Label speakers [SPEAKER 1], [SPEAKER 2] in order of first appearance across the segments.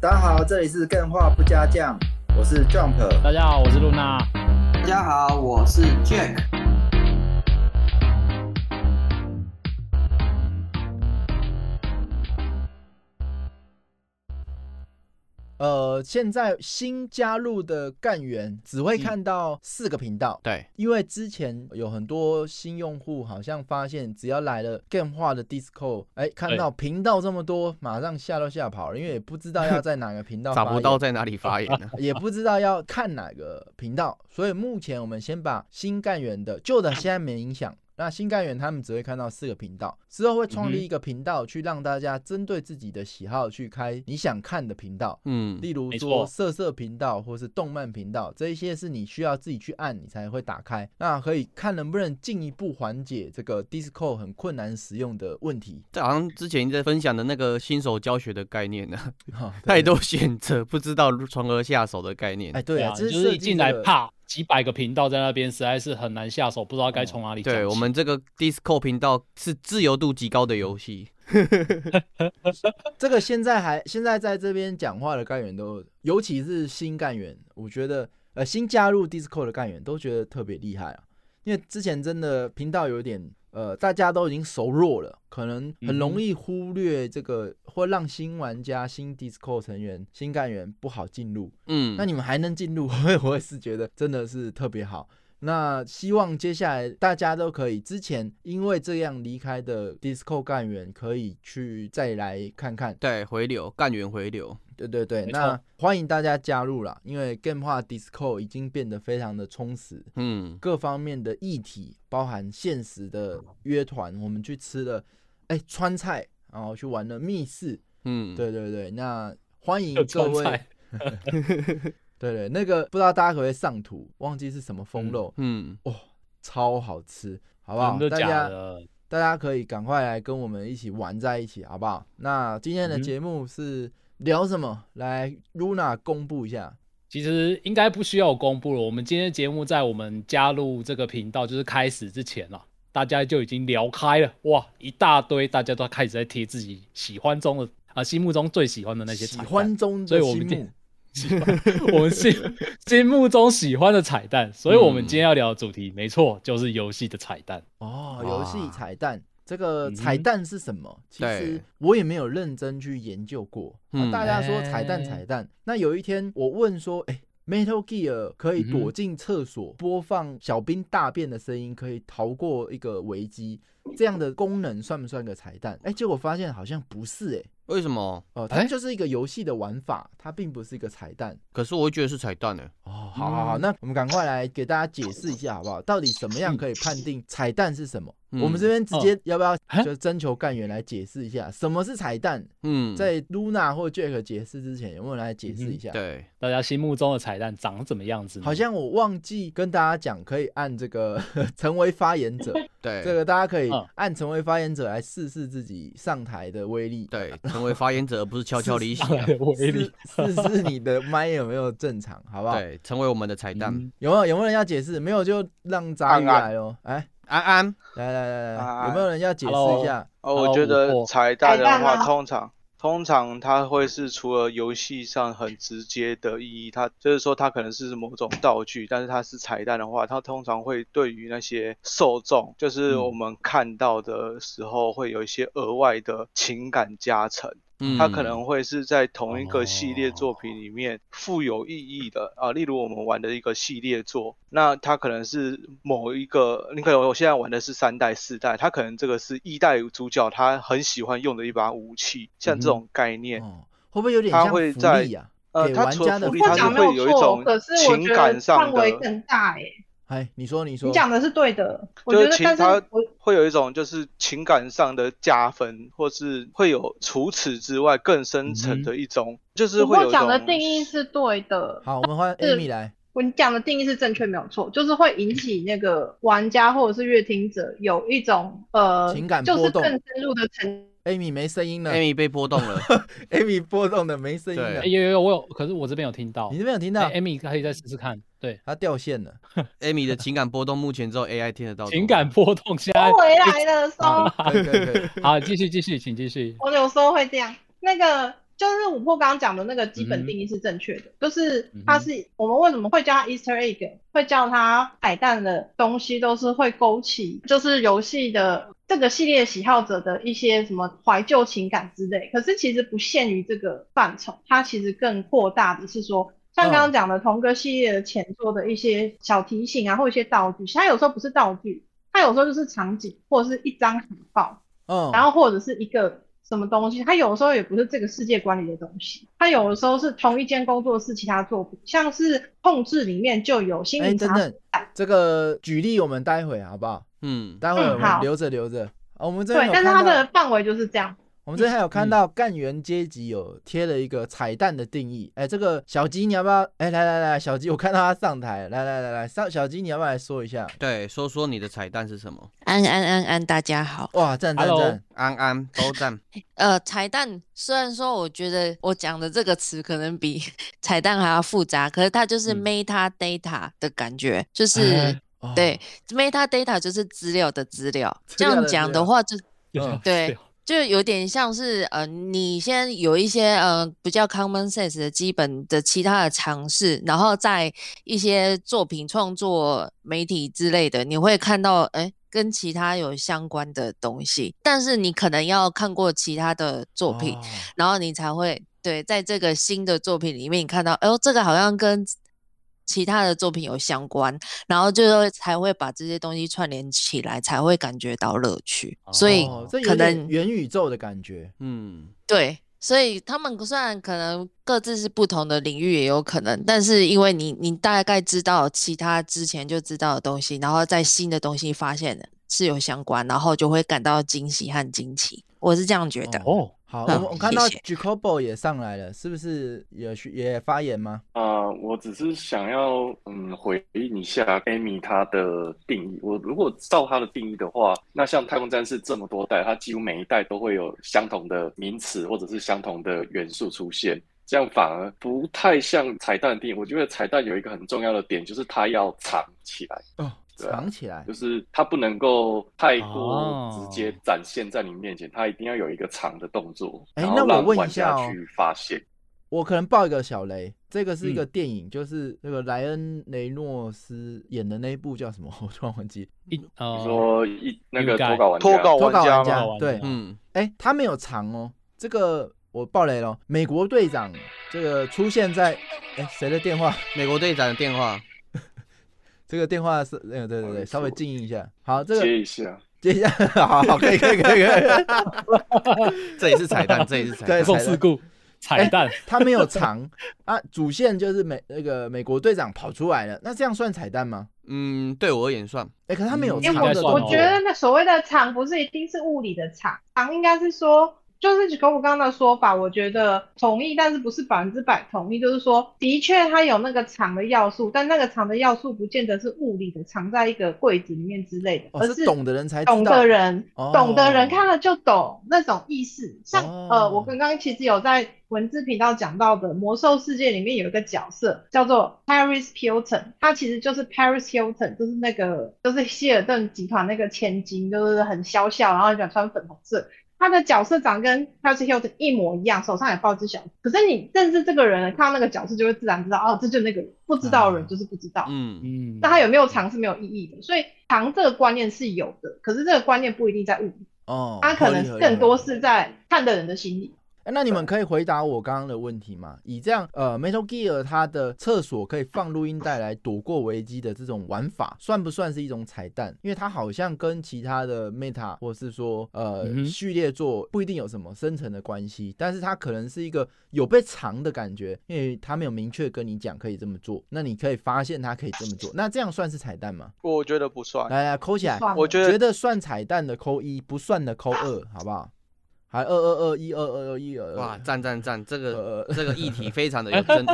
[SPEAKER 1] 大家好，这里是更画不加酱，我是 Jump。
[SPEAKER 2] 大家好，我是露娜。
[SPEAKER 3] 大家好，我是 Jack。
[SPEAKER 4] 呃，现在新加入的干员只
[SPEAKER 5] 嗯
[SPEAKER 4] 会看到四个频道，
[SPEAKER 2] 对，
[SPEAKER 4] 因为之前有很多新用户好像发现，只要来了 Game 化的 Disco，哎，看到频道这么多，马上吓都吓跑了，因为也不知道要在哪个频 道
[SPEAKER 5] 找
[SPEAKER 4] 发
[SPEAKER 5] 不
[SPEAKER 4] 言、
[SPEAKER 5] 到在哪里发言呢
[SPEAKER 4] 也不知道要看哪个频道，所以目前我们先把新干员的旧的现在没影响。那新干员他们只会看到四个频道，之后会创
[SPEAKER 2] 嗯
[SPEAKER 4] 立
[SPEAKER 2] 哼
[SPEAKER 4] 一个频道，去让大家针对自己的喜好去开你想看的频道。
[SPEAKER 5] 嗯，
[SPEAKER 4] 例如
[SPEAKER 2] 没
[SPEAKER 4] 说
[SPEAKER 2] 错
[SPEAKER 4] 色色频道或是动漫频道，这一些是你需要自己去按你才会打开。那可以看能不能进一步缓解这个 Discord 很困难使用的问题。
[SPEAKER 5] 这好像之前在分享的那个新手教学的概念呢、
[SPEAKER 4] 哈对
[SPEAKER 5] 太多选择不知道如从何下手的概念。
[SPEAKER 4] 哎，对啊，
[SPEAKER 2] 就
[SPEAKER 4] 这
[SPEAKER 2] 是一进来
[SPEAKER 4] 怕。
[SPEAKER 2] 啪几百个频道在那边，实在是很难下手，不知道
[SPEAKER 4] 哦
[SPEAKER 2] 该从哪里讲起。
[SPEAKER 5] 对我们这个 Disco 频道是自由度极高的游戏，
[SPEAKER 4] 这个现在还现在在这边讲话的干员都，尤其是新干员，我觉得呃新加入 Discord 的干员都觉得特别厉害啊，因为之前真的频道有点呃大家都已经熟络了，可能很容易忽略这个，或让新玩家、新 Discord 成员、新干员不好进入。
[SPEAKER 5] 嗯，
[SPEAKER 4] 那你们还能进入， 我也我也是觉得真的是特别好。那希望接下来大家都可以，之前因为这样离开的 Disco 干员可以去再来看看，
[SPEAKER 5] 对回流干员回流，
[SPEAKER 4] 对对对，
[SPEAKER 2] 没错
[SPEAKER 4] 那欢迎大家加入啦，因为 Game 化 Discord 已经变得非常的充实，
[SPEAKER 5] 嗯，
[SPEAKER 4] 各方面的议题，包含现实的约团，我们去吃了，哎、川菜，然后去玩了密室，
[SPEAKER 5] 嗯，
[SPEAKER 4] 对对对，那欢迎各
[SPEAKER 2] 川
[SPEAKER 4] 位
[SPEAKER 2] 菜，
[SPEAKER 4] 对对，那个不知道大家可不可以上图，忘记是什么风肉，
[SPEAKER 5] 嗯，
[SPEAKER 4] 超好吃，好不好？
[SPEAKER 2] 真的
[SPEAKER 4] 大
[SPEAKER 2] 假
[SPEAKER 4] 家
[SPEAKER 2] 的？
[SPEAKER 4] 大家可以赶快来跟我们一起玩在一起，好不好？那今天的
[SPEAKER 2] 嗯哼
[SPEAKER 4] 节目是聊什么？来，Luna 公布一下。
[SPEAKER 2] 其实应该不需要我公布了。我们今天的节目在我们加入这个频道，就是开始之前啊，大家就已经聊开了，哇，一大堆，大家都开始在贴自己喜欢中的啊、心目中最喜欢的那些
[SPEAKER 4] 喜
[SPEAKER 2] 彩蛋
[SPEAKER 4] 欢中
[SPEAKER 2] 所
[SPEAKER 4] 的
[SPEAKER 2] 以我
[SPEAKER 4] 心
[SPEAKER 2] 们
[SPEAKER 4] 目
[SPEAKER 2] 今， 喜欢 我 们心心目中喜欢的彩蛋，所以我
[SPEAKER 4] 嗯
[SPEAKER 2] 们今天要聊的主题，没错，就是游戏的彩蛋。
[SPEAKER 4] 哦，
[SPEAKER 5] 哇
[SPEAKER 4] 游戏彩蛋。这个
[SPEAKER 2] 嗯哼
[SPEAKER 4] 彩蛋是什么？其实
[SPEAKER 5] 对
[SPEAKER 4] 我也没有认真去研究过。啊
[SPEAKER 5] 嗯
[SPEAKER 4] 大家说彩蛋
[SPEAKER 2] 哎
[SPEAKER 4] 彩蛋，那有一天我问说，哎、m e t a l Gear 可以躲进厕所播放小兵大便的声音，可以逃过一个危机，这样的功能算不算个彩蛋？哎、结果发现好像不是、哎，
[SPEAKER 5] 为什么？
[SPEAKER 4] 哦、它
[SPEAKER 2] 哎
[SPEAKER 4] 就是一个游戏的玩法，它并不是一个彩蛋。
[SPEAKER 5] 可是我会觉得是彩蛋呢、
[SPEAKER 4] 哦，好好
[SPEAKER 5] 嗯
[SPEAKER 4] 好，那我们赶快来给大家解释一下好不好？到底什么样可以判定彩蛋是什么？
[SPEAKER 5] 嗯哎
[SPEAKER 4] 我们这边直接要不要
[SPEAKER 2] 啊
[SPEAKER 4] 就征求干员来解释一下什么是彩蛋？
[SPEAKER 5] 嗯，
[SPEAKER 4] 在 Luna 或 Jack 解释之前，有没有人来解释一下？，
[SPEAKER 5] 对，嗯
[SPEAKER 2] 大家心目中的彩蛋长怎么样子呢？
[SPEAKER 4] 好像我忘记跟大家讲，可以按这个 成为发言者，
[SPEAKER 5] 对，
[SPEAKER 4] 这个大家可以
[SPEAKER 2] 嗯
[SPEAKER 4] 按成为发言者来试试自己上台的威力。啊
[SPEAKER 5] 对，成为发言者而不是悄悄离席、
[SPEAKER 2] 上来
[SPEAKER 5] 啊，
[SPEAKER 2] 的威
[SPEAKER 4] 试
[SPEAKER 2] 力。
[SPEAKER 4] 试试你的麦有没有正常，好不好？
[SPEAKER 5] 对，成为我们的彩蛋。
[SPEAKER 2] 嗯
[SPEAKER 4] 有没有有没有人要解释？没有就让杂鱼
[SPEAKER 6] 按按
[SPEAKER 4] 来哦。哎，
[SPEAKER 5] 安安，
[SPEAKER 4] 来来来来，
[SPEAKER 6] 啊
[SPEAKER 4] 有没有人要解释一下？
[SPEAKER 6] 哦，
[SPEAKER 2] Hello，
[SPEAKER 6] 我觉
[SPEAKER 2] 我
[SPEAKER 6] 得彩蛋的
[SPEAKER 3] 彩蛋
[SPEAKER 6] 话，
[SPEAKER 3] 啊
[SPEAKER 6] 通常通常它会是除了游戏上很直接的意义，它就是说它可能是某种道具，但是它是彩蛋的话，它通常会对于那些受众，就是我们看到的时候会有一些额外的情感加成。
[SPEAKER 5] 嗯，
[SPEAKER 6] 它可能会是在同一个系列作
[SPEAKER 2] 哦
[SPEAKER 6] 品里面富有意义的啊、例如我们玩的一个系列作，那它可能是某一个，你可能我现在玩的是三代、四代，它可能这个是一代主角他很喜欢用的一把武器，像这种概念，
[SPEAKER 4] 哦，会不会有点
[SPEAKER 6] 他
[SPEAKER 4] 像
[SPEAKER 6] 会
[SPEAKER 4] 福
[SPEAKER 6] 在
[SPEAKER 4] 利呀？
[SPEAKER 6] 呃，
[SPEAKER 4] 给
[SPEAKER 6] 它
[SPEAKER 4] 玩
[SPEAKER 6] 除
[SPEAKER 4] 家
[SPEAKER 6] 了
[SPEAKER 4] 的
[SPEAKER 6] 福利，
[SPEAKER 4] 福
[SPEAKER 6] 它
[SPEAKER 4] 利啊
[SPEAKER 6] 是
[SPEAKER 3] 讲没有
[SPEAKER 6] 会有一
[SPEAKER 3] 错，
[SPEAKER 6] 种
[SPEAKER 3] 可是我
[SPEAKER 6] 情
[SPEAKER 3] 觉
[SPEAKER 6] 感
[SPEAKER 3] 得
[SPEAKER 6] 上
[SPEAKER 3] 范
[SPEAKER 6] 的
[SPEAKER 3] 围更大哎、
[SPEAKER 4] 哎，你说你说，
[SPEAKER 3] 你讲的是对的，我
[SPEAKER 6] 就
[SPEAKER 3] 觉
[SPEAKER 6] 是
[SPEAKER 3] 得
[SPEAKER 6] 情
[SPEAKER 3] 但是
[SPEAKER 6] 他
[SPEAKER 3] 我
[SPEAKER 6] 会有一种就是情感上的加分，或是会有除此之外更深
[SPEAKER 4] 嗯
[SPEAKER 6] 层的一种，就是
[SPEAKER 3] 主
[SPEAKER 6] 会有
[SPEAKER 3] 播
[SPEAKER 6] 一
[SPEAKER 3] 讲的
[SPEAKER 6] 种
[SPEAKER 3] 定义是对的，
[SPEAKER 4] 好，我们换
[SPEAKER 3] 是
[SPEAKER 4] Amy 来。
[SPEAKER 3] 我你讲的定义是正确没有错，就是会引起那个玩家或者是乐听者有一种呃
[SPEAKER 4] 情感
[SPEAKER 3] 就
[SPEAKER 4] 波
[SPEAKER 3] 是
[SPEAKER 4] 动
[SPEAKER 3] 更深入的沉
[SPEAKER 4] Amy 没声音了
[SPEAKER 5] Amy 被波动了，
[SPEAKER 4] ，Amy 波动的 没声音了
[SPEAKER 2] 哎。有有有，我有，可是我这边有听到
[SPEAKER 4] 你。这边有听到
[SPEAKER 2] 哎？，Amy 可以再试试看。对，
[SPEAKER 4] 它掉 线了。
[SPEAKER 5] Amy 的情感波动，目前只有 AI 听得到。
[SPEAKER 2] 情感波动现在
[SPEAKER 3] 收回来了，收
[SPEAKER 4] 啊可以可以可以。
[SPEAKER 2] 好，继续继续，请继续。
[SPEAKER 3] 我有时候会这样。那个就是琥珀刚刚讲的那个基本定义是正确的，就是它是、我们为什么会叫它 Easter egg，会叫它彩蛋的东西，都是会勾起就是游戏的这个系列喜好者的一些什么怀旧情感之类。可是其实不限于这个范畴，它其实更扩大的是说。像刚刚讲的同个系列的前作的一些小提醒啊，或一些道具，其实它有时候不是道具，它有时候就是场景，或者是一张海报，
[SPEAKER 4] 嗯，
[SPEAKER 3] 然后或者是一个什么东西，它有的时候也不是这个世界观里的东西，它有的时候是同一间工作室其他作品，像是《控制》里面就有心
[SPEAKER 4] 哎、
[SPEAKER 3] 灵
[SPEAKER 4] 等
[SPEAKER 3] 茶
[SPEAKER 4] 等，这个举例我们待会好不好？
[SPEAKER 5] 嗯，
[SPEAKER 4] 待会我
[SPEAKER 3] 嗯好
[SPEAKER 4] 们留着留着。啊，我们这边
[SPEAKER 3] 对，
[SPEAKER 4] 有
[SPEAKER 3] 但
[SPEAKER 4] 看到，
[SPEAKER 3] 是它的范围就是这样。
[SPEAKER 4] 我们
[SPEAKER 5] 嗯
[SPEAKER 4] 这边还有看到干员阶级有贴了一个彩蛋的定义。哎、这个小鸡你要不要？哎、来来来，小鸡，我看到他上台，来来来来，上小鸡你要不要来说一下？
[SPEAKER 5] 对，说说你的彩蛋是什么？
[SPEAKER 7] 安安安安，大家好。
[SPEAKER 4] 哇，赞赞
[SPEAKER 2] Hello
[SPEAKER 4] 赞！
[SPEAKER 5] 安安都赞，
[SPEAKER 7] 呃，彩蛋虽然说我觉得我讲的这个词可能比 彩蛋还要复杂，可是它就是
[SPEAKER 2] 嗯
[SPEAKER 7] meta data 的感觉，就是、
[SPEAKER 2] 哎
[SPEAKER 4] 哦
[SPEAKER 7] 对 meta data 就是资料的资料。
[SPEAKER 4] 资
[SPEAKER 7] 这
[SPEAKER 4] 料
[SPEAKER 7] 样
[SPEAKER 4] 的资
[SPEAKER 7] 讲
[SPEAKER 4] 料
[SPEAKER 7] 的话就，
[SPEAKER 2] 有
[SPEAKER 4] 嗯
[SPEAKER 7] 对
[SPEAKER 2] 有
[SPEAKER 7] 就有点像是呃，你先有一些呃比较 common sense 的基本的其他的尝试，然后在一些作品创作、媒体之类的，你会看到哎跟其他有相关的东西，但是你可能要看过其他的作品，
[SPEAKER 4] 哦
[SPEAKER 7] 然后你才会对在这个新的作品里面，你看到哎呦这个好像跟其他的作品有相关，然后就会才会把这些东西串联起来，才会感觉到乐趣，所以。
[SPEAKER 4] 哦，这有
[SPEAKER 7] 可
[SPEAKER 4] 点
[SPEAKER 7] 能
[SPEAKER 4] 元宇宙的感觉。
[SPEAKER 5] 嗯，
[SPEAKER 7] 对，所以他们虽然可能各自是不同的领域，也有可能，但是因为你你大概知道其他之前就知道的东西，然后在新的东西发现的是有相关，然后就会感到惊喜和惊奇。我是这样觉得。
[SPEAKER 2] 哦，
[SPEAKER 4] 好，我
[SPEAKER 7] 嗯
[SPEAKER 4] 们我看到
[SPEAKER 7] 谢
[SPEAKER 4] Jacobo 也上来了，是不是也去也发言吗？
[SPEAKER 8] 啊、我只是想要嗯回应一下 Amy 她的定义。我如果照她的定义的话，那像太空战士这么多代，它几乎每一代都会有相同的名词或者是相同的元素出现，这样反而不太像彩蛋的定义。我觉得彩蛋有一个很重要的点，就是它要藏起来，
[SPEAKER 4] 哦，
[SPEAKER 8] 对啊
[SPEAKER 4] 藏起来
[SPEAKER 8] 就。是它不能够太过
[SPEAKER 2] 哦
[SPEAKER 8] 直接展现在你面前，它一定要有一个藏的动作，
[SPEAKER 4] 哎
[SPEAKER 8] 然后
[SPEAKER 4] 那我
[SPEAKER 8] 让
[SPEAKER 4] 问一
[SPEAKER 8] 玩家
[SPEAKER 4] 下哦
[SPEAKER 8] 去发现。
[SPEAKER 4] 我可能爆一个小雷，这个是一个电影，就是那个莱恩雷诺斯演的那一部叫什么？我 突然忘记。
[SPEAKER 2] 一
[SPEAKER 8] 你
[SPEAKER 2] 呃，
[SPEAKER 8] 说一那个
[SPEAKER 2] 应该
[SPEAKER 8] 投稿玩家，
[SPEAKER 6] 脱稿
[SPEAKER 4] 脱稿
[SPEAKER 6] 玩
[SPEAKER 4] 玩
[SPEAKER 6] 吗？
[SPEAKER 4] 家
[SPEAKER 2] 吗
[SPEAKER 4] 对，
[SPEAKER 5] 嗯，
[SPEAKER 4] 哎、他没有藏哦。这个我爆雷了。哦美国队长这个出现在哎谁、的电话？
[SPEAKER 5] 美国队长的电话，
[SPEAKER 4] 这个电话是呃对对对，稍微静音一下。好，这个
[SPEAKER 8] 接一下。
[SPEAKER 4] 接一下，好好可以可以可以可以。
[SPEAKER 5] 这也是彩蛋，这也是彩
[SPEAKER 4] 对
[SPEAKER 5] 蛋，
[SPEAKER 2] 重事故彩蛋，
[SPEAKER 4] 哎他没有藏啊，主线就是美那个美国队长跑出来了，那这样算彩蛋吗？
[SPEAKER 5] 嗯，对我而言算，
[SPEAKER 4] 哎、可是他没有
[SPEAKER 2] 嗯
[SPEAKER 3] 因
[SPEAKER 4] 藏
[SPEAKER 2] 应
[SPEAKER 3] 为
[SPEAKER 2] 该
[SPEAKER 4] 的
[SPEAKER 2] 算
[SPEAKER 3] 我
[SPEAKER 4] 动
[SPEAKER 3] 我
[SPEAKER 2] 哦
[SPEAKER 4] 作
[SPEAKER 3] 觉得那所谓的场不是一定是物理的场，场应该是说，就是跟我刚刚的说法，我觉得同意，但是不是百分之百同意，就是说，的确它有那个场的要素，但那个场的要素不见得是物理的藏在一个柜子里面之类的，
[SPEAKER 4] 哦
[SPEAKER 3] 而
[SPEAKER 4] 是懂的人才知道
[SPEAKER 3] 懂的人，
[SPEAKER 4] 哦
[SPEAKER 3] 懂的人看了就懂那种意思。像、
[SPEAKER 4] 哦
[SPEAKER 3] 呃，我刚刚其实有在文字频道讲到的《魔兽世界》里面有一个角色叫做 Paris Hilton，他其实就是 Paris Hilton，就是那个就是希尔顿集团那个千金，就是很娇小，然后喜欢穿粉红色。他的角色长跟 Paris Hilton 一模一样，手上也抱只小。可是你认识这个人，看到那个角色就会自然知道，哦，这就是那个人。不知道的人就是不知道。
[SPEAKER 5] 嗯，
[SPEAKER 2] 嗯，
[SPEAKER 3] 那它有没有藏是没有意义的，所以藏这个观念是有的，可是这个观念不一定在物理，
[SPEAKER 4] 哦，
[SPEAKER 3] 它可能
[SPEAKER 4] 合理
[SPEAKER 3] 更
[SPEAKER 4] 合
[SPEAKER 3] 多。
[SPEAKER 4] 理合理
[SPEAKER 3] 是在看的人的心理。
[SPEAKER 4] 哎那你们可以回答我刚刚的问题吗？以这样呃，Metal Gear 它的厕所可以放录音带来躲过危机的这种玩法，算不算是一种彩蛋？因为它好像跟其他的 Meta 或是说呃、
[SPEAKER 2] 嗯哼
[SPEAKER 4] 序列作不一定有什么深层的关系，但是它可能是一个有被藏的感觉，因为它没有明确跟你讲可以这么做，那你可以发现它可以这么做，那这样算是彩蛋吗？
[SPEAKER 6] 我觉得不算。
[SPEAKER 4] 来来，扣起来
[SPEAKER 3] 不，算
[SPEAKER 6] 我觉
[SPEAKER 4] 觉
[SPEAKER 6] 得
[SPEAKER 4] 得算彩蛋的扣一，不算的扣二，好不好？还二二二一二二二一二
[SPEAKER 5] 哇，赞赞赞，这个
[SPEAKER 4] 呃
[SPEAKER 5] 这个议题非常的 有真，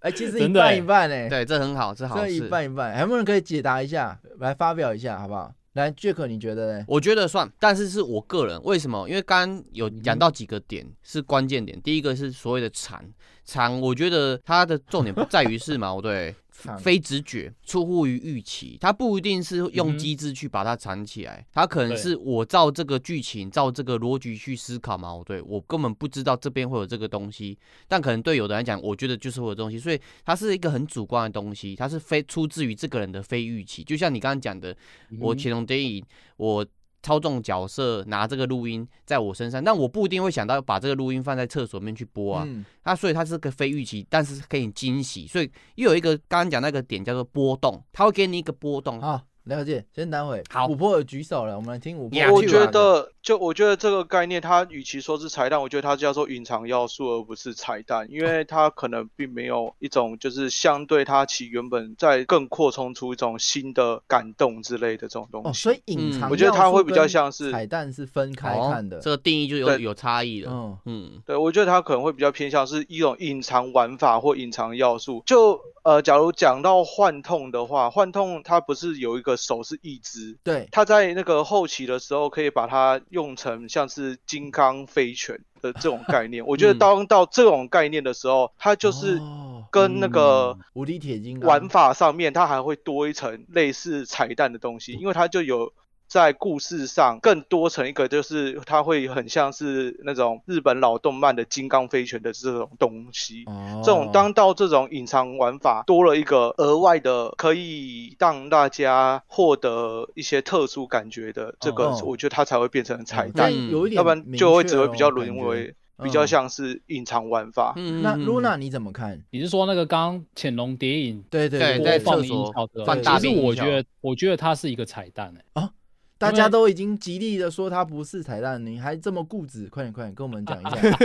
[SPEAKER 4] 哎， 其实一
[SPEAKER 2] 真的
[SPEAKER 4] 半
[SPEAKER 2] 欸
[SPEAKER 4] 一半哎，
[SPEAKER 5] 对，这很好，这好
[SPEAKER 4] 这一
[SPEAKER 5] 事，
[SPEAKER 4] 半一半，还有没有人可以解答一下，来发表一下好不好？来，Jack，你觉得呢？
[SPEAKER 5] 我觉得算，但是是我个人，为什么？因为刚刚有讲到几个点是关键点，第一个是所谓的产产，我觉得它的重点不在于是矛对
[SPEAKER 4] 藏
[SPEAKER 5] 非直觉，出乎于预期。它不一定是
[SPEAKER 2] 嗯
[SPEAKER 5] 用
[SPEAKER 2] 哼
[SPEAKER 5] 机制去把它藏起来，它可能
[SPEAKER 2] 对
[SPEAKER 5] 是我照这个剧情、照这个逻辑去思考嘛。我哦对我根本不知道这边会有这个东西，但可能对有的人来讲，我觉得就是我的东西，所以它是一个很主观的东西，它是非出自于这个人的非预期。就像你刚刚讲的，我
[SPEAKER 2] 嗯
[SPEAKER 5] 乾隆电影，我操纵角色拿这个录音在我身上，但我不一定会想到把这个录音放在厕所里面去播啊。
[SPEAKER 4] 嗯，
[SPEAKER 5] 它所以它是个非预期，但是给你惊喜，所以又有一个刚刚讲那个点叫做波动，它会给你一个波动。
[SPEAKER 2] 啊
[SPEAKER 4] 好，了解。先等会，
[SPEAKER 5] 好
[SPEAKER 4] 五破有举手了，我们来听哦五破
[SPEAKER 5] 呀。
[SPEAKER 6] 我
[SPEAKER 5] 去
[SPEAKER 6] 觉
[SPEAKER 5] 吧
[SPEAKER 6] 得，就我觉得这个概念，它与其说是彩蛋，我觉得它叫做隐藏要素，而不是彩蛋，因为它可能并没有一种就是相对它其原本在更扩充出一种新的感动之类的这种
[SPEAKER 4] 哦，
[SPEAKER 6] 东西。
[SPEAKER 4] 所以隐藏、
[SPEAKER 5] 嗯
[SPEAKER 6] 我觉得它会比较像是
[SPEAKER 4] 彩蛋是分开
[SPEAKER 5] 哦
[SPEAKER 4] 看的。
[SPEAKER 5] 这个定义就有
[SPEAKER 6] 对
[SPEAKER 5] 有差异了。
[SPEAKER 4] 嗯，
[SPEAKER 5] 嗯，
[SPEAKER 6] 对，我觉得它可能会比较偏向是一种隐藏玩法或隐藏要素。就呃，假如讲到幻痛的话，幻痛它不是有一个手是一只，
[SPEAKER 4] 对，
[SPEAKER 6] 他在那个后期的时候，可以把它用成像是金刚飞拳的这种概念。我觉
[SPEAKER 5] 嗯
[SPEAKER 6] 得当到这种概念的时候，它就是
[SPEAKER 4] 哦
[SPEAKER 6] 跟那个
[SPEAKER 4] 无敌铁金刚
[SPEAKER 6] 玩法上面，它还会多一层类似彩蛋的东西，
[SPEAKER 4] 嗯
[SPEAKER 6] 因为它就有。在故事上更多成一个，就是呃它会很像是那种日本老动漫的金刚飞拳的这种东西。
[SPEAKER 4] 哦
[SPEAKER 6] 这种当到这种隐藏玩法多了一个额外的可以让大家获得一些特殊感觉的这个
[SPEAKER 4] 哦，
[SPEAKER 6] 我觉得它才会变成彩
[SPEAKER 4] 哦
[SPEAKER 6] 蛋，
[SPEAKER 4] 但有一点
[SPEAKER 6] 要不然就会只会比较
[SPEAKER 4] 明确
[SPEAKER 6] 沦
[SPEAKER 4] 哦
[SPEAKER 6] 为
[SPEAKER 4] 感觉
[SPEAKER 6] 比较
[SPEAKER 4] 嗯
[SPEAKER 6] 像是隐藏玩法。
[SPEAKER 5] 嗯
[SPEAKER 4] 那
[SPEAKER 5] 嗯嗯
[SPEAKER 4] Luna 你怎么看？
[SPEAKER 2] 你是说那个刚刚潜龙谍影
[SPEAKER 4] 对对
[SPEAKER 5] 对
[SPEAKER 4] 对，
[SPEAKER 5] 在
[SPEAKER 2] 播放
[SPEAKER 5] 厕
[SPEAKER 2] 音
[SPEAKER 5] 所
[SPEAKER 2] 效的
[SPEAKER 5] 放
[SPEAKER 2] 其
[SPEAKER 5] 大
[SPEAKER 2] 实
[SPEAKER 5] 便音
[SPEAKER 2] 我
[SPEAKER 5] 效
[SPEAKER 2] 觉得我觉得它是一个彩蛋欸诶、
[SPEAKER 4] 哦大家都已经极力的说它不是彩蛋，你还这么固执，快点快点跟我们讲 一下。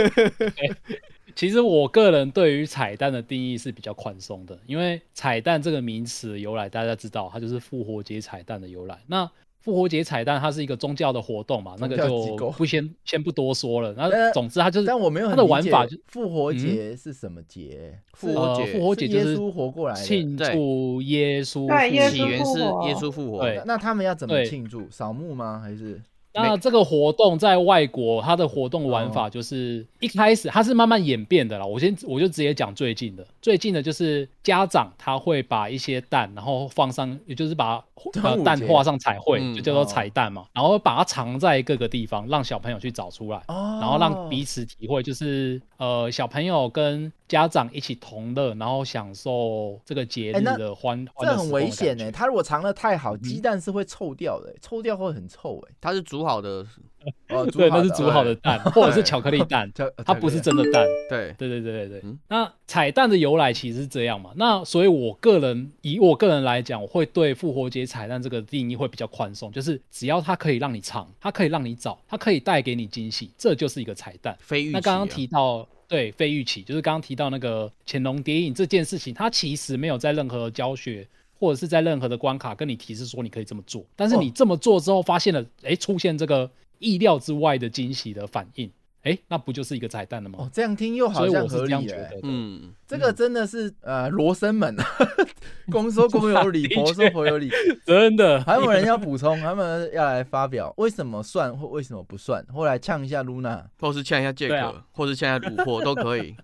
[SPEAKER 2] 其实我个人对于彩蛋的定义是比较宽松的，因为彩蛋这个名词的由来大家知道，它就是复活节彩蛋的由来。那复活节彩蛋它是一个宗教的活动嘛，那个
[SPEAKER 4] 宗教机构
[SPEAKER 2] 就不先先不多说了。
[SPEAKER 4] 呃
[SPEAKER 2] 那总之它就是，
[SPEAKER 4] 但我没有
[SPEAKER 2] 它
[SPEAKER 4] 很
[SPEAKER 2] 的玩法
[SPEAKER 4] 理
[SPEAKER 2] 就
[SPEAKER 4] 解复活节是什么节？
[SPEAKER 5] 嗯复
[SPEAKER 2] 呃
[SPEAKER 5] 活节
[SPEAKER 2] 复活节
[SPEAKER 4] 是
[SPEAKER 2] 就
[SPEAKER 4] 耶
[SPEAKER 2] 是
[SPEAKER 4] 稣活过来的
[SPEAKER 2] 庆
[SPEAKER 5] 对
[SPEAKER 2] 祝耶稣
[SPEAKER 3] 对
[SPEAKER 2] 复
[SPEAKER 3] 耶
[SPEAKER 5] 起
[SPEAKER 3] 稣
[SPEAKER 5] 源
[SPEAKER 3] 复
[SPEAKER 5] 是
[SPEAKER 3] 活
[SPEAKER 5] 耶稣复活。
[SPEAKER 2] 对
[SPEAKER 4] 那那他们要怎么
[SPEAKER 2] 对
[SPEAKER 4] 庆祝？扫墓吗？还是
[SPEAKER 2] 那这个活动在外国，它的活动玩
[SPEAKER 4] 哦
[SPEAKER 2] 法就是一开始它是慢慢演变的啦。我先我就直接讲最近的，最近的就是家长他会把一些蛋，然后放上，也就是把
[SPEAKER 4] 端
[SPEAKER 2] 呃
[SPEAKER 4] 午节
[SPEAKER 2] 蛋画上彩绘，
[SPEAKER 5] 嗯
[SPEAKER 2] 就
[SPEAKER 4] 哦
[SPEAKER 2] 叫做彩蛋嘛，然后把它藏在各个地方，让小朋友去找出来。
[SPEAKER 4] 哦，
[SPEAKER 2] 然后让彼此体会，就是呃，小朋友跟家长一起同乐，然后享受这个节
[SPEAKER 4] 哎
[SPEAKER 2] 日
[SPEAKER 4] 那
[SPEAKER 2] 的欢欢乐
[SPEAKER 4] 这
[SPEAKER 2] 时
[SPEAKER 4] 很
[SPEAKER 2] 光的
[SPEAKER 4] 危险
[SPEAKER 2] 感
[SPEAKER 4] 呢、
[SPEAKER 2] 觉嗯
[SPEAKER 4] 它如果藏的太好，鸡蛋是会臭掉的、欸臭掉会很臭哎、
[SPEAKER 5] 它是煮好的，
[SPEAKER 4] 哦，
[SPEAKER 2] 对，那是
[SPEAKER 4] 煮
[SPEAKER 2] 煮好的蛋，或者是
[SPEAKER 5] 对
[SPEAKER 2] 巧克力蛋
[SPEAKER 4] 巧，
[SPEAKER 2] 它不是真的蛋。
[SPEAKER 5] 对，
[SPEAKER 2] 对对对对对。
[SPEAKER 5] 嗯
[SPEAKER 2] 那彩蛋的由来其实是这样嘛？那所以我个人以我个人来讲，我会对复活节彩蛋这个定义会比较宽松，就是只要它可以让你尝，它可以让你找，它可以带给你惊喜，这就是一个彩蛋。
[SPEAKER 5] 非预期啊。
[SPEAKER 2] 那刚刚提到对非预期，就是刚刚提到那个潜龙谍影这件事情，它其实没有在任何教学或者是在任何的关卡跟你提示说你可以这么做，
[SPEAKER 4] 哦
[SPEAKER 2] 但是你这么做之后发现了，哎、出现这个意料之外的惊喜的反应，哎、那不就是一个彩蛋了吗？
[SPEAKER 4] 哦，这样听又
[SPEAKER 2] 所
[SPEAKER 4] 好
[SPEAKER 2] 以
[SPEAKER 4] 像
[SPEAKER 2] 我是
[SPEAKER 4] 合
[SPEAKER 2] 这样
[SPEAKER 4] 理
[SPEAKER 2] 觉
[SPEAKER 4] 了、
[SPEAKER 2] 得的。
[SPEAKER 5] 嗯，
[SPEAKER 4] 这个真的是呃罗生门啊， 公说公有理，
[SPEAKER 2] 的确
[SPEAKER 4] 婆说婆有理。
[SPEAKER 2] 真的，
[SPEAKER 4] 还有没有人要补充？还有没有人要来发表？为什么算或为什么不算？后来呛一下露娜，
[SPEAKER 5] 或是欠一下借
[SPEAKER 2] 对
[SPEAKER 5] 口
[SPEAKER 2] 啊，
[SPEAKER 5] 或是欠一下琥珀都可 以。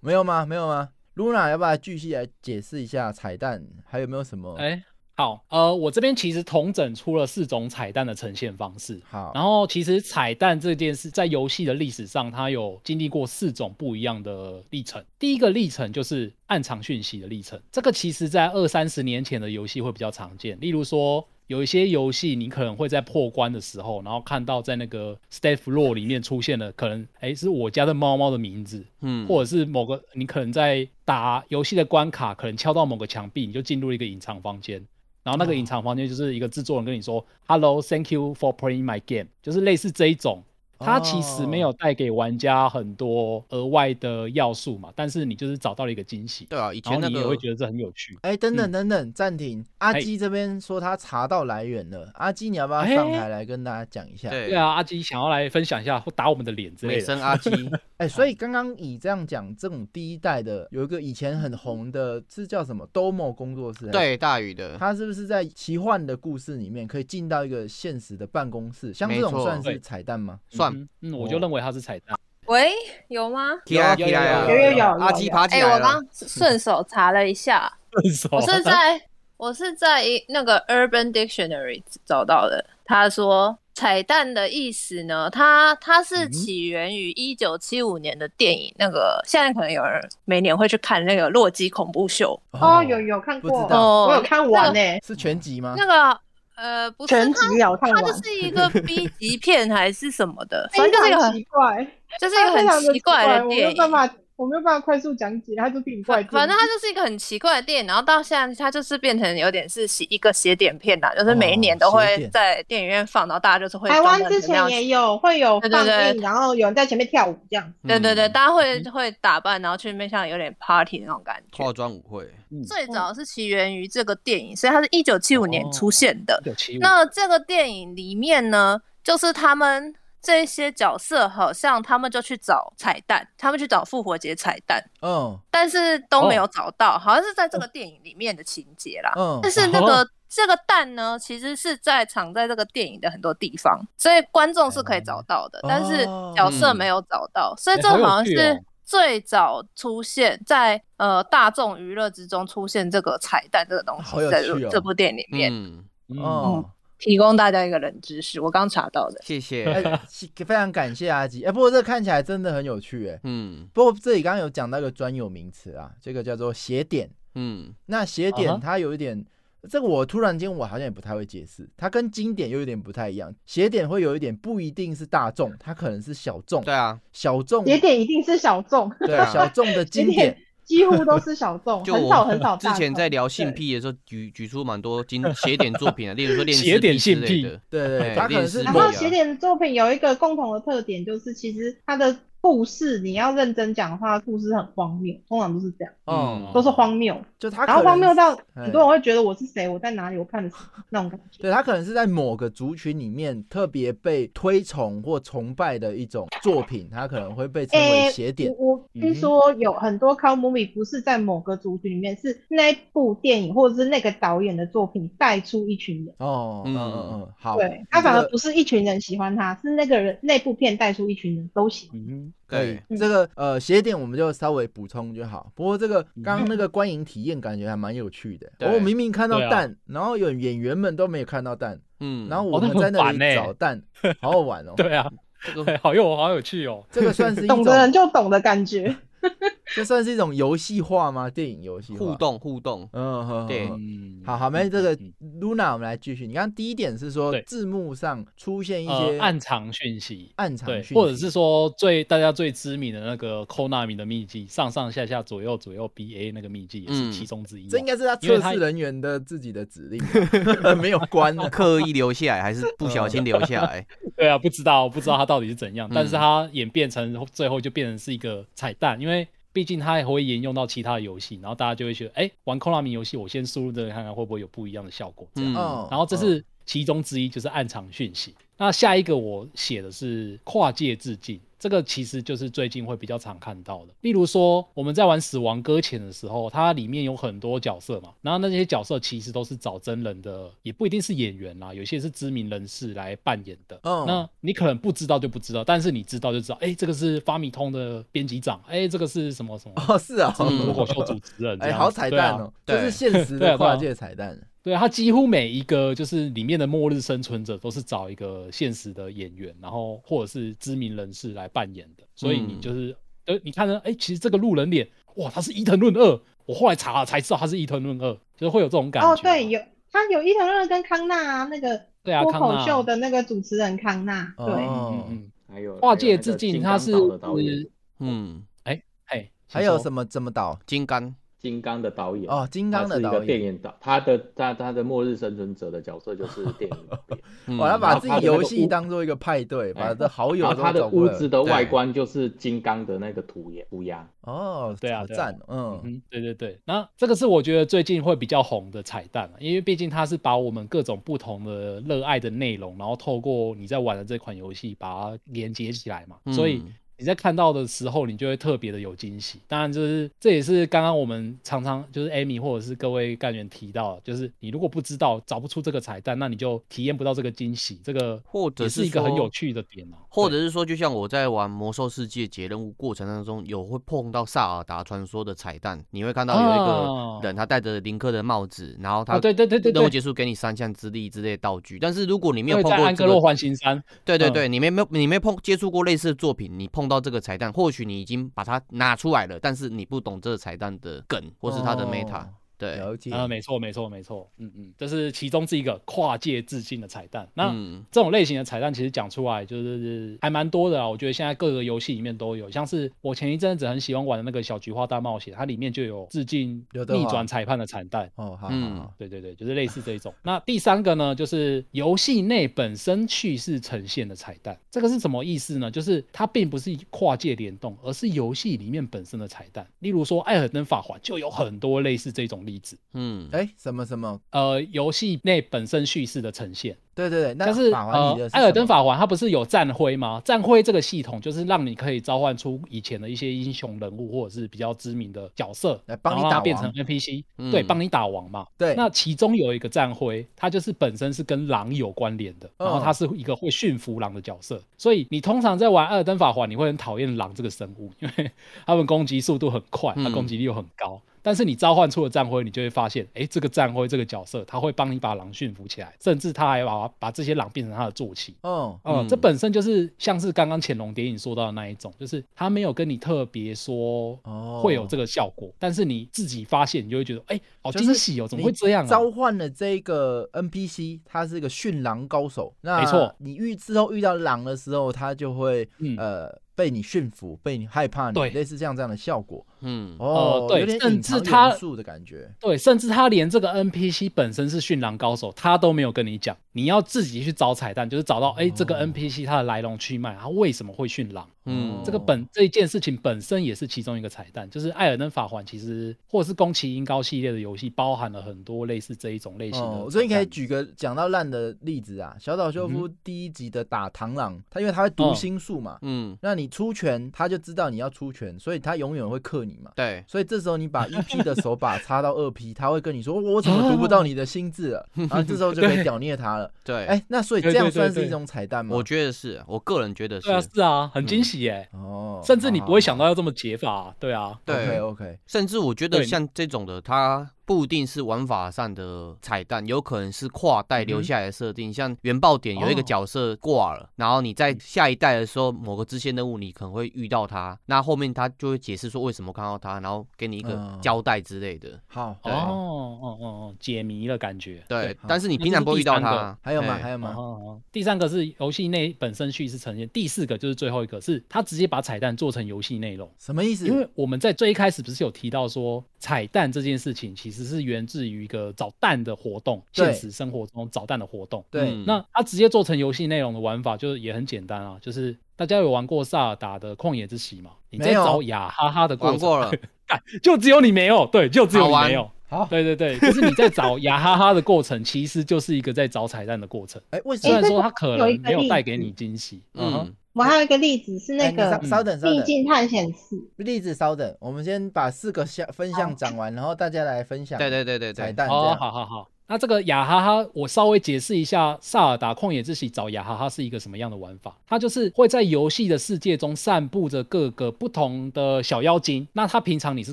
[SPEAKER 4] 没有吗？没有吗？露娜要不要继续来解释一下彩蛋？还有没有什么？
[SPEAKER 2] 哎、好，呃，我这边其实统整出了四种彩蛋的呈现方式。
[SPEAKER 4] 好，
[SPEAKER 2] 然后，其实彩蛋这件事在游戏的历史上，它有经历过四种不一样的历程。第一个历程就是暗藏讯息的历程，这个其实在二三十年前的游戏会比较常见。例如说，有一些游戏你可能会在破关的时候，然后看到在那个 staff roll 里面出现了，可能哎是我家的猫猫的名字，
[SPEAKER 5] 嗯，
[SPEAKER 2] 或者是某个你可能在打游戏的关卡，可能敲到某个墙壁，你就进入一个隐藏房间，然
[SPEAKER 5] 哦
[SPEAKER 2] 后那个隐藏房间就是一个制作人跟你说、h e l l o thank you for playing my game”，就是类似这一种。它其实没有
[SPEAKER 5] 哦
[SPEAKER 2] 带给玩家很多额外的要素嘛，但是你就是找到了一个惊喜，
[SPEAKER 5] 对啊，以
[SPEAKER 2] 然
[SPEAKER 5] 前
[SPEAKER 2] 后
[SPEAKER 5] 那
[SPEAKER 2] 你也
[SPEAKER 5] 个
[SPEAKER 2] 会觉得这很有趣。
[SPEAKER 4] 哎、等等
[SPEAKER 2] 嗯哎
[SPEAKER 4] 等等，暂停。阿
[SPEAKER 2] 嘿
[SPEAKER 4] 基这边说他查到来源了，阿基你要不要上台来跟大家讲一下？
[SPEAKER 5] 对
[SPEAKER 2] 哎对啊，阿基想要来分享一下，或打我们的脸之类
[SPEAKER 5] 美
[SPEAKER 2] 的。
[SPEAKER 5] 声阿基，
[SPEAKER 4] 哎、所以刚刚以这样讲，这种第一代的有一个以前很红的，是叫什么 Domo 工作室？，
[SPEAKER 5] 对大宇的，
[SPEAKER 4] 他是不是在奇幻的故事里面可以进到一个现实的办公室？像这种
[SPEAKER 5] 没错
[SPEAKER 4] 算是
[SPEAKER 2] 对
[SPEAKER 4] 彩蛋吗？哦
[SPEAKER 5] 算哦
[SPEAKER 2] 嗯嗯，嗯，我就认为它是彩蛋。
[SPEAKER 9] 喂，有吗？
[SPEAKER 5] 起来
[SPEAKER 2] 有
[SPEAKER 5] 起来啊！
[SPEAKER 3] 有有有有
[SPEAKER 5] 阿基爬起
[SPEAKER 9] 哎、
[SPEAKER 5] 来
[SPEAKER 9] 我
[SPEAKER 5] 了
[SPEAKER 9] 刚。顺手查了一下，
[SPEAKER 2] 分手
[SPEAKER 9] 我是在 我是在一那个 Urban Dictionary 找到的。他说彩蛋的意思呢，它它是起源于一九七五年的电影，那个现在可能有人每年会去看那个《洛基恐怖秀
[SPEAKER 3] 哦，有有看
[SPEAKER 4] 不知
[SPEAKER 3] 过，
[SPEAKER 4] 道
[SPEAKER 9] 哦
[SPEAKER 3] 我有看完呢、
[SPEAKER 4] 是全集吗》，？
[SPEAKER 9] 那个呃不是
[SPEAKER 3] 全
[SPEAKER 9] 它
[SPEAKER 3] 集有看
[SPEAKER 9] 它
[SPEAKER 3] 完，
[SPEAKER 9] 就是一个 B 级片还是什么 的，反
[SPEAKER 3] 非
[SPEAKER 9] 正哎就是一个
[SPEAKER 3] 常
[SPEAKER 9] 很
[SPEAKER 3] 奇怪，
[SPEAKER 9] 就是一
[SPEAKER 3] 它
[SPEAKER 9] 个
[SPEAKER 3] 非常
[SPEAKER 9] 很
[SPEAKER 3] 的
[SPEAKER 9] 奇怪的
[SPEAKER 3] 我没
[SPEAKER 9] 电
[SPEAKER 3] 有
[SPEAKER 9] 影。
[SPEAKER 3] 办法，我没有办法快速讲解，它就挺怪
[SPEAKER 9] 反
[SPEAKER 3] 听的。
[SPEAKER 9] 反正它就是一个很奇怪的电影，然后到现在它就是变成有点是写一个写点片啦，就是每一年都
[SPEAKER 4] 哦写
[SPEAKER 9] 会
[SPEAKER 4] 点
[SPEAKER 9] 在电影院放，然后大家就是会
[SPEAKER 3] 台湾
[SPEAKER 9] 专门
[SPEAKER 3] 之
[SPEAKER 9] 怎
[SPEAKER 3] 前
[SPEAKER 9] 么样
[SPEAKER 3] 也有会有
[SPEAKER 9] 对
[SPEAKER 3] 放
[SPEAKER 9] 对
[SPEAKER 3] 映，
[SPEAKER 9] 对
[SPEAKER 3] 然后有人在前面跳舞这样。
[SPEAKER 9] 对对对，
[SPEAKER 5] 嗯
[SPEAKER 9] 大家会会打扮，然后去面向有点 party 那种感觉。
[SPEAKER 5] 化妆舞会，
[SPEAKER 2] 嗯
[SPEAKER 9] 最早是起源于这个电影，所以它是一九七五年出现的。
[SPEAKER 2] 有
[SPEAKER 4] 嗯
[SPEAKER 2] 起舞，
[SPEAKER 9] 那这个电影里面呢，就是他们这些角色好像他们就去找彩蛋，他们去找复活节彩蛋，
[SPEAKER 4] 嗯
[SPEAKER 9] 但是都没有找到，好像是在这个电影里面的情节啦。
[SPEAKER 4] 哦嗯
[SPEAKER 9] 但，是那个、
[SPEAKER 2] 哦
[SPEAKER 9] 这个蛋呢，其实是在藏在这个电影的很多地方，所以观众是可以找到的，
[SPEAKER 4] 哦
[SPEAKER 9] 但是角色没有找到，所以这
[SPEAKER 2] 哎好有
[SPEAKER 9] 好像
[SPEAKER 2] 趣哦
[SPEAKER 9] 是最早出现在呃大众娱乐之中出现这个彩蛋这个东
[SPEAKER 4] 好
[SPEAKER 9] 西，
[SPEAKER 4] 有
[SPEAKER 9] 在
[SPEAKER 4] 趣哦
[SPEAKER 9] 这部电影里面、
[SPEAKER 5] 嗯，
[SPEAKER 2] 嗯，
[SPEAKER 4] 哦，
[SPEAKER 9] 提供大家一个冷知识，我刚查到的。
[SPEAKER 5] 谢
[SPEAKER 4] 哎
[SPEAKER 5] 谢，
[SPEAKER 4] 是非常感谢阿吉。哎，不过这看起来真的很有趣哎。
[SPEAKER 5] 嗯
[SPEAKER 4] 不过这里刚刚有讲到一个专有名词啊，这个叫做斜点。
[SPEAKER 5] 嗯，
[SPEAKER 4] 那斜
[SPEAKER 2] 啊哈
[SPEAKER 4] 点它有一点，这个我突然间我好像也不太会解释，它跟经典又有点不太一样。斜点会有一点不一定是大众，它可能是小众，
[SPEAKER 5] 对啊，
[SPEAKER 4] 小众
[SPEAKER 3] 节点一定是小众，
[SPEAKER 4] 对
[SPEAKER 5] 对啊
[SPEAKER 4] 小众的经
[SPEAKER 3] 节
[SPEAKER 4] 典
[SPEAKER 3] 点。几乎都是小众，
[SPEAKER 5] 就
[SPEAKER 3] 很少很
[SPEAKER 5] 我
[SPEAKER 3] 少
[SPEAKER 5] 之
[SPEAKER 3] 大众。
[SPEAKER 5] 前在聊性
[SPEAKER 3] 对
[SPEAKER 5] 癖的时候，举举出蛮多经写点 作品啊，例 如说 恋
[SPEAKER 2] 写
[SPEAKER 5] 尸
[SPEAKER 2] 点
[SPEAKER 5] 癖之
[SPEAKER 2] 性
[SPEAKER 5] 类
[SPEAKER 2] 癖
[SPEAKER 5] 的，
[SPEAKER 4] 对对
[SPEAKER 5] 哎
[SPEAKER 4] 对，它可能是
[SPEAKER 5] 类似
[SPEAKER 3] 然
[SPEAKER 5] 对
[SPEAKER 3] 后
[SPEAKER 5] 啊
[SPEAKER 3] 写点的作品有一个共同的特点，就是其实它的故事，你要认真讲的话，故事很荒谬，通常都是这样，
[SPEAKER 5] 嗯
[SPEAKER 3] 都是荒谬。
[SPEAKER 4] 就它可
[SPEAKER 3] 然
[SPEAKER 4] 能
[SPEAKER 3] 后荒谬到
[SPEAKER 4] 哎
[SPEAKER 3] 很多人会觉得我是谁，我在哪里，我看的是那种感 觉。
[SPEAKER 4] 对，它可能是在某个族群里面特别被推崇或崇拜的一种作品，它可能会被称为
[SPEAKER 3] 诶
[SPEAKER 4] 斜点。嗯
[SPEAKER 3] 我我听说有很多 c o m o v i e 不是在某个族群里面，是那部电影或者是那个导演的作品带出一群人。
[SPEAKER 4] 哦，嗯嗯
[SPEAKER 5] 嗯
[SPEAKER 4] 嗯，好，
[SPEAKER 3] 对，他反而
[SPEAKER 4] 这个
[SPEAKER 3] 不是一群人喜欢他，是那个人那部片带出一群人都喜欢。
[SPEAKER 2] 嗯
[SPEAKER 4] 可
[SPEAKER 5] 对
[SPEAKER 4] 以，这个呃斜点我们就稍微补充就好。不过这个刚刚那个观影体验感觉还蛮有趣的。
[SPEAKER 5] 对
[SPEAKER 4] 我明明看到
[SPEAKER 2] 嗯对啊
[SPEAKER 4] 蛋，然后有演员们都没有看到蛋，
[SPEAKER 5] 嗯，
[SPEAKER 4] 然后
[SPEAKER 2] 哦
[SPEAKER 4] 我
[SPEAKER 2] 那
[SPEAKER 4] 们
[SPEAKER 2] 很
[SPEAKER 4] 在那里
[SPEAKER 2] 烦欸
[SPEAKER 4] 找 蛋，好好 玩哦。
[SPEAKER 2] 对啊，
[SPEAKER 5] 这
[SPEAKER 2] 对
[SPEAKER 5] 个
[SPEAKER 2] 好有好有趣哦，
[SPEAKER 4] 这个算 是一
[SPEAKER 3] 懂
[SPEAKER 4] 种，
[SPEAKER 3] 的人就懂的感觉。
[SPEAKER 4] 这算是一种游戏化吗？电影游戏化
[SPEAKER 5] 互，动互动，
[SPEAKER 4] 嗯，哼
[SPEAKER 5] 对
[SPEAKER 4] 哼哼
[SPEAKER 2] 嗯，
[SPEAKER 4] 好好，没这个
[SPEAKER 2] 嗯
[SPEAKER 4] Luna，我们来继续。你看第一点是说
[SPEAKER 2] 对
[SPEAKER 4] 字幕上出现一
[SPEAKER 2] 呃
[SPEAKER 4] 些
[SPEAKER 2] 暗藏讯息，
[SPEAKER 4] 暗藏
[SPEAKER 2] 对
[SPEAKER 4] 讯，息，
[SPEAKER 2] 或者是说最大家最知名的那个 Konami 的秘技，上上下下左右左右 BA 那个秘技也是
[SPEAKER 5] 嗯
[SPEAKER 2] 其中之一嘛。啊
[SPEAKER 4] 这应该是他
[SPEAKER 2] 因为
[SPEAKER 4] 测
[SPEAKER 2] 他
[SPEAKER 4] 试人员的自己的指 令， 没有关的。
[SPEAKER 5] 刻意留下来还是不小心留下来？
[SPEAKER 2] 对啊，不知道不知道它到底是怎样，
[SPEAKER 5] 嗯
[SPEAKER 2] 但是它演变成最后就变成是一个彩蛋，因为毕竟它也会沿用到其他的游戏，然后大家就会觉得，哎、玩 Konami 游戏，我先输入这个看看会不会有不一样的效果这样。
[SPEAKER 5] 嗯，
[SPEAKER 4] 嗯，
[SPEAKER 2] 然后这
[SPEAKER 4] 嗯
[SPEAKER 2] 是其中之一，就是暗藏讯息。那下一个我写的是跨界致敬，这个其实就是最近会比较常看到的。例如说我们在玩《死亡搁浅》的时候，它里面有很多角色嘛，然后那些角色其实都是找真人的，也不一定是演员啦，有些是知名人士来扮演的。
[SPEAKER 4] 嗯
[SPEAKER 2] 那你可能不知道就不知道，但是你知道就知道，哎，这个是发米通的编辑长，哎，这个是什么什么。
[SPEAKER 4] 哦，是啊，
[SPEAKER 5] 嗯
[SPEAKER 2] 脱口 秀主持人，
[SPEAKER 4] 哎、
[SPEAKER 2] 这样
[SPEAKER 4] 好彩
[SPEAKER 2] 对啊
[SPEAKER 4] 蛋哦，
[SPEAKER 5] 对
[SPEAKER 4] 这是现 实
[SPEAKER 2] 对啊对啊
[SPEAKER 4] 的跨界彩蛋。
[SPEAKER 2] 对，他几乎每一个就是里面的末日生存者都是找一个现实的演员，然后或者是知名人士来扮演的，所以你
[SPEAKER 5] 嗯
[SPEAKER 2] 就是，呃，你看呢，哎，其实这个路人脸，哇，他是伊藤润二，我后来查了才知道他是伊藤润二，就是会有这种感觉。
[SPEAKER 3] 哦，对，，有他有伊藤润二跟康纳啊，那个
[SPEAKER 2] 对啊
[SPEAKER 3] 脱
[SPEAKER 2] 康纳
[SPEAKER 3] 口秀的那个主持人康纳，对，
[SPEAKER 2] 嗯
[SPEAKER 4] 哦，
[SPEAKER 2] 嗯，
[SPEAKER 10] 还有
[SPEAKER 2] 跨界致敬，
[SPEAKER 10] 还有
[SPEAKER 2] 他
[SPEAKER 10] 那个
[SPEAKER 2] 是
[SPEAKER 10] 金刚岛的导演，
[SPEAKER 5] 嗯，
[SPEAKER 2] 哎，
[SPEAKER 4] 还有
[SPEAKER 2] 么？
[SPEAKER 4] 什么怎么导？
[SPEAKER 5] 金刚，
[SPEAKER 10] 金刚的导演
[SPEAKER 4] 哦金刚的导演
[SPEAKER 10] 他是一个电影导，他的他他的《末日生存者》的角色就是电影导演，
[SPEAKER 5] 嗯
[SPEAKER 4] 我要把自己游戏
[SPEAKER 10] 然后他的那个屋
[SPEAKER 4] 当做一个派对，
[SPEAKER 10] 哎
[SPEAKER 4] 把这好友
[SPEAKER 10] 然后
[SPEAKER 4] 都
[SPEAKER 10] 他的
[SPEAKER 4] 找过
[SPEAKER 10] 屋
[SPEAKER 4] 来
[SPEAKER 10] 子的外观就是金刚的那个涂鸦涂鸦，
[SPEAKER 4] 哦，
[SPEAKER 2] 对啊
[SPEAKER 4] 好
[SPEAKER 2] 对啊
[SPEAKER 4] 赞哦，嗯，
[SPEAKER 2] 嗯，对对对，那这个是我觉得最近会比较红的彩蛋、啊，因为毕竟它是把我们各种不同的热爱的内容，然后透过你在玩的这款游戏把它连接起来嘛，所以
[SPEAKER 5] 嗯
[SPEAKER 2] 你在看到的时候，你就会特别的有惊喜。当然，就是这也是刚刚我们常常就是 Amy 或者是各位干员提到的，就是你如果不知道找不出这个彩蛋，那你就体验不到这个惊喜。这个
[SPEAKER 5] 或者
[SPEAKER 2] 也
[SPEAKER 5] 是
[SPEAKER 2] 是一个很
[SPEAKER 5] 说
[SPEAKER 2] 有趣的点哦、
[SPEAKER 5] 或者是说，就像我在玩魔兽世界解任务过程当中，有会碰到萨尔达传说的彩蛋，你会看到有
[SPEAKER 2] 哦
[SPEAKER 5] 一个人他戴着林克的帽子，然后他
[SPEAKER 2] 哦对对对对对
[SPEAKER 5] 任务结束给你三项之力之类的道具。但是如果你没有
[SPEAKER 2] 对
[SPEAKER 5] 碰
[SPEAKER 2] 在
[SPEAKER 5] 过
[SPEAKER 2] 安
[SPEAKER 5] 这
[SPEAKER 2] 格
[SPEAKER 5] 个
[SPEAKER 2] 洛环形山，
[SPEAKER 5] 对对
[SPEAKER 2] 嗯
[SPEAKER 5] 对，你没没有你没碰接触过类似的作品，你碰到这个彩蛋，或许你已经把它拿出来了，但是你不懂这个彩蛋的梗或是它的
[SPEAKER 4] 哦
[SPEAKER 5] meta、对，
[SPEAKER 4] 了解。
[SPEAKER 2] 啊，没错，没错，没错，嗯嗯，这是其中是一个跨界致敬的彩蛋。那、
[SPEAKER 5] 嗯
[SPEAKER 2] 这种类型的彩蛋其实讲出来就是还蛮多的啊，我觉得现在各个游戏里面都有，像是我前一阵子很喜欢玩的那个小菊花大冒险，它里面就有致敬
[SPEAKER 4] 刘德华
[SPEAKER 2] 逆转裁判的彩蛋。
[SPEAKER 4] 哦，好好
[SPEAKER 5] 嗯
[SPEAKER 4] 好，
[SPEAKER 2] 对对对，就是类似这一种。那第三个呢，就是游戏内本身叙事呈现的彩蛋，这个是什么意思呢？就是它并不是跨界联动，而是游戏里面本身的彩蛋。例如说《艾尔登法环》就有很多类似这种例子。
[SPEAKER 5] 嗯，
[SPEAKER 4] 哎、什么什么？
[SPEAKER 2] 呃游戏内本身叙事的呈现。
[SPEAKER 4] 对对对，那
[SPEAKER 2] 但是
[SPEAKER 4] 法环
[SPEAKER 2] 呃
[SPEAKER 4] 里的，是
[SPEAKER 2] 艾尔
[SPEAKER 4] 什
[SPEAKER 2] 登
[SPEAKER 4] 么
[SPEAKER 2] 法环它不是有战徽吗？战徽这个系统就是让你可以召唤出以前的一些英雄人物或者是比较知名的角色，
[SPEAKER 4] 来帮你
[SPEAKER 2] 然后让它
[SPEAKER 4] 打
[SPEAKER 2] 变
[SPEAKER 4] 王
[SPEAKER 2] 成 NPC，、
[SPEAKER 5] 嗯
[SPEAKER 2] 对，帮你打王嘛。
[SPEAKER 4] 对，
[SPEAKER 2] 那其中有一个战徽，它就是本身是跟狼有关联的，然后
[SPEAKER 4] 嗯
[SPEAKER 2] 它是一个会驯服狼的角色，所以你通常在玩《艾尔登法环》，你会很讨厌狼这个生物，因为它们攻击速度很快，它
[SPEAKER 5] 嗯
[SPEAKER 2] 攻击力又很高。但是你召唤出的战徽，你就会发现，哎，这个战徽这个角色，它会帮你把狼驯服起来，甚至它还把把这些狼变成它的坐骑。
[SPEAKER 4] 哦，
[SPEAKER 2] 哦、这
[SPEAKER 5] 嗯
[SPEAKER 2] 本身就是像是刚刚潜龙谍影说到的那一种，就是他没有跟你特别说
[SPEAKER 4] 哦
[SPEAKER 2] 会有这个效果，但是你自己发现，你就会觉得，哎、好
[SPEAKER 4] 就是
[SPEAKER 2] 惊喜哦，怎么会
[SPEAKER 4] 你
[SPEAKER 2] 这样、啊？
[SPEAKER 4] 召唤了这个 NPC，他是一个驯狼高手。那
[SPEAKER 2] 没错，
[SPEAKER 4] 你遇之后遇到狼的时候，他就会、
[SPEAKER 2] 嗯
[SPEAKER 4] 呃被你驯服，被你害怕你，
[SPEAKER 2] 对
[SPEAKER 4] 类似像这样的效果。
[SPEAKER 5] 嗯，
[SPEAKER 4] 哦，
[SPEAKER 2] 呃对
[SPEAKER 4] 有点
[SPEAKER 2] 甚
[SPEAKER 4] 隐藏
[SPEAKER 2] 至他
[SPEAKER 4] 元素的感觉。
[SPEAKER 2] 对，甚至他连这个 NPC 本身是驯狼高手，他都没有跟你讲，你要自己去找彩蛋，就是找到哎、这个 NPC 它的来龙去脉，它为什么会驯狼？
[SPEAKER 5] 嗯
[SPEAKER 4] 哦
[SPEAKER 2] 这个本这一件事情本身也是其中一个彩蛋，就是《艾尔登法环》其实或者是宫崎英高系列的游戏，包含了很多类似这一种类型的彩
[SPEAKER 4] 哦
[SPEAKER 2] 蛋。，
[SPEAKER 4] 所以你可以举个讲到烂的例子啊，小岛秀夫第一集的打螳螂，他因为他会读
[SPEAKER 2] 嗯
[SPEAKER 4] 心术嘛，
[SPEAKER 5] 嗯，
[SPEAKER 4] 那你出拳他就知道你要出拳，所以他永远会克你嘛。
[SPEAKER 5] 对，
[SPEAKER 4] 所以这时候 你把一 P 的手把插到二 P，他会跟你说我怎么读不到你的心智 了，然后这时候就可以屌虐他了。
[SPEAKER 5] 对，
[SPEAKER 4] 哎，那所以这
[SPEAKER 2] 对
[SPEAKER 4] 样
[SPEAKER 2] 对对
[SPEAKER 4] 算是
[SPEAKER 2] 对
[SPEAKER 4] 一种彩蛋吗？
[SPEAKER 5] 我觉得是，我个人觉得是，嗯
[SPEAKER 2] 对啊，是啊，很惊喜耶、
[SPEAKER 4] 哦，
[SPEAKER 2] 甚至你不会想到要这么解法、对啊，
[SPEAKER 5] 对
[SPEAKER 4] OK OK，
[SPEAKER 5] 甚至我觉得
[SPEAKER 2] 对
[SPEAKER 5] 像这种的，它不一定是玩法上的彩蛋，有可能是跨代
[SPEAKER 2] 嗯
[SPEAKER 5] 留下来的设定。像原爆点有一个
[SPEAKER 2] 哦
[SPEAKER 5] 角色挂了，然后你在下一代的时候，某个支线任务你可能会遇到他，那后面他就会解释说为什么看到他，然后给你一个
[SPEAKER 4] 嗯
[SPEAKER 5] 交代之类的。
[SPEAKER 4] 好，
[SPEAKER 5] 对
[SPEAKER 2] 哦哦哦哦，解谜了感觉。
[SPEAKER 5] 对
[SPEAKER 4] 好，
[SPEAKER 5] 但是你
[SPEAKER 2] 那
[SPEAKER 5] 平
[SPEAKER 2] 这
[SPEAKER 5] 常
[SPEAKER 2] 是
[SPEAKER 5] 不会
[SPEAKER 2] 第
[SPEAKER 5] 遇到
[SPEAKER 2] 三个
[SPEAKER 5] 他。
[SPEAKER 4] 还有吗？
[SPEAKER 5] 哎
[SPEAKER 4] 还有吗？
[SPEAKER 2] 哦哦哦第三个是游戏内本身叙事呈现，第四个就是最后一个是它直接把彩蛋做成游戏内容。
[SPEAKER 4] 什么意思？
[SPEAKER 2] 因为我们在最一开始不是有提到说，彩蛋这件事情其实是源自于一个找蛋的活动，
[SPEAKER 4] 对
[SPEAKER 2] 现实生活中找蛋的活动。
[SPEAKER 4] 对
[SPEAKER 5] 嗯
[SPEAKER 2] 那它直接做成游戏内容的玩法，就是也很简单啊，就是大家有玩过萨尔达的旷野之息吗？你在
[SPEAKER 4] 没有
[SPEAKER 2] 找雅哈哈的过
[SPEAKER 5] 玩
[SPEAKER 2] 程
[SPEAKER 5] 过了，
[SPEAKER 2] 干 就只有你没有，对，就只有
[SPEAKER 5] 好
[SPEAKER 2] 你
[SPEAKER 5] 玩
[SPEAKER 2] 没有。
[SPEAKER 4] 好，
[SPEAKER 2] 对对对，就是你在找雅哈哈的过程，其实就是一个在找彩蛋的过程。
[SPEAKER 4] 哎，为什
[SPEAKER 2] 虽然
[SPEAKER 4] 么？
[SPEAKER 2] 说它可
[SPEAKER 3] 有一
[SPEAKER 2] 能
[SPEAKER 3] 个
[SPEAKER 2] 没有带
[SPEAKER 3] 例
[SPEAKER 2] 给
[SPEAKER 3] 子
[SPEAKER 2] 你惊喜，嗯哼，
[SPEAKER 5] 嗯，
[SPEAKER 3] 我还有一个例子是那
[SPEAKER 4] 哎你
[SPEAKER 3] 个
[SPEAKER 4] 稍稍等稍等
[SPEAKER 3] 《秘，境探险四》，
[SPEAKER 4] 例子稍等，我们先把四个项分项讲完，然后大家来分享
[SPEAKER 5] 对对对对
[SPEAKER 4] 彩
[SPEAKER 5] 对，
[SPEAKER 4] 蛋这
[SPEAKER 2] 哦，
[SPEAKER 4] 样。
[SPEAKER 2] 好好好，那这个雅哈哈，我稍微解释一下《萨尔达旷野之息》找雅哈哈是一个什么样的玩法。它就是会在游戏的世界中散布着各个不同的小妖精，那它平常你是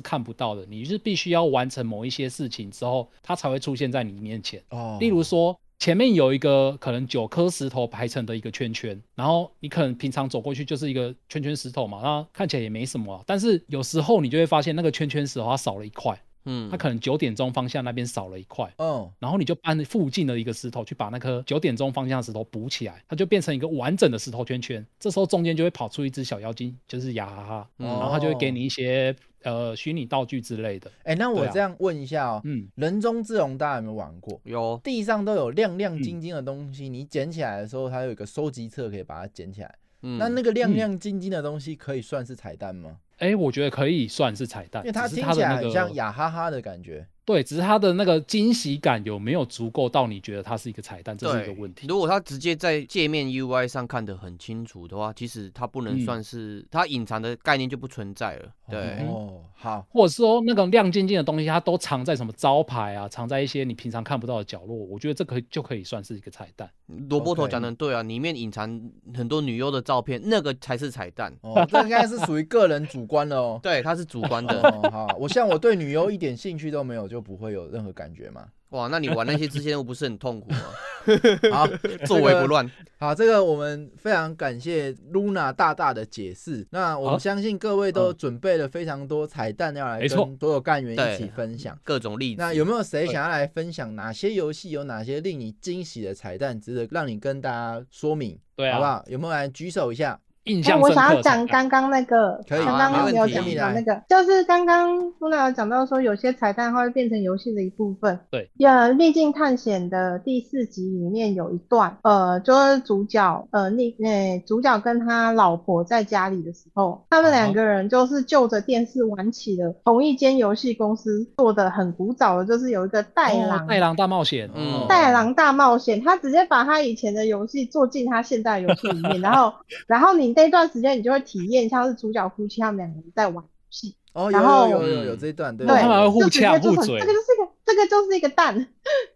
[SPEAKER 2] 看不到的，你是必须要完成某一些事情之后，它才会出现在你面前。
[SPEAKER 4] 哦
[SPEAKER 2] 例如说，前面有一个可能九颗石头排成的一个圈圈，然后你可能平常走过去就是一个圈圈石头嘛，那看起来也没什么、啊，但是有时候你就会发现那个圈圈石头它少了一块，
[SPEAKER 5] 嗯
[SPEAKER 2] 它，可能九点钟方向那边少了一块。
[SPEAKER 4] 哦，
[SPEAKER 2] 然后你就搬附近的一个石头去把那颗九点钟方向的石头补起来，它就变成一个完整的石头圈圈。这时候中间就会跑出一只小妖精，就是雅哈哈，
[SPEAKER 4] 哦
[SPEAKER 5] 嗯
[SPEAKER 2] 然后它就会给你一些呃虚拟道具之类的。
[SPEAKER 4] 哎，那我
[SPEAKER 2] 对啊
[SPEAKER 4] 这样问一下哦，
[SPEAKER 2] 嗯，
[SPEAKER 4] 人中之龙大家有没有玩过？
[SPEAKER 5] 有，
[SPEAKER 4] 地上都有亮
[SPEAKER 2] 嗯
[SPEAKER 4] 亮晶晶的东西，你捡起来的时候，它有一个收集册可以把它捡起来。
[SPEAKER 5] 嗯
[SPEAKER 4] 那那个亮
[SPEAKER 2] 嗯
[SPEAKER 4] 亮晶晶的东西可以算是彩蛋吗？
[SPEAKER 2] 哎，我觉得可以算是彩蛋，
[SPEAKER 4] 因为它
[SPEAKER 2] 只是
[SPEAKER 4] 听
[SPEAKER 2] 它
[SPEAKER 4] 起
[SPEAKER 2] 的
[SPEAKER 4] 来
[SPEAKER 2] 那
[SPEAKER 4] 很
[SPEAKER 2] 个
[SPEAKER 4] 像雅哈哈的感觉。
[SPEAKER 2] 对，只是它的那个惊喜感有没有足够到你觉得它是一个彩蛋，这是一个
[SPEAKER 5] 对
[SPEAKER 2] 问题。
[SPEAKER 5] 如果它直接在界面 UI 上看得很清楚的话，其实它不能
[SPEAKER 2] 嗯
[SPEAKER 5] 算是、它隐藏的概念就不存在了。对，
[SPEAKER 4] 哦，好，
[SPEAKER 2] 或者是说那种亮晶晶的东西，它都藏在什么招牌啊，藏在一些你平常看不到的角落，我觉得这个就可以算是一个彩蛋。
[SPEAKER 5] 萝卜头
[SPEAKER 4] OK
[SPEAKER 5] 讲的对啊，里面隐藏很多女优的照片，那个才是彩蛋。
[SPEAKER 4] 哦，这应该是属于个人主观了哦。
[SPEAKER 5] 对，它是主观的。
[SPEAKER 4] 哦，好，我像我对女优一点兴趣都没有，就不会有任何感觉嘛。
[SPEAKER 5] 哇，那你玩那些支线任务不是很痛苦吗？
[SPEAKER 4] 好，
[SPEAKER 5] 作为不乱，
[SPEAKER 4] 好，这个我们非常感谢 Luna 大大的解释。那我
[SPEAKER 2] 好
[SPEAKER 4] 们相信各位都准备了非常多彩蛋要来
[SPEAKER 2] 没错
[SPEAKER 4] 跟所有干员一起
[SPEAKER 5] 对
[SPEAKER 4] 分享。
[SPEAKER 5] 各种例子。
[SPEAKER 4] 那有没有谁想要来分享哪些游戏有哪些令你惊喜的彩蛋，值得让你跟大家说明？
[SPEAKER 2] 对啊
[SPEAKER 4] 好不好？有没有来举手一下？
[SPEAKER 2] 印
[SPEAKER 3] 哎，
[SPEAKER 2] 象
[SPEAKER 3] 我
[SPEAKER 2] 深刻的彩
[SPEAKER 3] 想
[SPEAKER 2] 蛋。
[SPEAKER 3] 要讲刚刚那个，
[SPEAKER 4] 可以
[SPEAKER 3] 刚
[SPEAKER 5] 好啊
[SPEAKER 3] 刚
[SPEAKER 5] 没
[SPEAKER 3] 没有
[SPEAKER 5] 问题
[SPEAKER 3] 讲
[SPEAKER 4] 你
[SPEAKER 3] 到
[SPEAKER 4] 来
[SPEAKER 3] 那个，就是刚刚布娜有讲到说，有些彩蛋它会变成游戏的一部分。
[SPEAKER 2] 对，
[SPEAKER 3] 呃，《秘境探险》的第四集里面有一段，呃，就是主角，呃，那呃，主角跟他老婆在家里的时候，他们
[SPEAKER 2] 啊
[SPEAKER 3] 两个人就是就着电视玩起了同一间游戏公司做的很古早的，就是有一个带
[SPEAKER 2] 哦
[SPEAKER 3] 狼。啊
[SPEAKER 2] 带狼大冒险，
[SPEAKER 5] 嗯
[SPEAKER 3] 带狼大冒险，他直接把他以前的游戏做进他现在的游戏里面，然后，然后你那段时间你就会体验像是主角夫妻他们两个人在玩游戏，
[SPEAKER 4] 哦，有
[SPEAKER 3] 然后
[SPEAKER 4] 有有有有这一段，对
[SPEAKER 3] 对，
[SPEAKER 2] 他们还会互
[SPEAKER 3] 就直接
[SPEAKER 2] 呛
[SPEAKER 3] 就
[SPEAKER 2] 互
[SPEAKER 3] 是
[SPEAKER 2] 嘴
[SPEAKER 3] 这个就是一个，这个就是一个蛋，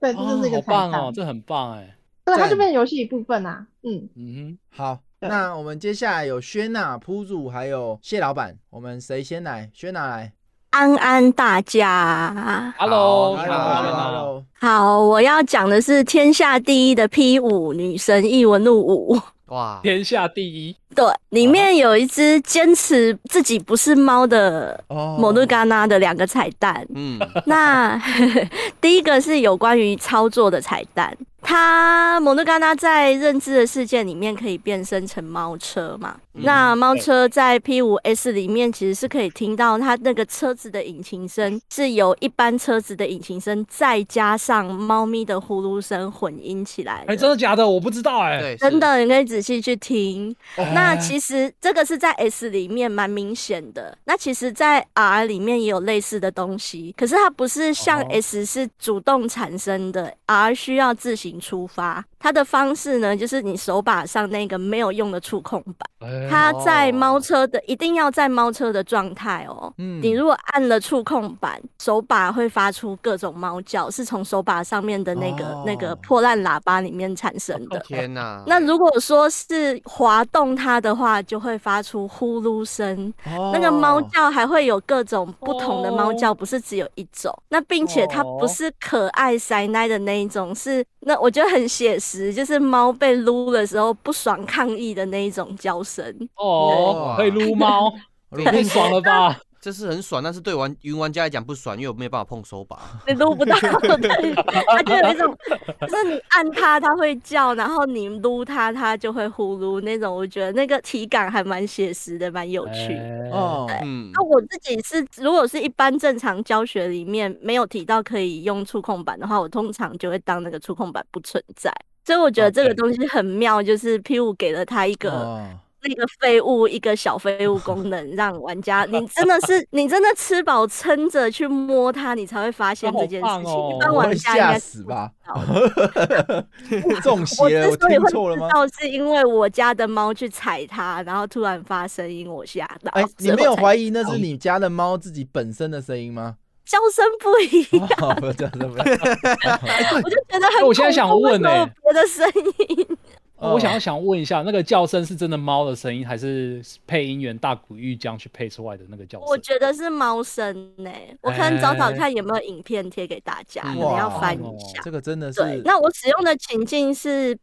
[SPEAKER 3] 对，这就是一个
[SPEAKER 2] 好
[SPEAKER 3] 彩
[SPEAKER 2] 棒
[SPEAKER 3] 蛋，
[SPEAKER 2] 哦，这很棒哎，
[SPEAKER 3] 对，它
[SPEAKER 4] 赞
[SPEAKER 3] 就变成游戏一部分啊，嗯，
[SPEAKER 2] 嗯
[SPEAKER 4] 好，
[SPEAKER 3] 对
[SPEAKER 4] 那我们接下来有薛娜、铺主还有谢老板，我们谁先来？薛娜来。
[SPEAKER 11] 安安大家
[SPEAKER 2] 哼，Hello，
[SPEAKER 11] 哦
[SPEAKER 5] 好
[SPEAKER 4] Hello，Hello，
[SPEAKER 5] 好
[SPEAKER 4] Hello
[SPEAKER 11] 好，我要讲的是天下第一的 P 五女神异闻录五。
[SPEAKER 5] 哇，
[SPEAKER 2] 天下第一，
[SPEAKER 11] 对，里面有一只坚持自己不是猫的
[SPEAKER 4] 哦
[SPEAKER 11] 某杜嘎纳的两个彩蛋。
[SPEAKER 5] 嗯，
[SPEAKER 11] 那 第一个是有关于操作的彩蛋，它蒙德嘎纳在认知的世界里面可以变身成猫车嘛？那猫车在 P 五 S 里面其实是可以听到它那个车子的引擎声是由一般车子的引擎声再加上猫咪的呼噜声混音起来的
[SPEAKER 2] 哎，真的假的？我不知道哎，
[SPEAKER 5] 对，
[SPEAKER 11] 真
[SPEAKER 5] 是
[SPEAKER 11] 的，你可以仔细去听。
[SPEAKER 4] 哦
[SPEAKER 11] 那其实这个是在 S 里面蛮明显的，那其实，在 R 里面也有类似的东西，可是它不是
[SPEAKER 4] 哦
[SPEAKER 11] 像 S 是主动产生的、r 需要自行出发。它的方式呢，就是你手把上那个没有用的触控板，
[SPEAKER 4] 嗯
[SPEAKER 2] 哎
[SPEAKER 11] 它在
[SPEAKER 5] 哦
[SPEAKER 11] 猫车的一定要在猫车的状态哦。
[SPEAKER 4] 嗯
[SPEAKER 11] 你如果按了触控板，手把会发出各种猫叫，是从手把上面的那个、那个
[SPEAKER 4] 哦
[SPEAKER 11] 破烂喇叭里面产生的。
[SPEAKER 5] 天哪！
[SPEAKER 11] 那如果说是滑动它的话，就会发出呼噜声。那个猫叫还会有各种不同的猫叫，不是只有一种。那并且它不是可爱塞奶的那一种，是那我觉得很写实，就是猫被撸的时候不爽抗议的那一种叫声。
[SPEAKER 2] 哦，可以撸猫，
[SPEAKER 4] 对
[SPEAKER 2] 太爽了吧？
[SPEAKER 5] 这是很爽，但是对玩云玩家来讲不爽，因为我没有办法碰手把。
[SPEAKER 11] 你撸不到，对，它就有一种，就是你按它它会叫，然后你撸它它就会呼噜那种。我觉得那个体感还蛮写实的，蛮有趣的。
[SPEAKER 2] 哎，
[SPEAKER 4] 哦，
[SPEAKER 5] 嗯
[SPEAKER 11] 那，我自己是，如果是一般正常教学里面没有提到可以用触控板的话，我通常就会当那个触控板不存在。所以我觉得这个东西很妙，就是 P 五给了他一个、
[SPEAKER 4] 哦
[SPEAKER 11] 那个废物一个小废物功 能，让玩家你真的是你真的吃饱撑着去摸它，你才会发现这件事
[SPEAKER 2] 好
[SPEAKER 11] 情。
[SPEAKER 2] 棒哦
[SPEAKER 11] 一
[SPEAKER 2] 那
[SPEAKER 11] 般
[SPEAKER 4] 我
[SPEAKER 11] 玩
[SPEAKER 4] 会
[SPEAKER 11] 家应
[SPEAKER 4] 吓
[SPEAKER 11] 该
[SPEAKER 4] 死
[SPEAKER 11] 是
[SPEAKER 4] 吧
[SPEAKER 11] 不知道？
[SPEAKER 4] 中
[SPEAKER 11] 我
[SPEAKER 4] 邪了，
[SPEAKER 11] 之
[SPEAKER 4] 我
[SPEAKER 11] 所以
[SPEAKER 4] 听
[SPEAKER 11] 会
[SPEAKER 4] 错了
[SPEAKER 11] 知
[SPEAKER 4] 吗？
[SPEAKER 11] 道，是因为我家的猫去踩它，然后突然发声音，我吓到。
[SPEAKER 4] 哎，
[SPEAKER 11] 所以
[SPEAKER 4] 你
[SPEAKER 11] 我
[SPEAKER 4] 没有
[SPEAKER 11] 才
[SPEAKER 4] 怀疑那是你家的猫自己本身的声音吗？
[SPEAKER 11] 叫声不一样。
[SPEAKER 4] 哦不对不对，
[SPEAKER 11] 我就觉得很恐
[SPEAKER 2] 哎
[SPEAKER 11] 怖。
[SPEAKER 2] 我现在想问
[SPEAKER 11] 为什么
[SPEAKER 2] 欸
[SPEAKER 11] 有别的声音，
[SPEAKER 4] 哦
[SPEAKER 2] 我想要想问一下，那个叫声是真的猫的声音，还是配音员大谷玉江去配出来的那个 叫
[SPEAKER 11] 我
[SPEAKER 2] 声？
[SPEAKER 11] 觉得是猫声呢。我可能找找看有没有影片贴给大家，
[SPEAKER 5] 嗯
[SPEAKER 11] 你们要
[SPEAKER 4] 哎哇
[SPEAKER 11] 翻一下。
[SPEAKER 4] 哦这个真的
[SPEAKER 11] 对
[SPEAKER 4] 是，
[SPEAKER 11] 那我使用的情境是